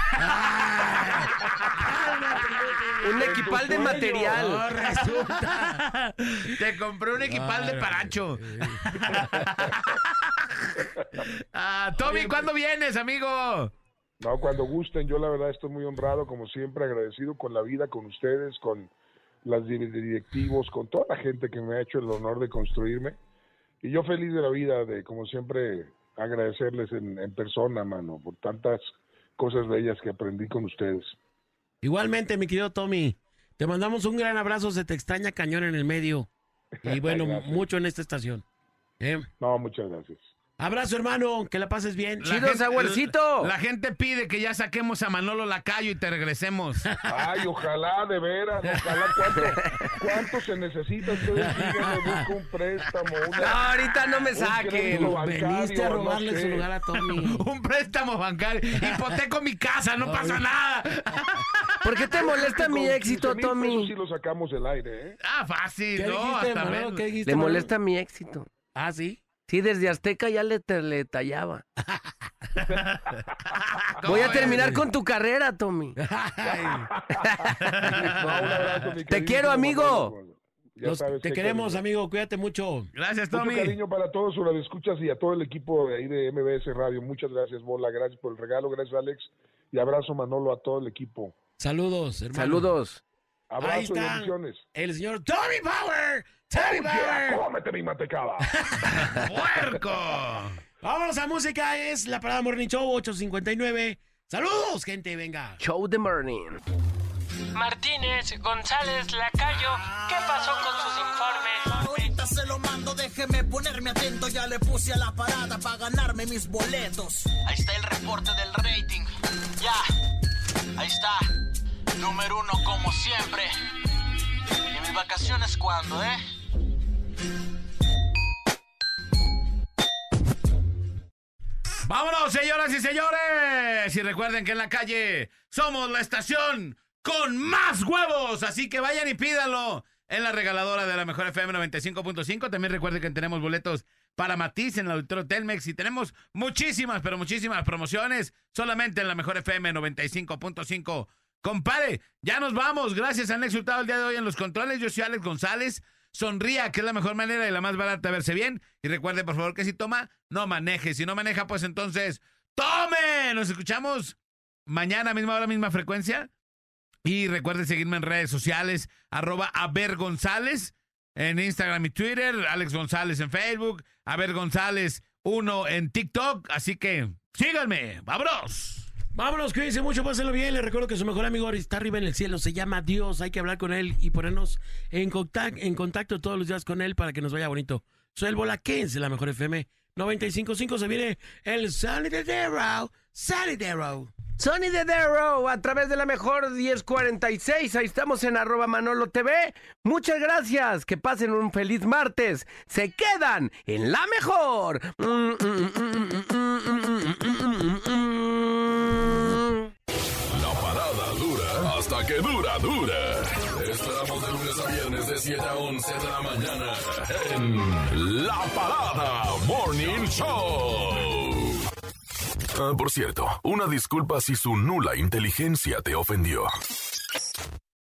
[SPEAKER 3] Un equipal de
[SPEAKER 2] No,
[SPEAKER 3] material.
[SPEAKER 2] resulta.
[SPEAKER 4] Te compré un equipal de paracho. Ah, Tommy, ¿cuándo vienes, amigo?
[SPEAKER 9] No, cuando gusten, yo la verdad estoy muy honrado, como siempre, agradecido con la vida, con ustedes, con las di- directivos, con toda la gente que me ha hecho el honor de construirme. Y yo feliz de la vida, de como siempre agradecerles en, en persona, mano, por tantas cosas bellas que aprendí con ustedes.
[SPEAKER 2] Igualmente, mi querido Tommy, te mandamos un gran abrazo. Se te extraña cañón en el medio. Y bueno,
[SPEAKER 9] Gracias.
[SPEAKER 2] mucho en esta estación. ¿Eh?
[SPEAKER 9] No, muchas gracias.
[SPEAKER 2] Abrazo, hermano. Que la pases bien.
[SPEAKER 4] La
[SPEAKER 3] Chido,
[SPEAKER 4] gente-
[SPEAKER 3] Saguarcito.
[SPEAKER 4] La gente pide que ya saquemos a Manolo Lacayo y te regresemos.
[SPEAKER 9] Ay, ojalá, de veras, ojalá. ¿Cuánto, cuánto se necesita? Ustedes díganme, busco un préstamo,
[SPEAKER 3] No,
[SPEAKER 9] una...
[SPEAKER 3] ahorita no me
[SPEAKER 9] Un crédito
[SPEAKER 3] saquen.
[SPEAKER 9] bancario,
[SPEAKER 2] Veniste a
[SPEAKER 9] no
[SPEAKER 2] robarle
[SPEAKER 9] sé.
[SPEAKER 2] su lugar a Tommy.
[SPEAKER 4] Un préstamo bancario. Hipoteco mi casa, no pasa nada.
[SPEAKER 3] ¿Por qué te molesta mi éxito,
[SPEAKER 9] 15,000 pesos Sí
[SPEAKER 3] Tommy?
[SPEAKER 9] lo sacamos del aire, ¿eh?
[SPEAKER 4] Ah, fácil,
[SPEAKER 2] ¿Qué
[SPEAKER 4] no,
[SPEAKER 2] dijiste,
[SPEAKER 4] hasta
[SPEAKER 2] Manolo?
[SPEAKER 4] menos.
[SPEAKER 2] ¿Qué dijiste,
[SPEAKER 3] Le
[SPEAKER 2] Manolo?
[SPEAKER 3] molesta mi éxito.
[SPEAKER 2] Ah, sí.
[SPEAKER 3] Sí, desde Azteca ya le, te- le tallaba.
[SPEAKER 4] ¿Cómo
[SPEAKER 3] Voy a
[SPEAKER 4] ves?
[SPEAKER 3] terminar con tu carrera, Tommy.
[SPEAKER 9] No,
[SPEAKER 2] Ah,
[SPEAKER 9] un abrazo, mi
[SPEAKER 3] Te
[SPEAKER 9] queridísimo
[SPEAKER 3] quiero, amigo.
[SPEAKER 9] Manuel. Ya
[SPEAKER 2] Los-
[SPEAKER 9] sabes
[SPEAKER 2] te
[SPEAKER 9] qué
[SPEAKER 2] queremos,
[SPEAKER 9] cariño.
[SPEAKER 2] amigo. Cuídate mucho.
[SPEAKER 4] Gracias,
[SPEAKER 9] Mucho
[SPEAKER 4] Tommy.
[SPEAKER 9] cariño para todos los escuchas y a todo el equipo de ahí de MBS Radio. Muchas gracias, Bola. Gracias por el regalo. Gracias, Alex. Y abrazo, Manolo, a todo el equipo.
[SPEAKER 2] Saludos, hermano.
[SPEAKER 3] Saludos.
[SPEAKER 2] Ahí
[SPEAKER 9] Abrazo y
[SPEAKER 2] está.
[SPEAKER 9] bendiciones. Oh,
[SPEAKER 2] El señor Tommy Power. Tommy
[SPEAKER 9] Yeah,
[SPEAKER 2] Power.
[SPEAKER 9] cómete mi mantecada.
[SPEAKER 4] ¡Puerco!
[SPEAKER 2] Vámonos a música. Es la parada Morning Show 859. Saludos, gente. Venga.
[SPEAKER 3] Show the morning.
[SPEAKER 13] Martínez, González, Lacayo, ¿qué pasó con sus informes?
[SPEAKER 1] Ahorita se lo mando, déjeme ponerme atento. Ya le puse a la parada para ganarme mis boletos.
[SPEAKER 13] Ahí está el reporte del rating. Ya, ahí está. Número uno como siempre. ¿Y mis vacaciones cuándo, eh?
[SPEAKER 4] Vámonos, señoras y señores. Y recuerden que en la calle somos la estación con más huevos. Así que vayan y pídanlo en la regaladora de la mejor FM 95.5. También recuerden que tenemos boletos para Matiz en el auditorio Telmex y tenemos muchísimas, pero muchísimas promociones solamente en la mejor FM 95.5. Compare, ya nos vamos. Gracias, han exultado el día de hoy en los controles. Yo soy Alex González. Sonría, que es la mejor manera y la más barata de verse bien. Y recuerde, por favor, que si toma, no maneje. Si no maneja, pues entonces, ¡tome! Nos escuchamos mañana, misma hora, misma frecuencia. Y recuerden seguirme en redes sociales, arroba Aver González en Instagram y Twitter, Alex González en Facebook, Aver González 1 en TikTok. Así que síganme, vámonos.
[SPEAKER 2] Vámonos, cuídense mucho, pásenlo bien. Les recuerdo que su mejor amigo está arriba en el cielo, se llama Dios. Hay que hablar con él y ponernos en contacto, en contacto todos los días con él para que nos vaya bonito. Soy el Bola 15, la mejor FM 95.5. Se viene el Sunny de Darrow. Sunny Darrow.
[SPEAKER 3] Sony de Darrow, a través de la mejor 1046. Ahí estamos en arroba Manolo TV. Muchas gracias. Que pasen un feliz martes. Se quedan en la mejor. Mm, mm,
[SPEAKER 7] La parada dura hasta que dura, dura. Estamos de lunes a viernes de 7 a 11 de la mañana en La Parada Morning Show. Ah, por cierto, una disculpa si su nula inteligencia te ofendió.